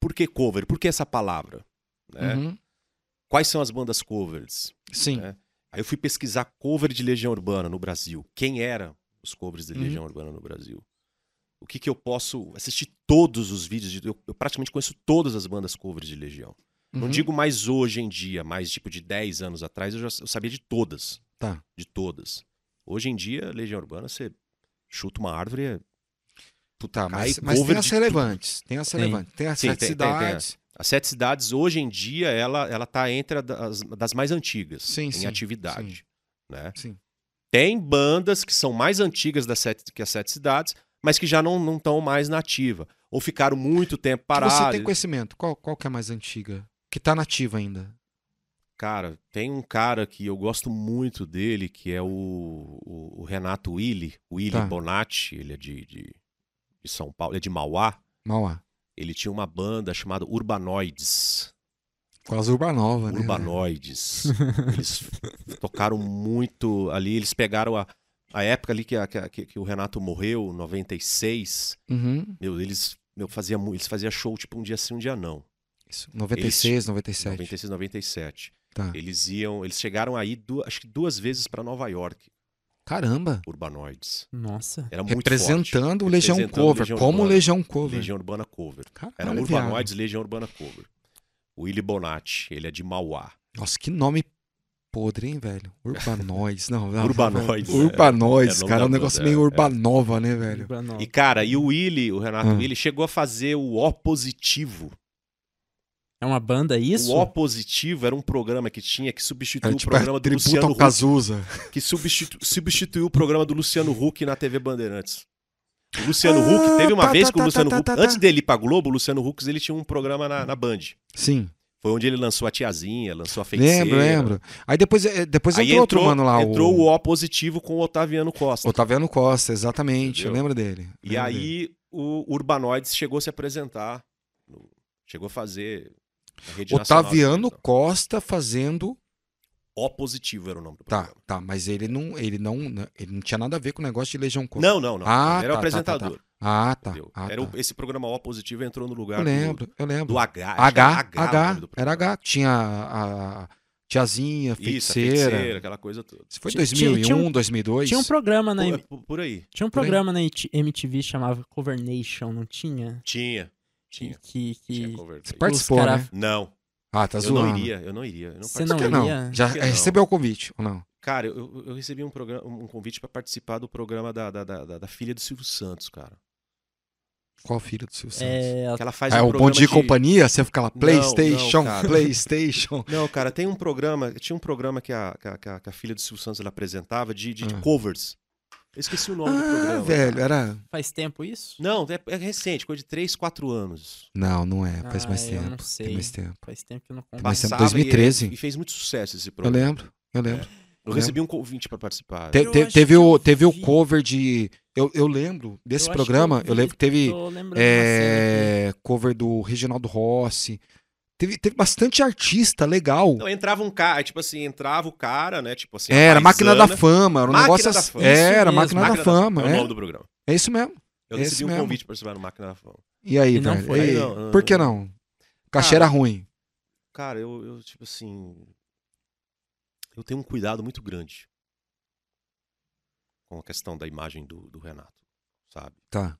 D: Por que cover? Por que essa palavra? Né?
B: Uhum.
D: Quais são as bandas covers?
B: Sim.
D: É. Aí eu fui pesquisar cover de Legião Urbana no Brasil. Quem eram os covers de
B: Uhum.
D: Legião Urbana no Brasil? O que que eu posso assistir todos os vídeos? de- eu, eu praticamente conheço todas as bandas covers de Legião. Não
B: Uhum.
D: digo mais hoje em dia, mas tipo de 10 anos atrás eu já eu sabia de todas.
B: Tá.
D: De todas. Hoje em dia, Legião Urbana, você chuta uma árvore, é-
B: Tá,
D: Cai
B: mas, mas tem
D: cover
B: as
D: de
B: relevantes. Tem as
C: Tem.
B: relevantes. Tem as
D: Sim,
B: sete
D: tem- tem- tem as-
B: cidades.
D: As Sete Cidades, hoje em dia, ela, ela tá entre a das, das mais antigas
B: Sim,
D: em
B: sim,
D: atividade. Né?
B: Sim. Tipo,
D: Tem bandas que são mais antigas das sete, que as Sete Cidades, mas que já não estão mais na ativa. Ou ficaram muito tempo
B: Que Tipo, Você
D: paradas.
B: tem conhecimento. Qual, qual que é a mais antiga? Que tá nativa ainda.
D: Cara, tem um cara que eu gosto muito dele, que é o, o- o Renato Willi, o Willi
B: Tá.
D: Bonatti, ele é de, de, de São Paulo, ele é de Mauá.
B: Mauá.
D: Ele tinha uma banda chamada Urbanoides.
B: Quase Urbanova, né?
D: Urbanoides. Eles tocaram muito ali. Eles pegaram a, a época ali que, a- que a- que- que o Renato morreu, 96.
B: Uhum.
D: Meu, eles meu, fazia, mu- eles faziam show tipo um dia sim, um dia não.
B: Isso. 96, 97.
D: 96, 97.
B: Tá.
D: Eles iam, eles chegaram aí du- acho que duas vezes pra Nova York,
B: Caramba.
D: Urbanoides.
C: Nossa.
D: Era muito forte.
B: Representando o Legião
D: Representando
B: Cover.
D: Legião
B: como
D: Urbana.
B: Legião Cover.
D: Legião Urbana Cover.
B: Caralho,
D: Era um
B: viado.
D: Urbanoides, Legião Urbana Cover. O Willy Bonatti, ele é de Mauá.
B: Nossa, que nome podre, hein, velho? Urbanoides. Não, não,
D: Urbanoides,
B: velho.
D: é.
B: Urbanoides,
D: É, nome
B: cara. É um
D: da
B: negócio
D: banda,
B: meio
D: é,
B: urbanova, né, velho?
D: E
C: Urbanova.
D: cara, e o Willy, o Renato
B: Ah.
D: Willy, chegou a fazer o O positivo.
C: É uma banda isso?
D: O O positivo era um programa que tinha que substituiu
B: É,
D: o
B: tipo, é
D: programa do
B: tributo
D: Luciano
B: ao
D: Huck,
B: Cazuza.
D: que substitu- substituiu o programa do Luciano Huck na TV Bandeirantes. O Luciano
B: Ah,
D: Huck teve uma
B: tá,
D: vez
B: tá,
D: que o
B: tá,
D: Luciano
B: tá,
D: Huck,
B: tá, tá.
D: antes dele ir pra Globo, o Luciano Huck ele tinha um programa na, na Band.
B: Sim,
D: Foi onde ele lançou a tiazinha, lançou a feiticeira.
B: lembro, lembro. Aí depois, eh, depois
D: Aí
B: entrou, outro mano lá.
D: entrou
B: o
D: o O positivo com o Otaviano Costa.
B: Otaviano Costa, exatamente. Eu
D: Entendeu?
B: lembro dele.
D: E
B: lembro dele.
D: aí o Urbanoides chegou a se apresentar, no- chegou a fazer a rede nacional.
B: Otaviano Costa fazendo.
D: O positivo era o nome do
B: Tá,
D: programa.
B: tá, mas ele não, ele não, ele não tinha nada a ver com o negócio de Legião Costa.
D: Não, não, não.
B: Ah,
D: ele era o
B: tá, tá, tá, tá.
D: apresentador.
B: Ah, tá.
D: entendeu?
B: ah,
D: era o-
B: tá.
D: esse programa O positivo entrou no lugar
B: Eu
D: do-
B: lembro, eu
D: do,
B: lembro.
D: H. acho que
B: H,
D: o
B: H,
D: nome do
B: era
D: programa.
B: H. Tinha a, a tiazinha,
D: Isso, a
B: feiticeira.
D: feiticeira, aquela coisa toda.
B: Isso foi
C: Tinha- tinha-
B: 2001,
C: tinha um-
B: 2002?
C: Tinha um programa na, M-
D: Por, por- por aí.
C: tinha um
B: por aí.
C: programa na MT- MTV chamava Cover Nation, não tinha?
D: Tinha. Tinha.
C: Que, que
D: Tinha cover.
B: Você participou,
C: Os cara-
B: né?
D: Não,
B: Ah, tá
D: eu
B: zoando.
D: não iria, eu não iria. Eu não
C: Você
D: participaria.
B: Por que
C: Não
B: não?
C: iria?
B: Já
D: Por que
B: eh,
D: não?
B: recebeu o convite ou não?
D: Cara, eu- eu, eu recebi um, programa, um convite pra participar do programa da, da, da, da- da filha do Silvio Santos, cara.
B: Qual filho do Silvio Santos?
C: é,
D: Que ela faz
B: Ah, é o
D: um
B: Bom
D: programa
B: Dia e Companhia? Você fica lá,
D: não,
B: Playstation,
D: cara.
B: Playstation.
D: Não, cara, tem um programa. Tinha um programa que a, que a- que a, que a filha do Silvio Santos ela apresentava de, de- de
B: Ah.
D: covers. Eu esqueci o nome do programa.
B: Ah,
D: cara.
B: velho, era...
C: é, faz tempo isso?
D: Não, é, é recente, coisa de 3, 4 anos.
B: Não, não é, faz mais
C: Ah, eu não
B: tempo. Tem
C: sei.
B: mais tempo.
C: Faz tempo que eu não conto.
B: Mas- é sempre
D: Passava
B: 2013.
D: E, e fez muito sucesso esse
B: Eu
D: programa. É.
B: lembro, eu lembro. né?
D: Eu recebi um convite pra participar.
B: Te-
C: Eu
B: te-
C: acho
B: teve,
C: que
B: o,
C: eu
B: teve o
C: vi.
B: cover de... Eu, eu lembro desse
C: acho que
B: programa,
C: vi,
B: eu lembro que teve
C: tô lembrando uma cena aqui.
B: é, cover do Reginaldo Rossi. Teve, teve bastante artista legal.
D: Não, entrava um cara, tipo assim, entrava o cara, né? Tipo assim. a
B: era Máquina da
D: paisana-
B: Fama, era um
D: Máquina
B: negócio
D: da
B: assim-
D: Fama.
C: Isso
B: Era,
C: mesmo,
B: Máquina, da Fama.
D: É o
B: É,
D: nome do programa.
B: é isso mesmo.
D: Eu
B: Esse
D: recebi um
B: mesmo.
D: convite pra participar do Máquina da Fama.
B: E aí,
C: E não
B: velho?
C: foi.
B: E-
D: Não, não,
B: por que
D: não.
B: não? O cachê era ruim.
D: Cara, eu, eu, tipo assim. Eu tenho um cuidado muito grande. com a questão da imagem do, do Renato, sabe?
B: Tá.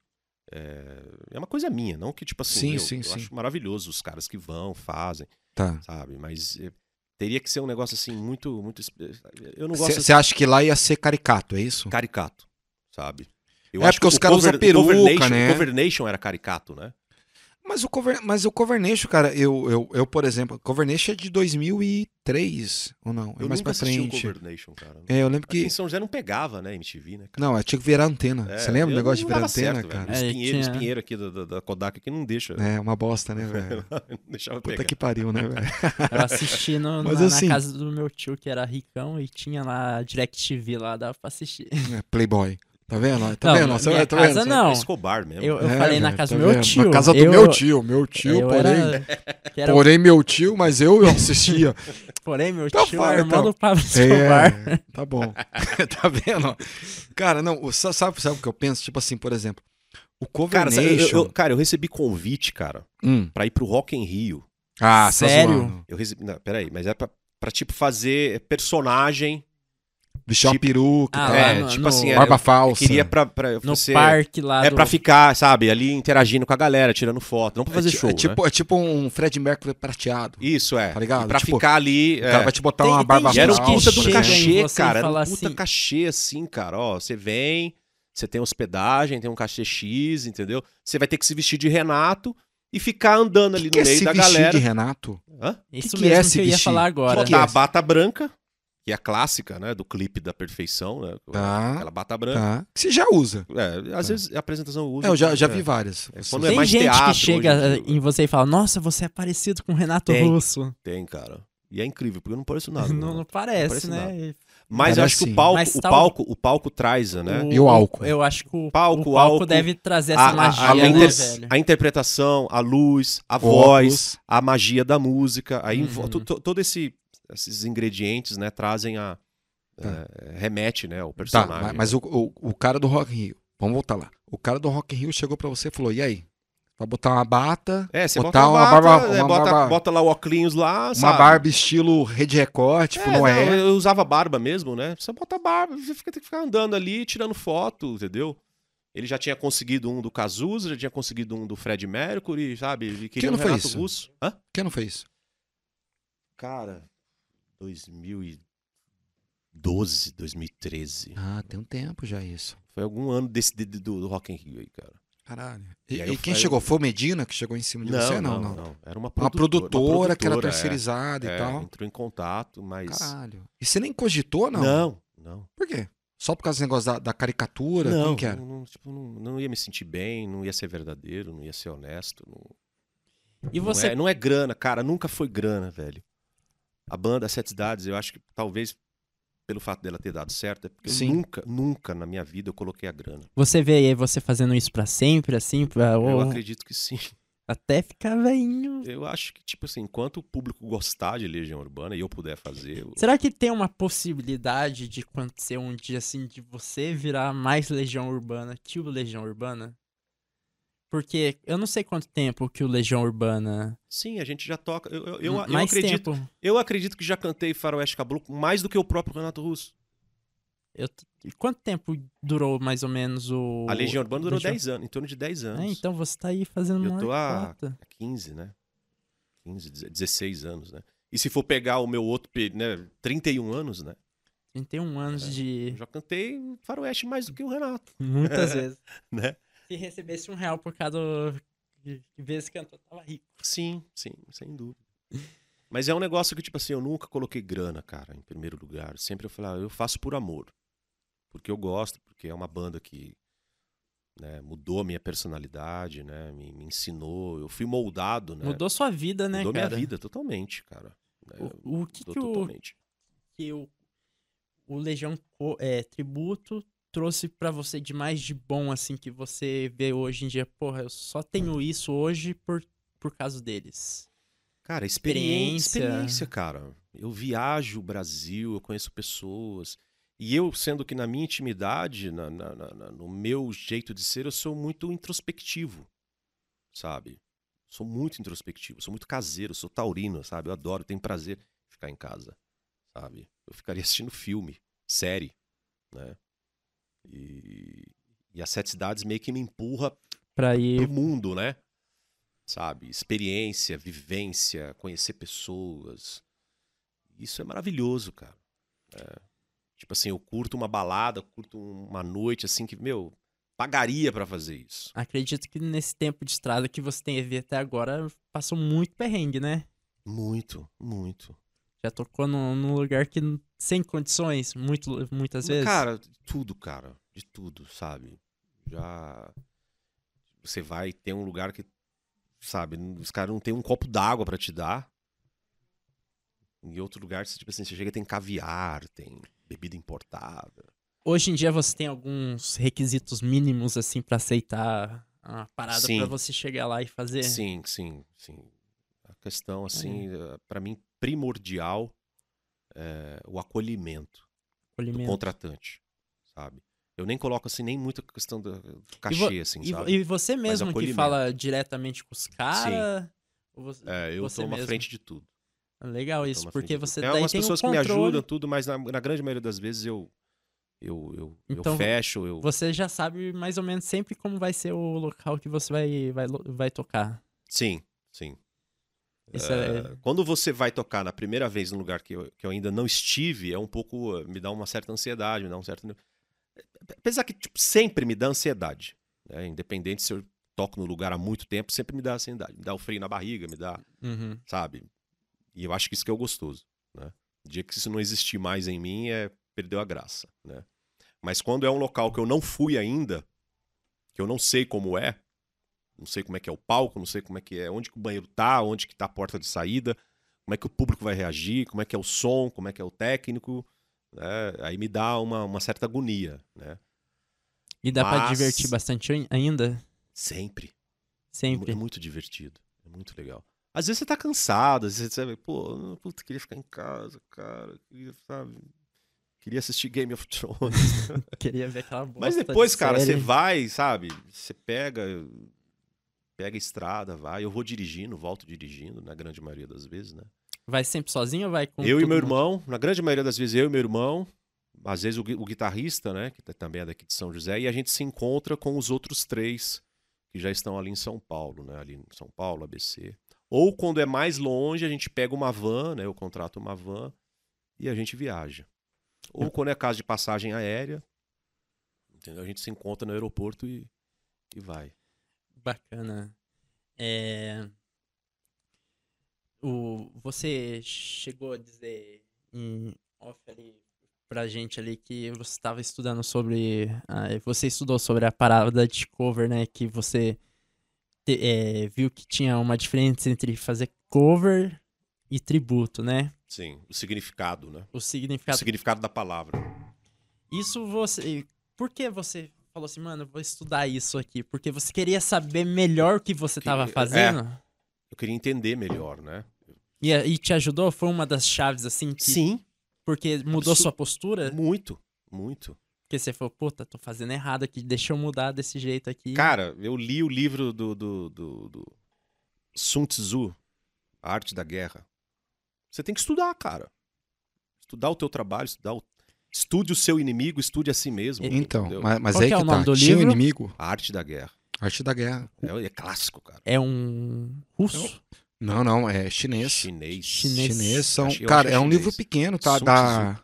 D: É, é uma coisa minha, não que tipo assim,
B: Sim,
D: eu,
B: sim,
D: eu
B: sim.
D: acho maravilhoso os caras que vão, fazem,
B: Tá.
D: sabe? Mas é, teria que ser um negócio assim muito, muito, es- é, eu não gosto assim,
B: Você acha que lá ia ser caricato, é isso?
D: caricato, sabe? Eu
B: É, porque os
D: o
B: caras usam
D: cover- o cover
B: peruca,
D: nation-
B: né?
D: O Cover Nation era caricato, né?
B: Mas o, cover, mas o Covernation, cara, eu, eu, eu, por exemplo, Covernation é de 2003, ou não? É
D: Eu
B: mais
D: nunca
B: pra
D: assisti o
B: frente.
D: Cover Nation, cara.
B: É, eu lembro
D: Aqui
B: que.
D: em São José não pegava, né, MTV, né? cara?
B: Não, eu tinha que virar antena.
D: É,
B: Você lembra
D: eu
B: o negócio de
D: não
B: virar
D: dava certo,
B: antena,
D: velho.
B: cara?
D: Os
C: É, e
D: pinheiros,
C: tinha-
D: os pinheiros aqui da, da- da Kodak aqui não deixa.
B: É, uma bosta, né, velho?
D: não deixava
B: Puta
D: pegar.
B: que pariu, né, velho?
C: Eu assisti no-
B: Mas
C: na, na
B: assim-
C: casa do meu tio, que era ricão, e tinha lá DirecTV lá, dava pra assistir.
B: É, Playboy. Tá vendo? ó? Tá
C: Não,
B: vendo? ó? Você-
C: minha
B: tá
C: casa
B: vendo?
C: não.
D: Escobar mesmo.
C: Eu, eu
B: É,
C: falei na
B: velho,
C: casa
B: tá
C: do meu
B: vendo?
C: tio.
B: Na casa do
C: eu,
B: meu tio, meu tio,
C: eu
B: porém.
C: Era, que era, um porém,
B: Porém, meu tio, mas eu eu assistia.
C: meu
B: Então
C: tio
B: fala,
C: era irmão
B: então.
C: do Pablo Escobar.
B: É, tá bom. tá vendo? ó? Cara, não, o- sa- sabe, sabe o que eu penso? Tipo assim, por exemplo, o
D: Cara, sabe, eu- eu-
B: Covernation.
D: cara, eu recebi convite, cara,
B: Hum.
D: pra ir pro Rock em Rio.
B: Ah, você tá
C: Sério?
B: zoando.
D: Eu recebi. Não, peraí, mas é pra, pra tipo fazer personagem.
B: Vestir uma
D: Tipo-
B: peruca,
C: Ah,
B: tá?
D: é,
C: lá no-
D: tipo
C: no-
D: assim, é,
B: barba
D: eu
B: falsa.
D: queria pra. pra
C: No
D: você-
C: parque lá
D: É
C: do...
D: pra ficar, sabe, ali interagindo com a galera, tirando foto. Não pra fazer
B: é, ti-
D: show.
B: é tipo,
C: né?
B: é tipo um Fred Mercury prateado.
D: né? Isso é.
B: Tá ligado?
D: E pra
B: Tipo,
D: ficar ali.
B: O cara
D: é.
B: vai te botar
C: Tem-
B: uma
C: tem
B: barba
D: E
C: gente
D: era um
C: Não,
D: puta
C: chega
D: do
C: em
D: cachê,
C: você e
D: cara. Era
C: fala
D: um puta
C: assim-
D: cachê, assim, cara. Ó, você vem, você tem hospedagem, tem um cachê X, entendeu? Você vai ter que se vestir de Renato e ficar andando
B: Que
D: ali
B: que é
D: no meio
B: se
D: da
B: vestir
D: galera.
B: de Renato?
D: Hã?
C: Isso
B: que que é
C: mesmo
B: se
C: que eu ia
B: vestir?
C: falar agora.
D: Botar a bata branca, que é a clássica, né? Do clipe da perfeição, né?
B: Tá.
D: Aquela bata branca.
B: Tá. Que você já usa.
D: É, às
B: Tá.
D: vezes a apresentação usa.
B: É, eu já, já
D: né?
B: vi várias.
D: É,
B: Assim.
D: quando
C: Tem
D: é mais
C: gente
D: teatro
C: que
D: hoje em
C: chega
D: dia.
C: em você e fala, nossa, você é parecido com o Renato
D: Tem.
C: Russo.
D: Tem, cara. E é incrível, porque eu não pareço nada.
C: Não, não
D: né?
C: parece,
D: Não parece
C: né?
D: Mas
B: Parece
D: eu acho que
B: sim.
D: o palco,
C: Mas
D: o
C: tal-
D: palco, o palco traz, né?
B: E assim. o álcool?
C: Eu acho que o
D: Palco,
C: o
D: álcool,
C: deve trazer
D: a,
C: essa
D: a-
C: magia,
D: a é
C: né,
B: é
D: inter-
C: velho?
D: a interpretação, a luz, a voz,
B: Óculos.
D: a magia da música, aí envo-
C: Uhum.
D: to- to- todo esse esses ingredientes, né, trazem a
B: Tá.
D: eh, remete, né, ao
B: Tá,
D: personagem.
B: mas, mas o, o, o cara do Rock in Rio, vamos voltar lá. O cara do Rock in Rio chegou pra você e falou: e aí? Vai botar uma bata,
D: é, você
B: botar
D: bota uma
B: uma
D: bata,
B: barba-
D: eh,
B: uma
D: bota,
B: barba-
D: bota lá o óculos lá,
B: uma
D: sabe?
B: barba estilo Rede Record, tipo
D: É, não,
B: Noé.
D: eu usava barba mesmo, né? Você bota barba, você fica, tem que ficar andando ali, tirando foto, entendeu? Ele já tinha conseguido um do Cazuza, já tinha conseguido um do Fred Mercury, sabe? Ele queria
B: ano
D: um
B: foi
D: Renato
B: isso?
D: Russo. Hã?
B: Quem não fez?
D: Cara, 2012, 2013.
B: Ah, tem um tempo já isso.
D: Foi algum ano desse de- de- do, do Rock in Rio aí, cara.
B: Caralho. E,
D: E aí
B: e
D: eu
B: quem
D: falei-
B: chegou? Foi o Medina que chegou em cima de você? Não, não.
D: Era uma
B: Uma,
D: produtora,
B: produtora, que era
D: produtora, é.
B: terceirizada
D: É,
B: e tal.
D: Entrou em contato, mas
B: Caralho. E você nem cogitou, não?
D: não, não.
B: Por quê? Só por causa do negócio da, da caricatura?
D: não,
B: Quem que era?
D: não, não, tipo, não, não ia me sentir bem, não ia ser verdadeiro, não ia ser honesto. não-
C: E
D: Não
C: você
D: é, não é grana, cara. Nunca foi grana, velho. A banda Sete Cidades, eu acho que talvez pelo fato dela ter dado certo, é porque eu
B: Sim.
D: nunca, nunca na minha vida eu coloquei a grana.
C: Você vê aí você fazendo isso pra sempre, assim, pra-
D: Eu
C: ou
D: acredito que sim.
C: até ficar veinho.
D: Eu acho que, tipo assim, enquanto o público gostar de Legião Urbana e eu puder fazer. eu-
C: Será que tem uma possibilidade de acontecer um dia assim de você virar mais Legião Urbana que o Legião Urbana? Porque eu não sei quanto tempo que o Legião Urbana.
D: Sim, a gente já toca. Eu, eu, eu, eu
C: mais
D: acredito,
C: tempo.
D: eu acredito que já cantei Faroeste Caboclo mais do que o próprio Renato Russo.
C: Eu t- e Quanto tempo durou mais ou menos o.
D: A Legião Urbana durou
C: Legião-
D: 10 anos, em torno de 10
C: É,
D: anos.
C: então você tá aí fazendo
D: Eu
C: uma
D: tô há-
C: cota.
D: 15, né? 15, 16 anos, né? E se for pegar o meu outro, pe- né? 31 anos, né?
C: 31 anos
D: Eu
C: de.
D: já cantei Faroeste mais do que o Renato,
C: Muitas vezes.
D: né?
C: Se recebesse um real por cada de- de vezes que cantou, tava rico.
D: Sim, sim, sem dúvida. Mas é um negócio que, tipo assim, eu nunca coloquei grana, cara, em primeiro lugar. Sempre eu falava, eu faço por amor. Porque eu gosto, porque é uma banda que né, mudou a minha personalidade, né? Me, me ensinou, eu fui moldado, né?
C: Mudou sua vida, né,
D: Mudou minha
C: cara?
D: vida totalmente, cara. né,
C: O, o que,
D: mudou
C: que, o,
D: totalmente.
C: que o, o Legião Co- é, Tributo trouxe pra você de mais de bom, assim, que você vê hoje em dia? Porra, eu só tenho isso hoje por, por causa deles.
D: Cara,
C: Experiência.
D: experiência. Experiência, cara. Eu viajo o Brasil, eu conheço pessoas. E eu, sendo que na minha intimidade, na- na- na- na- no meu jeito de ser, eu sou muito introspectivo, sabe? Sou muito introspectivo, sou muito caseiro, sou taurino, sabe? Eu adoro, tenho prazer em ficar em casa, sabe? Eu ficaria assistindo filme, série, né? E, e as sete cidades meio que me empurra
C: Pra ir.
D: pro mundo, né? Sabe? Experiência, vivência, conhecer pessoas. Isso é maravilhoso, cara. É. Tipo assim, eu curto uma balada, eu curto uma noite assim que, meu, pagaria pra fazer isso.
C: Acredito que nesse tempo de estrada que você teve até agora, passou muito perrengue, né?
D: Muito, muito.
C: Já tocou num, num lugar que n- sem condições, muito, muitas vezes.
D: Cara, de tudo, cara. De tudo, sabe? Já. Você vai ter um lugar que. Sabe, n- os caras não têm um copo d'água pra te dar. Em outro lugar, você, tipo assim, você chega e tem caviar, tem bebida importada.
C: Hoje em dia você tem alguns requisitos mínimos, assim, pra aceitar a parada
D: Sim.
C: pra você chegar lá e fazer.
D: Sim, sim, sim. A questão,
C: É.
D: assim, eh, pra mim, primordial é o acolhimento do
C: acolhimento.
D: contratante, sabe? Eu nem coloco, assim, nem muita questão do do
C: E vo-
D: cachê, assim,
C: E,
D: sabe?
C: e você mesmo que
D: acolhimento.
C: fala diretamente com os caras. ou você-
D: É, Então, eu
C: você
D: tô na
C: mesmo.
D: frente de tudo.
C: Legal
D: Eu
C: isso,
D: tomo a
C: porque
D: frente de
C: você
D: tudo.
C: daí
D: algumas
C: tem
D: É pessoas
C: o controle.
D: que me ajudam, tudo, mas na, na grande maioria das vezes eu eu, eu, eu
C: Então,
D: fecho, eu
C: Você já sabe mais ou menos sempre como vai ser o local que você vai, vai, lo- vai tocar.
D: sim, sim.
C: Isso é,
D: Quando você vai tocar na primeira vez num lugar que eu, que eu ainda não estive, é um pouco eh, me dá uma certa ansiedade, me dá um certo apesar que tipo, sempre me dá ansiedade, né? independente se eu toco no lugar há muito tempo, sempre me dá ansiedade, me dá o frio na barriga, me dá
C: Uhum.
D: sabe? E eu acho que isso que é o gostoso, né? O dia que isso não existir mais em mim, é perdeu a graça, né? Mas quando é um local que eu não fui ainda, que eu não sei como é, não sei como é que é o palco, não sei como é que é, onde que o banheiro tá, onde que tá a porta de saída, como é que o público vai reagir, como é que é o som, como é que é o técnico, né? Aí me dá uma, uma certa agonia, né?
C: E dá pra
D: Mas-
C: divertir bastante ai- ainda?
D: Sempre.
C: Sempre.
D: É muito divertido. É muito legal. Às vezes você tá cansado, às vezes você vai, pô, eu não- puta, queria ficar em casa, cara, queria, sabe? Queria assistir Game of Thrones.
C: Queria ver aquela bosta
D: Mas
C: tá de
D: depois, cara, você
C: série.
D: vai, sabe? Você pega, pega a estrada, vai. Eu vou dirigindo, volto dirigindo, na grande maioria das vezes, né?
C: Vai sempre sozinho ou vai com
D: eu e
C: todo
D: meu
C: mundo?
D: irmão, na grande maioria das vezes eu e meu irmão, às vezes o, gui- o guitarrista, né, que tá- também é daqui de São José, e a gente se encontra com os outros três que já estão ali em São Paulo, né, ali em São Paulo, ABC. Ou quando é mais longe, a gente pega uma van, né, eu contrato uma van e a gente viaja. Ou quando é caso de passagem aérea, entendeu? A gente se encontra no aeroporto e, e vai.
C: Bacana. É... O... Você chegou a dizer em off ali pra gente ali que você estava estudando sobre. ah, você estudou sobre a parada de cover, né? Que você te- é, viu que tinha uma diferença entre fazer cover e tributo, né?
D: Sim, o significado, né?
C: O
D: O
C: significado.
D: significado da palavra.
C: Isso você. Por que você falou assim, mano, eu vou estudar isso aqui? Porque você queria saber melhor o que você
D: Que-
C: tava
D: é.
C: fazendo?
D: Eu queria entender melhor, né?
C: E, eh, e te ajudou? Foi uma das chaves, assim, que, é.
D: Sim,
C: porque mudou
D: Su-
C: sua postura?
D: muito, muito.
C: Porque você falou, puta, tô fazendo errado aqui, deixa eu mudar desse jeito aqui.
D: Cara, eu li o livro do, do, do- do Sun Tzu, A Arte da Guerra. Você tem que estudar, cara. Estudar o teu trabalho, estudar o... Estude o seu inimigo, estude a si mesmo.
C: E-
B: Então,
D: entendeu?
B: mas, mas
C: Qual
B: aí
C: que é
B: que
C: o
B: tá.
C: nome do
B: Tinha um
C: livro?
B: inimigo,
D: A Arte da Guerra.
B: arte da guerra.
D: É, é clássico, cara.
C: É um
D: Então,
C: russo?
B: Não, não, é chinês.
D: Chinês.
C: Chinês.
B: Chinês são.
D: Acho- eu
B: cara,
D: acho
B: é um
D: chinês.
B: livro pequeno, tá?
D: Sun
B: Dá,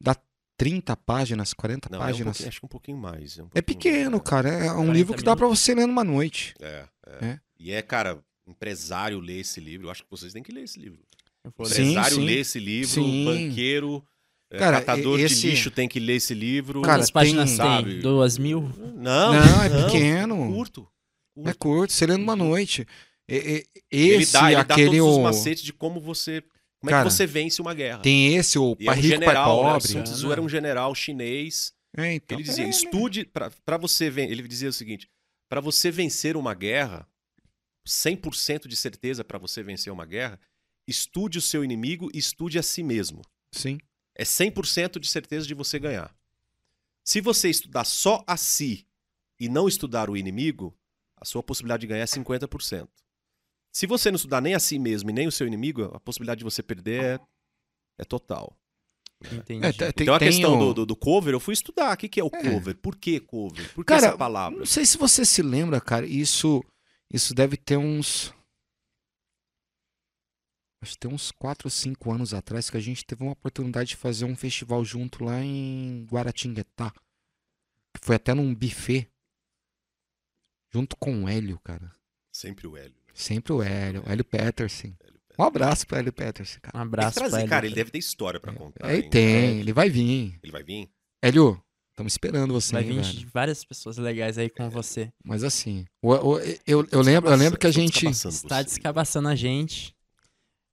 B: dá 30 páginas, 40
D: Não, é um
B: páginas.
D: pouquinho- acho que um pouquinho mais. É, um
B: É
D: pouquinho-
B: pequeno, cara. É um
C: 40
B: livro que dá pra você ler numa noite.
D: É, é.
B: É.
D: E é, cara, empresário ler esse livro. Eu acho que vocês têm que ler esse livro.
C: Eu vou ler.
B: Sim,
D: empresário
B: sim.
D: ler esse livro,
B: Sim.
D: banqueiro, é,
B: Cara,
D: catador
B: e- esse-
D: de lixo tem que ler esse livro.
B: Cara,
C: Quantas páginas
B: tem-
C: tem?
D: sabe?
C: Duas mil?
D: Não,
B: Não, é pequeno.
D: Curto. curto. Uhum.
B: É curto, você lê numa noite. E- e-
D: Ele
B: esse,
D: dá, ele dá
B: aquele.
D: todos os
B: o-
D: macetes de como você. Como é
B: Cara,
D: que você vence uma guerra.
B: Tem esse, o
D: E é um
B: Pai Rico, Pai
D: general, né? O
B: Pobre.
D: Sun Tzu era um general chinês.
B: É, então.
D: Ele dizia:
B: É,
D: estude. pra pra você ven- Ele dizia o seguinte: para você vencer uma guerra, 100% de certeza para você vencer uma guerra, estude o seu inimigo e estude a si mesmo.
B: Sim.
D: É 100% de certeza de você ganhar. Se você estudar só a si e não estudar o inimigo, a sua possibilidade de ganhar é 50%. Se você não estudar nem a si mesmo e nem o seu inimigo, a possibilidade de você perder é, é total.
C: Entendi.
B: É, te- tem,
D: então a
B: tem
D: questão
B: o-
D: do, do, do cover, eu fui estudar. O que, que é o cover? Por que cover? Por que
B: Cara,
D: essa palavra?
B: Não sei se você se lembra, cara, isso isso deve ter uns acho que tem uns 4 ou 5 anos atrás que a gente teve uma oportunidade de fazer um festival junto lá em Guaratinguetá. Que foi até num buffet junto com o Hélio, cara.
D: Sempre o Hélio. né?
B: Sempre o Hélio, Hélio Peterson.
D: Hélio Pérez.
B: Um abraço pro Hélio Peterson, cara.
C: Um
D: Tem que
C: abraço
D: trazer,
C: pra ele.
D: cara, ele deve ter história pra
C: Tá
D: contar.
B: É, Aí
D: hein?
B: tem,
C: né?
B: ele vai vir.
D: Ele vai vir?
B: Hélio, estamos esperando você,
C: Vai
B: hein,
C: vir
B: velho.
C: várias pessoas legais aí
D: É,
C: com você.
B: Mas assim, o- o- eu, eu
D: tá
B: lembro, eu lembro que a gente
C: Está descabaçando a gente.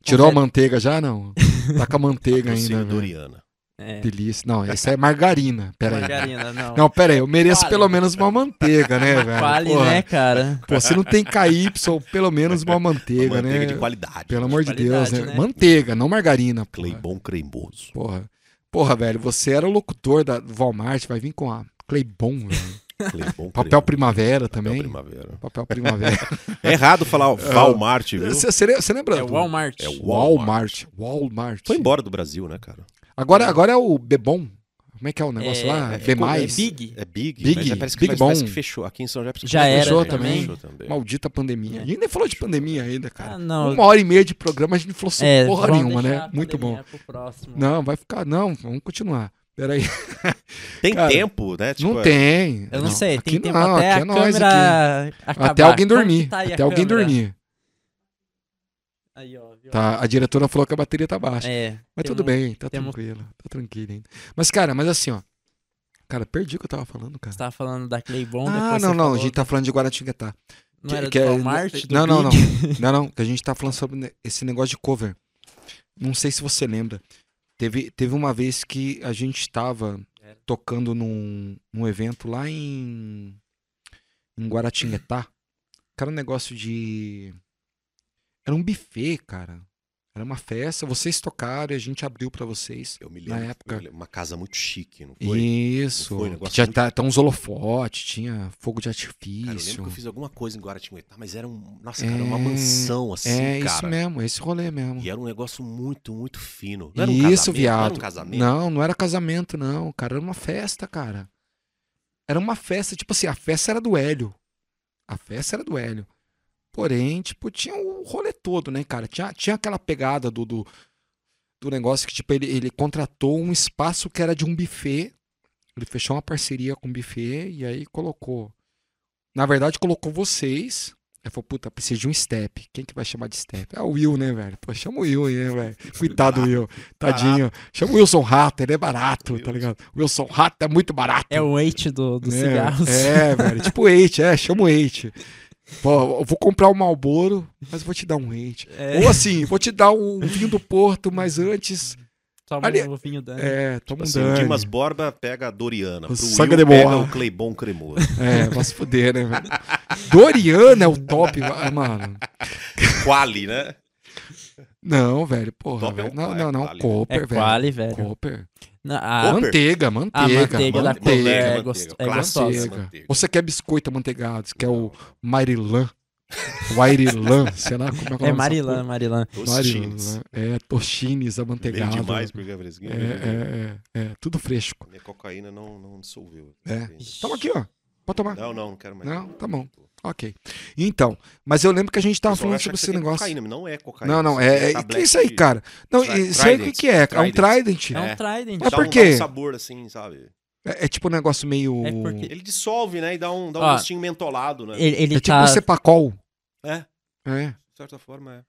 B: Tirou a
C: Confere-
B: manteiga já? Não. Tá com a manteiga ainda. né? velho.
D: Doriana.
C: É,
B: Delícia. Não, essa é margarina. Pera aí.
C: margarina, não.
B: Não, pera aí. Eu mereço
C: Quale.
B: pelo menos uma manteiga, né, velho?
C: Quali,
B: Porra.
C: né, cara?
B: Pô, se não tem KY, pelo menos uma manteiga,
D: Uma manteiga
B: né?
D: de qualidade.
B: Pelo amor de Deus,
C: Qualidade,
B: né?
C: né?
B: Manteiga, não margarina, porra.
D: Cleibon cremoso.
B: Porra. Porra, velho, você era o locutor da Walmart, vai vir com a Cleibon, velho.
D: Cleibon
B: Papel
D: cremoso.
B: primavera
D: Papel
B: também.
D: primavera.
B: Papel primavera.
D: É errado falar Walmart, viu?
B: Você você lembra? Você lembra
C: É o
B: do-
C: Walmart.
D: É o
B: Walmart. Walmart.
D: Foi embora do Brasil, né, cara?
B: Agora, agora é o Bebom. Como é que é o negócio
C: É,
B: lá?
D: é,
B: B+.
C: É Big.
D: É Big,
B: Big,
D: mas é, parece, que,
B: Big
D: mas parece
B: Bom.
D: que fechou. Aqui em São José parece que
C: Já
D: fechou,
B: era
D: né?
B: também.
D: Fechou também.
B: Maldita pandemia.
C: É.
B: A gente nem falou de pandemia ainda,
D: É,
B: cara.
C: Ah, não.
B: Uma hora e meia de programa a gente não falou sobre
C: É,
B: porra
C: vamos
B: nenhuma,
C: deixar
B: né?
C: a
B: Muito bom.
C: pandemia pro próximo.
B: Não, vai ficar. Não, vamos continuar. Peraí.
D: Tem
B: Cara,
D: tempo, né? Tipo,
B: não
D: é-
B: tem.
C: Tipo, Eu não, sei, tem
B: aqui
C: tempo
B: não,
C: até
B: aqui
C: a
B: é nós aqui.
C: câmera acabar.
B: Até alguém
C: Como que
B: dormir.
C: tá aí a
B: até alguém
C: câmera?
B: dormir.
C: Aí, ó, viu?
B: Tá, a diretora falou que a bateria tá baixa.
C: É,
B: Mas
C: tem
B: tudo
C: um-
B: bem, tá
C: temos-
B: tranquilo. Tá tranquilo ainda. Mas, cara, mas assim, ó. Cara, perdi o que eu tava falando, cara.
C: Você tava falando da Claybon,
B: ah,
C: Tá depois você
B: não, não. A
C: falou-
B: gente tá falando de Guaratinguetá.
C: Não era
B: que
C: do
B: é-
C: Walmart, do
B: não, não,
C: Big?
B: Não, não, que a gente tá falando sobre ne- esse negócio de cover. Não sei se você lembra. Teve, teve uma vez que a gente tava tocando num, num evento lá em, em Guaratinguetá. Que era um negócio de. Era um buffet, cara. Era uma festa. Vocês tocaram e a gente abriu pra vocês.
D: Eu me lembro.
B: Na época.
D: eu me lembro, Uma casa muito chique, não foi?
B: Isso.
D: Não foi um negócio
B: Já
D: muito-
B: tá, tá uns holofotes, tinha fogo de
D: Cara, eu
B: artifício.
D: lembro que eu fiz alguma coisa em Guaratinguetá, mas era um. Nossa, cara,
B: É,
D: uma mansão assim,
B: é
D: cara.
B: isso mesmo, esse rolê mesmo.
D: E era um negócio muito, muito fino. Não era um
B: Isso,
D: casamento,
B: viado.
D: Não era um casamento.
B: Não, não era casamento, não, cara. Era uma festa, cara. Era uma festa, tipo assim, a festa era do Hélio. A festa era do Hélio. Porém, tipo, tinha o rolê todo, né, cara? Tinha, tinha aquela pegada do, do, do negócio que, tipo, ele, ele contratou um espaço que era de um buffet. Ele fechou uma parceria com o buffet e aí colocou. Na verdade, colocou vocês. Aí falou, puta, precisa de um step. Quem que vai chamar de step? É o Will, né, velho? Pô, chama o Will aí, né, velho? Coitado do Will. Tadinho. Chama o Wilson Rato, ele é barato, tá ligado? Wilson Rato é muito barato.
C: É o Wait do, dos
B: É,
C: cigarros.
B: É, velho. Tipo hate, é, chama o hate. Pô, eu vou comprar um Malboro, mas vou te dar um hate.
C: É.
B: Ou assim, vou te dar um vinho do Porto, mas antes.
C: Toma
B: Ali-
C: um ovinho da...
B: É, toma um
C: Tipo
D: Assim, o Dimas
B: dano.
D: Borba pega a Doriana.
B: O
D: Pro
B: sangue
D: Will
B: de boa.
D: pega o Cleibon cremoso.
B: É, vai se fuder, né, velho? Doriana é o top, ah, mano.
D: Quali, né?
B: Não, velho, porra.
D: Top é
B: velho.
D: o-
B: Não,
D: é
B: não, não.
D: quali, né?
B: Cooper,
C: É
B: velho.
C: quali, velho.
B: Cooper.
C: Não, a-
D: Cooper?
B: Manteiga, manteiga.
C: Ah, manteiga da Cooper
B: manteiga.
C: é
D: manteiga,
C: gosto- é
D: clássica.
C: gostosa.
B: Manteiga.
D: manteiga.
B: Você quer biscoito amanteigado, quer o Marilã. O Airilã, sei lá como é que o nome
C: é
B: dessa
C: Marilã, Marilã.
D: Tostines.
B: Marilã, É, tochines
D: Bem
B: amanteigado.
D: demais, porque é fresquinho.
B: É, é, é, é, tudo fresco.
D: Minha cocaína não, não dissolveu.
B: É. Toma aqui, ó. Pode tomar.
D: Não, não, não quero mais.
B: Não? Tá bom. Ok. Então, mas eu lembro que a gente tava
D: Pessoal vai
B: falando sobre
D: achar que
B: esse
D: tem
B: negócio.
D: Cocaína, mas não é cocaína.
B: Não, não, é, é, que é
D: tablete
B: isso aí,
D: de-
B: cara. Não,
D: Tri-
B: isso aí o que, que é? É um trident.
C: É um
D: É.
C: Trident.
B: Mas
D: Dá
B: por
D: um-
B: quê?
D: dá Um sabor assim, sabe?
B: É, é tipo um negócio meio.
C: É porque-
D: Ele dissolve, né? E dá um, dá um
C: Ó.
D: gostinho mentolado, né?
C: Ele, ele
B: É tipo
C: tá...
B: um cepacol.
D: É, de
B: É.
D: certa forma é.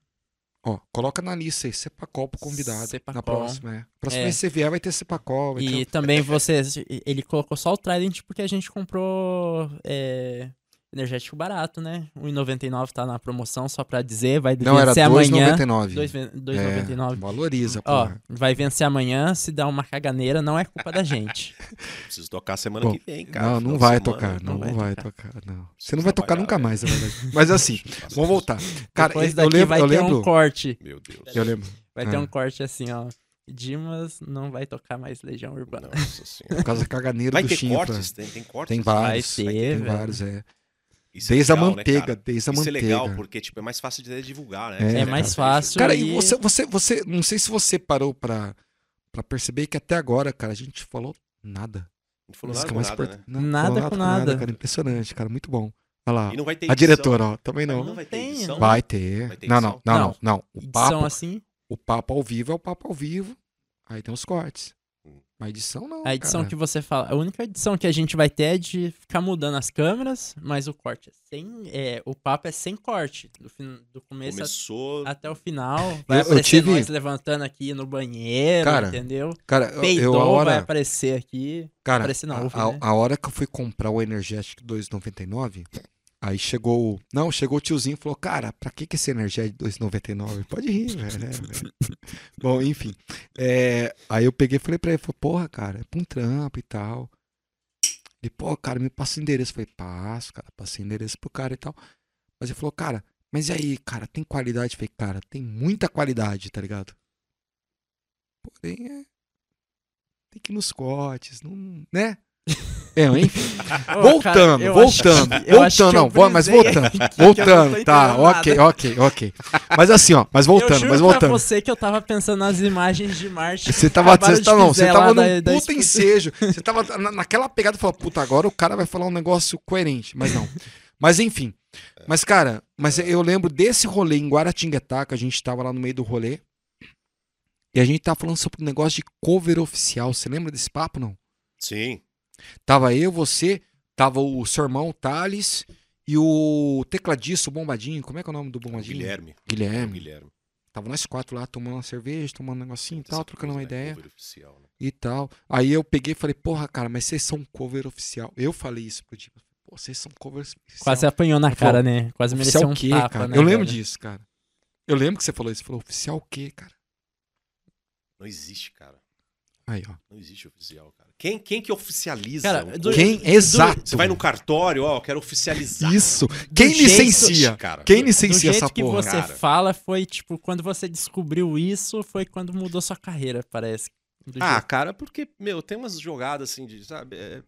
B: Ó, coloca na lista aí, cepacol pro convidado. Na
C: Cepacol.
B: próxima, é. Próxima
C: É.
B: vez que você vier vai ter cepacol. Vai
C: E
B: ter... um
C: também você... Ele colocou só o Trident porque a gente comprou... é, Energético barato, né? 1,99 tá na promoção, só pra dizer. Vai
B: Não, era
C: vencer é amanhã.
B: 2,99.
C: 2,99.
B: É, valoriza, pô.
C: Ó, vai vencer amanhã, se der uma caganeira, não é culpa da gente.
D: Preciso tocar semana
B: Bom,
D: que vem, cara. é
B: Não, não
D: Final de
B: vai
D: semana.
B: tocar, né? não,
C: não vai
B: vai tocar, não. Você não vai tocar
D: trabalhar,
B: nunca
D: velho.
B: mais, na verdade. Mas assim, vamos voltar. Cara,
C: Depois
B: eu
C: daqui
B: lembro,
C: vai
B: eu
C: ter um
B: lembro,
C: corte.
D: Meu Deus.
B: eu lembro.
C: Vai ter
B: Ah.
C: um corte assim, ó. Dimas não vai tocar mais Legião Urbana.
D: Nossa senhora.
B: Por causa da caganeira
D: Vai
B: do
D: ter
B: chifra.
D: cortes? Tem, tem cortes?
B: Tem vários,
C: Vai ter,
B: tem
C: velho.
B: vários, é.
D: Isso é
B: Desde a
D: legal, né,
B: manteiga,
D: cara?
B: desde a
D: Isso é
B: manteiga.
D: legal, porque tipo, é mais fácil de divulgar,
B: É,
D: né?
C: É, mais fácil.
B: Cara, e você, você, você, não sei se você parou pra, Pra perceber que até agora, cara, a gente falou nada.
D: Não falou
B: Isso que
D: nada,
B: é
D: com
B: mais
D: nada,
B: importante.
D: né?
B: Não,
C: Nada
B: falou
C: com nada.
B: cara. Impressionante, cara. Muito bom. Olha lá.
D: E não vai ter
B: Ah, A
D: edição. né?
B: diretora, ó, também não.
D: Não vai ter
C: Tem,
D: edição.
C: não.
B: Vai ter.
D: Vai ter
B: não,
D: edição?
B: não, não, não, não. O
C: Edição
B: papo,
C: assim.
B: o papo ao vivo é o papo ao vivo. Aí tem os cortes.
D: Hum.
B: Mas edição não.
C: A edição
B: cara.
C: que você fala. A única edição que a gente vai ter é de ficar mudando as câmeras, mas o corte é sem. é, o papo é sem corte. Do, fin- do começo
D: Começou.
C: a- até o final. Vai
B: eu
C: aparecer
B: tive-
C: nós levantando aqui no banheiro,
B: Cara,
C: entendeu?
B: Cara, eu,
C: Peidou,
B: eu a
C: vai
B: hora.
C: aparecer aqui.
B: Cara,
C: aparece na
B: a-
C: UFO,
B: a,
C: né?
B: a hora que eu fui comprar o Energético 2,99, aí chegou. o- Não, chegou o tiozinho e falou: Cara, pra que, que esse Energético 2,99? Pode rir, velho. né, velho? Bom, enfim. É, aí eu peguei e falei pra ele: falei, Porra, cara, é pra um trampo e tal. Ele, pô, cara, me passa o endereço. Eu falei, passo, cara, passei o endereço pro cara e tal. Mas ele falou, cara, mas e aí, cara, tem qualidade? Eu falei, cara, tem muita qualidade, tá ligado? Porém, é. Tem que ir nos cortes, não. Né? É, enfim.
C: Ô,
B: voltando,
C: cara, eu acho
B: voltando.
C: que- eu acho que eu
B: voltando, não, vou- mas
C: brisei
B: voltando.
C: aqui, que eu não tô
B: Voltando, tá,
C: entendendo
B: ok,
C: nada.
B: ok, ok. Mas assim, ó, mas
C: eu
B: voltando,
C: juro
B: mas
C: Pra
B: voltando.
C: você que eu tava pensando nas imagens de Marte.
B: Você tava,
C: Acabaram
B: você
C: de
B: tava, não,
C: dizer
B: você
C: lá
B: tava num
C: da- da
B: puta
C: expo-
B: ensejo. Você tava na- naquela pegada e falou, puta, agora o cara vai falar um negócio coerente, mas não. Mas enfim. Mas, cara, mas eu lembro desse rolê em Guaratinguetá, que a gente tava lá no meio do rolê. E a gente tava falando sobre um negócio de cover oficial. Você lembra desse papo, não?
D: Sim.
B: Tava eu, você, tava o seu irmão, o Thales, e o tecladista, o Bombadinho. Como é que é o nome do Bombadinho?
D: Guilherme.
B: Guilherme.
D: Guilherme.
B: Tava nós quatro lá, tomando uma cerveja, tomando um negocinho e tal,
D: Essa
B: trocando uma
D: coisa, né,
B: ideia
D: cover oficial, né?
B: e tal. Aí eu peguei e falei, porra, cara, mas vocês são cover oficial. Eu falei isso pro Dimas. Pô, vocês são cover oficial.
C: Quase apanhou na cara, né? Quase
B: oficial
C: mereceu um
B: um é o quê,
C: tapa,
B: cara?
C: né,
B: eu lembro
C: velho?
B: disso, cara. Eu lembro que você falou isso. Você falou, oficial o quê, cara?
D: Não existe, cara.
B: Aí, ó.
D: Não existe oficial, cara. Quem, quem que oficializa?
C: Cara,
D: um-
C: do-
B: Quem?
C: do-
B: Exato.
D: Você vai no cartório, ó, eu quero oficializar.
B: Isso. Quem
C: jeito-
B: licencia?
D: cara.
B: Quem
C: Do
B: licencia
C: jeito
B: essa
C: que
B: porra?
C: você
D: cara.
C: fala foi, tipo, quando você descobriu isso, foi quando mudou sua carreira, parece. Do
D: Ah,
C: jeito-
D: cara, porque, meu, tem umas jogadas assim de, sabe? é,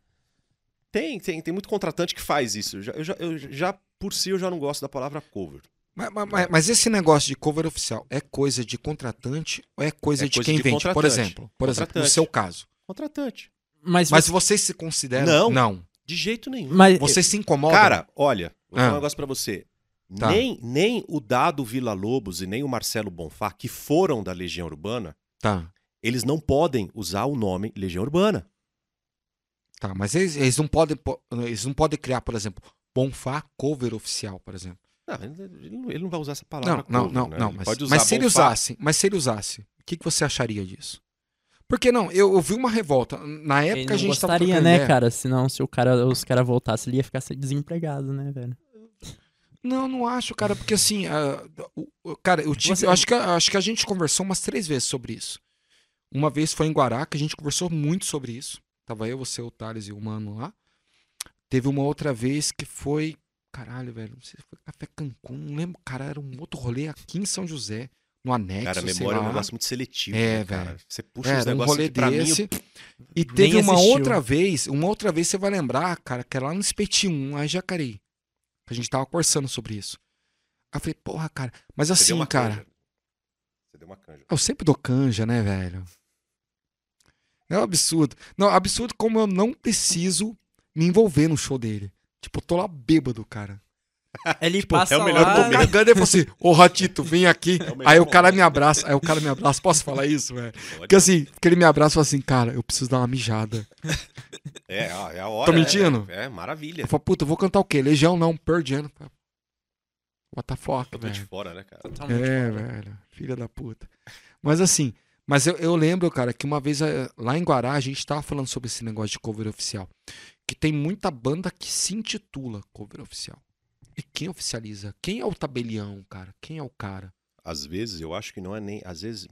D: Tem, tem, tem muito contratante que faz isso. Eu já, eu já- eu já, por si, eu já não gosto da palavra cover.
B: Mas, mas- mas- mas esse negócio de cover oficial é coisa de contratante ou é coisa
D: É
B: de
D: coisa
B: quem
D: de
B: vende? Por
D: contratante.
B: exemplo, por exemplo, no
D: Contratante.
B: seu caso.
D: Contratante.
C: mas,
B: Mas
C: você-
B: vocês se consideram?
D: Não.
B: Não.
D: De jeito nenhum.
C: mas
B: Vocês se incomodam?
D: Cara, olha, vou falar
B: Ah.
D: um negócio pra você.
B: Tá.
D: Nem, nem o Dado Vila Lobos e nem o Marcelo Bonfá, que foram da Legião Urbana,
B: Tá.
D: eles não podem usar o nome Legião Urbana.
B: Tá, mas eles, eles não podem po- eles não podem criar, por exemplo, Bonfá cover oficial, por exemplo.
D: Não, ele, ele não- ele não vai usar essa palavra.
B: Não, não,
D: cover,
B: não,
D: né?
B: não,
D: Ele
B: mas,
D: pode usar
B: mas se ele
D: Bonfá.
B: usasse, mas se ele usasse, o que, que você acharia disso? Porque não, eu, eu vi uma revolta na
C: ele
B: época a
C: não
B: gente
C: gostaria,
B: tava
C: né,
B: trocando ideia.
C: cara? Senão, se o cara, os caras voltassem, ele ia ficar desempregado, né, velho?
B: Não, não acho, cara, porque assim, ah, o- o- cara, eu tive,
C: Você-
B: eu acho que acho que a gente conversou umas três vezes sobre isso. Uma vez foi em Guará, que a gente conversou muito sobre isso. Tava eu, você, o Thales e o Mano lá. Teve uma outra vez que foi. Caralho, velho, não sei se foi Café Cancún, não lembro, cara, era um outro rolê aqui em São José, no anexo,
D: Cara, a
B: né, sei
D: memória é um
B: lá.
D: negócio muito seletivo.
B: É,
D: né, cara?
B: velho.
D: Você puxa
B: Era
D: os
B: um
D: negócios
B: rolê
D: que pra
B: desse.
D: mim.
B: E teve uma
C: assistiu.
B: outra vez, uma outra vez você vai lembrar, cara, que é lá no Espeti 1, lá em Jacareí. A gente tava conversando sobre isso. Aí eu falei, porra, cara, mas
D: Você deu
B: assim,
D: uma
B: cara,
D: canja. Você deu uma canja.
B: eu sempre dou canja, né, velho? É um absurdo. Não, absurdo como eu não preciso me envolver no show dele. Tipo, eu tô lá bêbado, cara.
C: Ele
B: Tipo,
C: passa
D: é o melhor
C: lá,
B: Tô cagando e eu falo assim, ô Ratito, vem aqui.
D: É o melhor
B: Aí o cara
D: momento.
B: me abraça, aí o cara me abraça. Posso falar isso, velho? Porque
D: Olha,
B: assim, que ele me abraça e fala assim, cara, eu preciso dar uma mijada.
D: É, ó, é a hora.
B: Tô
D: né,
B: mentindo?
D: velho? É, maravilha.
B: Eu falo, puta, eu vou cantar o quê? Legião não, Pearl Jam. What the fuck,
D: Totalmente
B: velho.
D: fora, né, cara?
C: Totalmente
B: É,
C: fora.
B: velho. Filha da puta. Mas assim, mas eu, eu lembro, cara, que uma vez eh, lá em Guará a gente tava falando sobre esse negócio de cover oficial. Que tem muita banda que se intitula cover oficial. E quem oficializa? Quem é o tabelião, cara? Quem é o cara?
D: Às vezes eu acho que não é nem. Às vezes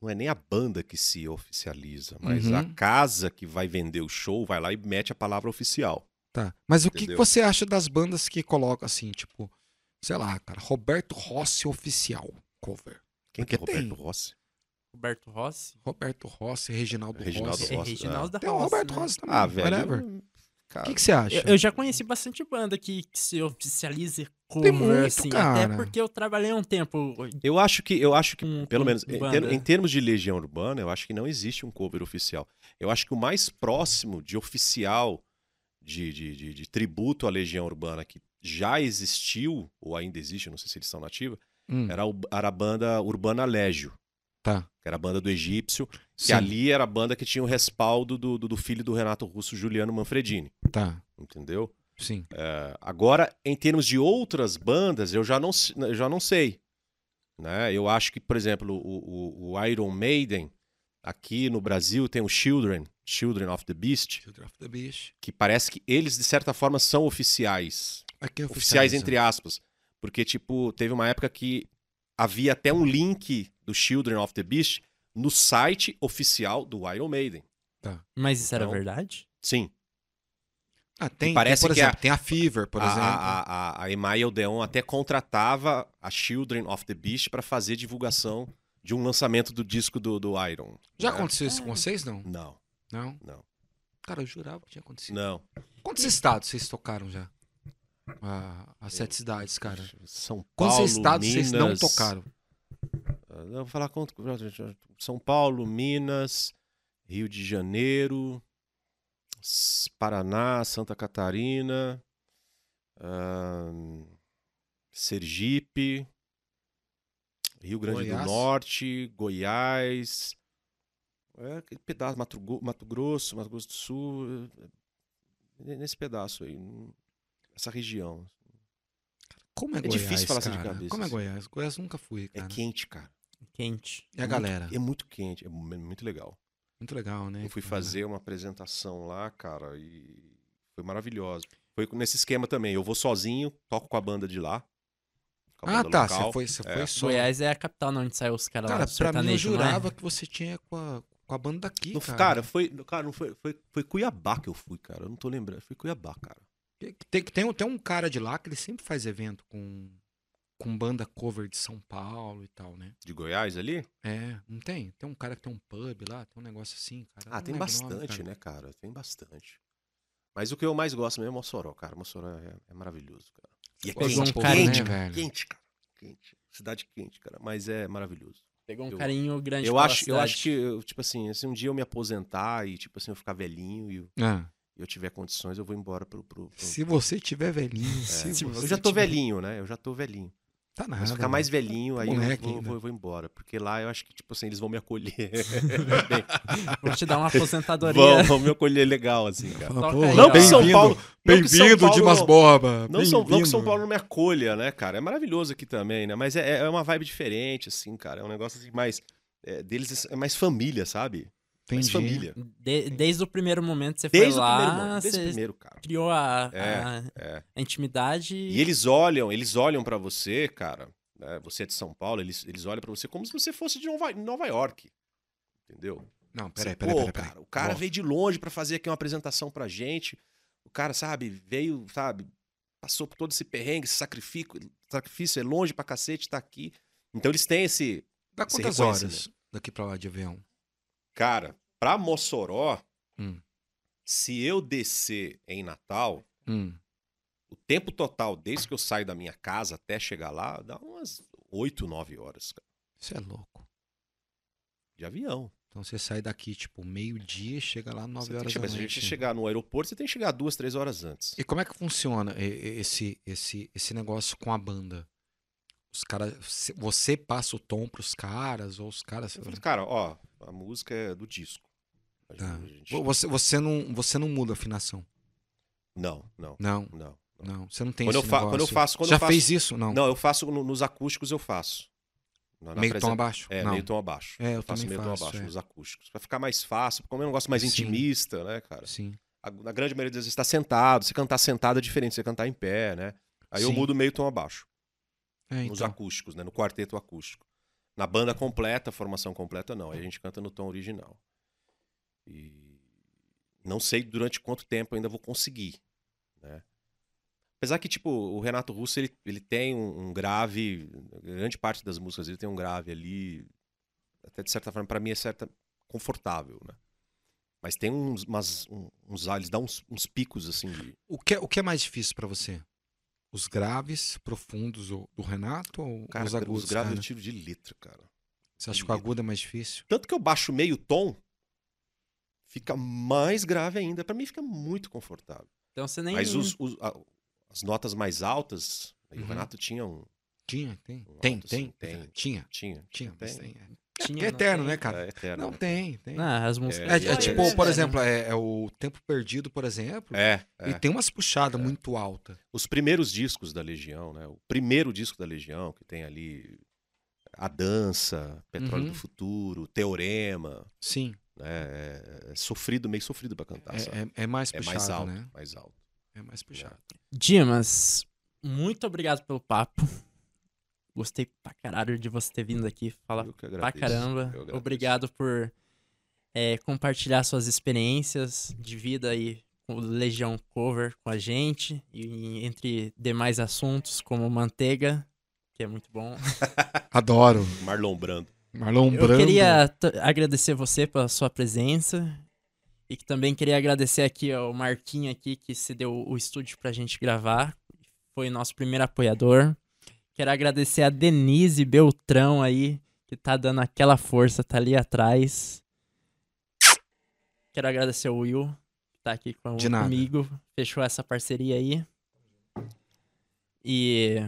D: não é nem a banda que se oficializa, mas
B: Uhum.
D: a casa que vai vender o show vai lá e mete a palavra oficial.
B: Tá. Mas o que, que
D: Entendeu?
B: você acha das bandas que colocam assim, tipo, sei lá, cara, Roberto Rossi oficial cover? Porque
D: Quem que é Roberto
B: tem.
D: Rossi?
C: Roberto Rossi?
B: Roberto Rossi, Reginaldo,
D: Reginaldo
B: Rossi.
D: Rossi.
C: É Reginaldo da
B: Tem o
C: Rossi,
B: Roberto
C: né?
B: Rossi também.
D: Ah, velho.
B: whatever.
D: eu-
B: O que, que você acha?
C: Eu, eu já conheci bastante banda que, que se oficializa cover,
B: muito,
C: assim.
B: cara.
C: Até porque eu trabalhei um tempo.
D: Eu acho que, eu acho que
B: Um
C: com-
D: pelo
C: com
D: menos em,
C: banda.
D: ter- em termos de Legião Urbana, eu acho que não existe um cover oficial. Eu acho que o mais próximo de oficial de, de, de- de tributo à Legião Urbana que já existiu, ou ainda existe, não sei se eles são nativa,
B: Hum,
D: era, o- era a banda Urbana Légio,
B: tá.
D: que era a banda do egípcio, que
B: Sim,
D: ali era a banda que tinha o respaldo do, do- do filho do Renato Russo, Juliano Manfredini,
B: tá.
D: entendeu?
B: Sim.
D: É. Agora, em termos de outras bandas, eu já não, se- eu já não sei. Né? Eu acho que, por exemplo, o, o- o Iron Maiden, aqui no Brasil, tem o Children, Children of the Beast, que parece que eles, de certa forma, são oficiais.
B: Aqui é
D: Oficiais,
B: né?
D: entre aspas. Porque, tipo, teve uma época que havia até um link do Children of the Beast no site oficial do Iron Maiden.
C: Mas isso era
D: Então,
C: verdade?
D: Sim.
B: Ah, tem,
D: Parece
B: tem, por
D: que é Ah,
B: exemplo, tem a Fever, por
D: a,
B: exemplo.
D: A, a, a Emaia Odeon até contratava a Children of the Beast para fazer divulgação de um lançamento do disco do, do Iron.
B: Já
D: né?
B: aconteceu isso
C: É.
B: com vocês, não?
D: Não,
B: Não?
D: Não.
B: Cara, eu jurava que tinha acontecido.
D: não.
B: Quantos estados vocês tocaram já? Ah, as sete cidades, cara.
D: São
B: Quantos
D: Paulo,
B: estados
D: Minas...
B: vocês não tocaram?
D: Ah, Eu vou falar quanto... São Paulo, Minas, Rio de Janeiro, S- Paraná, Santa Catarina, ahn, Sergipe, Rio Grande
B: Goiás.
D: do Norte, Goiás, é, aquele pedaço, Mato, Gro- Mato Grosso, Mato Grosso do Sul, é, é, nesse pedaço aí, n- essa região.
B: Como é,
D: É
B: Goiás,
D: difícil falar assim de
B: cara?
D: cabeça,
B: Como é
D: assim.
B: Goiás? Goiás nunca fui,
D: É
B: cara.
D: quente, cara.
C: Quente.
B: E a galera?
D: É muito quente, é mu- muito legal.
B: Muito legal, né?
D: Eu fui
B: cara?
D: fazer uma apresentação lá, cara, e foi maravilhosa. Foi nesse esquema também. Eu vou sozinho, toco com a banda de lá. com a
B: Ah,
D: banda
B: tá.
D: local.
B: Você foi, você foi só.
C: Goiás é a capital onde saiu os caras lá
B: Cara,
C: do
B: pra mim eu
C: sertanejo, não é?
B: jurava que você tinha com a, com a banda daqui,
D: Não f-
B: cara.
D: cara, foi, cara não foi, foi, foi Cuiabá que eu fui, cara. Eu não tô lembrando. Foi Cuiabá, cara.
B: Que- que Tem, que tem, um- tem um cara de lá que ele sempre faz evento com, com banda cover de São Paulo e tal, né?
D: De Goiás ali?
B: É, não tem? Tem um cara que tem um pub lá, tem um negócio assim, cara. Eu
D: Ah,
B: não
D: tem
B: lembro o nome,
D: bastante,
B: cara.
D: né, cara? Tem bastante. Mas o que eu mais gosto mesmo é Mossoró, cara. Mossoró é, é maravilhoso, cara. E é
C: Pegou
D: quente,
C: um cara, né,
D: quente, cara.
B: velho?
D: Quente, cara. Quente. Cidade quente, cara. Mas é maravilhoso.
C: Pegou um
D: Eu-
C: carinho grande
D: Eu
C: pela
D: acho, eu acho
C: cidade.
D: que, eu, tipo assim, se um dia eu me aposentar e, tipo assim, eu ficar velhinho e eu,
B: Ah,
D: eu tiver condições, eu vou embora pro. pro- pro-
B: se você tiver velhinho,
D: É,
B: se você
D: eu já tô
B: tiver-
D: velhinho, né? Eu já tô velhinho.
B: Tá nada.
D: Mas se ficar mais
B: velho.
D: velhinho, aí eu
B: moleque
D: vou,
B: ainda.
D: vou- eu vou embora. Porque lá eu acho que, tipo assim, eles vão me acolher.
C: Vou te dar uma aposentadoria.
D: vão, vão me acolher legal, assim, cara.
C: Toca
B: Porra,
C: aí,
D: Não
C: ó.
D: que São
B: Bem-vindo.
D: Paulo. não que São
B: Bem-vindo,
D: Paulo
B: Dimas
D: não-
B: Borba.
D: Não, São, não que São
B: bem-vindo.
D: Paulo não me acolha, né, cara? É maravilhoso aqui também, né? Mas é, é uma vibe diferente, assim, cara. É um negócio assim, mais. é, deles é mais família, sabe? Mais
B: Entendi.
D: família.
C: De- desde o primeiro momento que você
D: Desde
C: foi
D: o primeiro
C: lá,
D: momento, desde o
C: você
D: primeiro, cara.
C: criou a,
D: É,
C: a-
D: é.
C: a intimidade.
D: E eles olham, eles olham pra você, cara. né? Você é de São Paulo, eles, eles olham pra você como se você fosse de Nova, Nova York. Entendeu?
B: Não, peraí,
D: Assim,
B: peraí,
D: pô,
B: peraí. peraí.
D: cara, o cara
B: Volta.
D: veio de longe pra fazer aqui uma apresentação pra gente. O cara, sabe, veio, sabe, passou por todo esse perrengue, esse sacrifício, sacrifício é longe pra cacete, tá aqui. Então eles têm esse,
B: Dá
D: se
B: quantas
D: reconhece,
B: horas daqui pra lá de avião?
D: cara, pra Mossoró,
B: Hum.
D: se eu descer em Natal,
B: Hum.
D: o tempo total desde que eu saio da minha casa até chegar lá, dá umas 8, 9 horas, cara,
B: Você é louco.
D: de avião.
B: Então você sai daqui, tipo, meio-dia, chega lá
D: Você
B: nove
D: tem que
B: horas
D: chegar,
B: da
D: se você
B: noite.
D: chegar no aeroporto, você tem que chegar duas, três horas antes.
B: E como é que funciona e- e- esse, esse, esse negócio com a banda? Os caras. se- Você passa o tom pros caras, ou os caras.
D: Eu falei, cara, ó, a música é do disco. A
B: Tá.
D: gente- a gente-
B: Vo- Você, você, não, você não muda a afinação.
D: Não, não,
B: Não,
D: não.
B: não. Você não tem
D: Quando
B: esse
D: eu fa-
B: negócio.
D: quando eu faço- quando
B: Já
D: eu faço-
B: fez isso? Não.
D: Não, eu faço no- nos acústicos, eu faço. Na- na
B: meio tom
D: apresenta-
B: abaixo?
D: É,
B: não.
D: meio tom abaixo.
B: É, eu
D: faço
B: também
D: meio tom
B: faço,
D: abaixo
B: é.
D: nos acústicos. Pra ficar mais fácil, porque é um negócio mais
B: Sim.
D: intimista, né, cara?
B: Sim.
D: A- na grande maioria das vezes você tá sentado, se cantar sentado é diferente, você cantar em pé, né? Aí eu
B: Sim.
D: mudo meio tom abaixo,
B: É,
D: nos
B: então.
D: acústicos, né? No quarteto acústico. Na banda completa, formação completa, não. Aí a gente canta no tom original. E não sei durante quanto tempo eu ainda vou conseguir, né? Apesar que, tipo, o Renato Russo, ele, ele tem um, um grave, grande parte das músicas ele tem um grave ali, até de certa forma, pra mim é certa, confortável, né? Mas tem uns, umas, um- uns ah, eles dão uns, uns picos assim de.
B: O que, é- o que é mais difícil pra você? Os graves, profundos do, do Renato ou
D: Cara,
B: os agudos?
D: os graves eu
B: cara?
D: tiro de letra, cara.
B: Você acha que o agudo é mais difícil?
D: Tanto que eu baixo meio tom, fica mais grave ainda. Pra mim fica muito confortável.
C: Então você nem.
D: Mas os, os- a- as notas mais altas, aí o
B: Uhum.
D: Renato tinha um.
B: Tinha, tem.
D: Um
B: Tem,
D: alto,
B: tem,
D: sim, tem.
B: Tinha,
D: Tinha. um,
B: tinha, mas tem. é.
C: tinha,
B: É
C: não
B: eterno,
C: tem.
B: né, cara?
D: É eterno.
B: Não,
D: né?
B: tem, tem.
C: Ah, as músicas.
B: É,
D: É,
B: é tipo, por
C: né?
B: exemplo, é, é o Tempo Perdido, por exemplo.
D: É, é.
B: Ele tem umas puxadas muito altas.
D: Os primeiros discos da Legião, né? O primeiro disco da Legião, que tem ali A Dança, Petróleo
B: Uhum.
D: do Futuro, Teorema,
B: Sim.
D: né? É, é sofrido, meio sofrido pra cantar, sabe?
B: É, é- é mais
D: É
B: puxado,
D: mais alto,
B: né?
D: mais alto.
B: É mais puxado.
C: Dimas, muito obrigado pelo papo. Gostei pra caralho de você ter vindo aqui falar
D: Eu que
C: pra
D: agradeço, eu
C: caramba.
D: agradeço.
C: Obrigado por é, compartilhar suas experiências de vida aí com o Legião Cover com a gente e entre demais assuntos como manteiga, que é muito bom.
B: Adoro.
D: Marlon Brando.
B: Marlon
C: Eu
B: Brando.
C: queria t- agradecer você pela sua presença e que também queria agradecer aqui ao Marquinho aqui que cedeu o estúdio pra gente gravar. Foi nosso primeiro apoiador. Quero agradecer a Denise Beltrão aí que tá dando aquela força, tá ali atrás. Quero agradecer o Will que tá aqui com,
B: De nada.
C: comigo, fechou essa parceria aí. E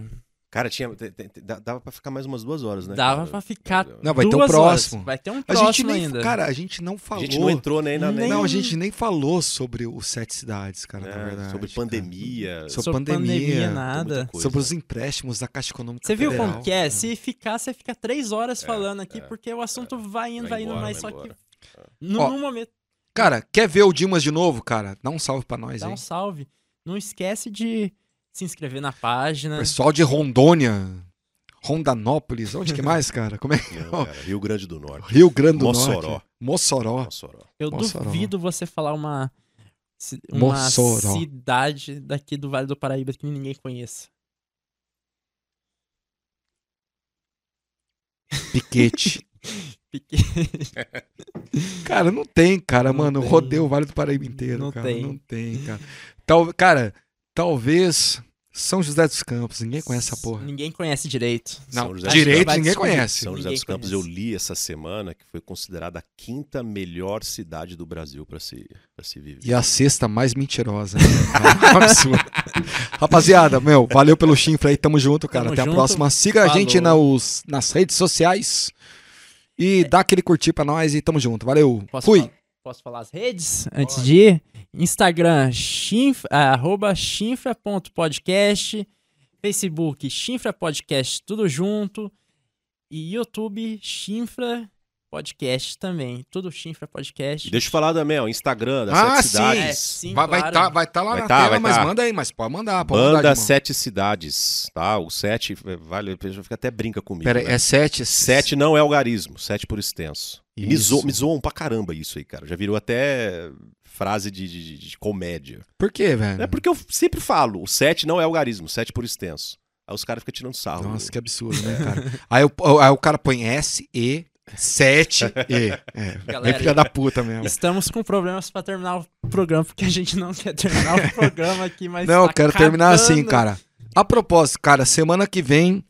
D: Cara, tinha, te- te- te- dá- dava pra ficar mais umas duas horas, né?
C: Dava
D: cara?
C: pra ficar
B: Não, vai ter um
C: duas horas.
B: próximo.
C: Vai ter um
B: A
C: próximo
B: gente nem,
C: ainda.
B: Cara, a gente não
D: A
B: falou.
D: gente não entrou nem na...
C: Nem-
D: Nem,
B: Não, a gente nem falou sobre os Sete Cidades, cara, na
D: né,
B: verdade.
D: sobre
B: cara.
D: pandemia.
B: Sobre
C: Sobre
B: pandemia, tem muita
C: nada.
D: coisa.
B: Sobre os empréstimos da Caixa Econômica
C: Você viu
B: Federal. É,
C: como que é? Se ficar, você fica três horas falando aqui, porque o assunto vai indo, vai,
D: Vai
C: indo,
D: embora,
C: mas
D: vai
C: só que
D: embora.
C: no,
B: Ó,
C: num momento,
B: Cara, quer ver o Dimas de novo, cara? Dá um salve pra nós,
C: dá
B: hein?
C: um salve. Não esquece de se inscrever na página.
B: Pessoal de Rondônia, Rondanópolis, onde que mais, cara? Como é que é?
D: Não, cara, Rio Grande do Norte.
B: Rio Grande do
D: Mossoró.
B: Norte. Mossoró.
D: Mossoró.
C: Eu
B: Mossoró.
C: duvido você falar uma, ci- uma
B: Mossoró.
C: cidade daqui do Vale do Paraíba que ninguém conheça.
B: Piquete.
C: Porque
B: cara, não tem, cara,
C: Não
B: mano.
C: tem.
B: Rodeu o Vale do Paraíba inteiro,
C: Não
B: cara.
C: tem.
B: Não tem, cara. Tal, cara, talvez São José dos Campos. Ninguém conhece essa porra.
C: Ninguém conhece direito.
D: São
B: Não,
D: José dos
B: direito
C: Campos.
B: ninguém
C: Vai descobrir.
B: conhece.
D: São José
C: Ninguém
D: dos Campos,
C: conhece.
D: eu li essa semana que foi considerada a quinta melhor cidade do Brasil pra se, pra se viver.
B: E a sexta mais mentirosa. né? É um absurdo. Rapaziada, meu, valeu pelo chifre aí. Tamo junto, cara.
C: Tamo
B: Até
C: junto.
B: a próxima. Siga a
C: Falou.
B: gente nos, nas redes sociais. E dá aquele curtir pra nós e tamo junto. Valeu.
C: É. Posso
B: Fui.
C: fal- posso falar as redes antes de ir? Instagram, chinf, arroba chinfra.podcast, Facebook, chinfra podcast, tudo junto, e YouTube, chinfra podcast também, tudo chinfra podcast.
D: E deixa eu falar também, ó, Instagram das
B: Ah,
D: Sete
B: sim.
D: Cidades.
C: É, sim,
B: vai, vai
C: claro.
B: tá, vai tá lá
D: Vai
B: na
D: tá,
B: tela,
D: vai
B: mas
D: tá.
B: manda aí, mas pode mandar. Pode mandar,
D: Banda
B: irmão.
D: Sete Cidades, tá? O sete, é, vale, a pessoa fica até brinca comigo.
B: Pera aí,
D: né?
B: é sete?
D: Sete não é algarismo, sete por extenso. E Me,
B: Isso.
D: zo- me zoam pra caramba isso aí, cara. Já virou até frase de, de- de- de comédia.
B: Por quê,
D: É
B: velho?
D: porque eu sempre falo, o sete não é algarismo, sete por extenso. Aí os caras ficam tirando sarro.
B: Nossa, que absurdo, né, cara? aí, o, aí o cara põe S, E, 7, E. É,
C: Galera,
B: é filha da puta mesmo.
C: Estamos com problemas pra terminar o programa, porque a gente não quer terminar o programa aqui, mas
B: Não,
C: tá
B: eu quero terminar
C: acabando.
B: assim, cara. A propósito, cara, semana que vem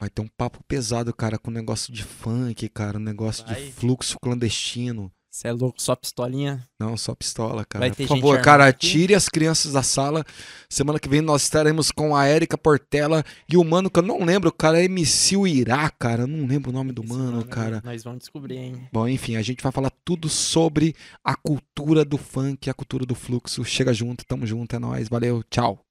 B: vai ter um papo pesado, cara, com um negócio de funk, cara, um negócio
C: Vai.
B: de fluxo clandestino.
C: Você é louco, só pistolinha.
B: Não, só pistola, cara.
C: Vai ter
B: Por
C: gente
B: favor,
C: armada
B: cara,
C: aqui?
B: tire as crianças da sala. Semana que vem nós estaremos com a Érica Portela e o mano que eu não lembro, cara, é MC Irá, cara. Eu não lembro o nome do
C: Esse
B: mano,
C: nome é
B: cara.
C: Nós vamos descobrir, hein?
B: Bom, enfim, a gente vai falar tudo sobre a cultura do funk, a cultura do fluxo. Chega junto, tamo junto, é nóis. Valeu, tchau.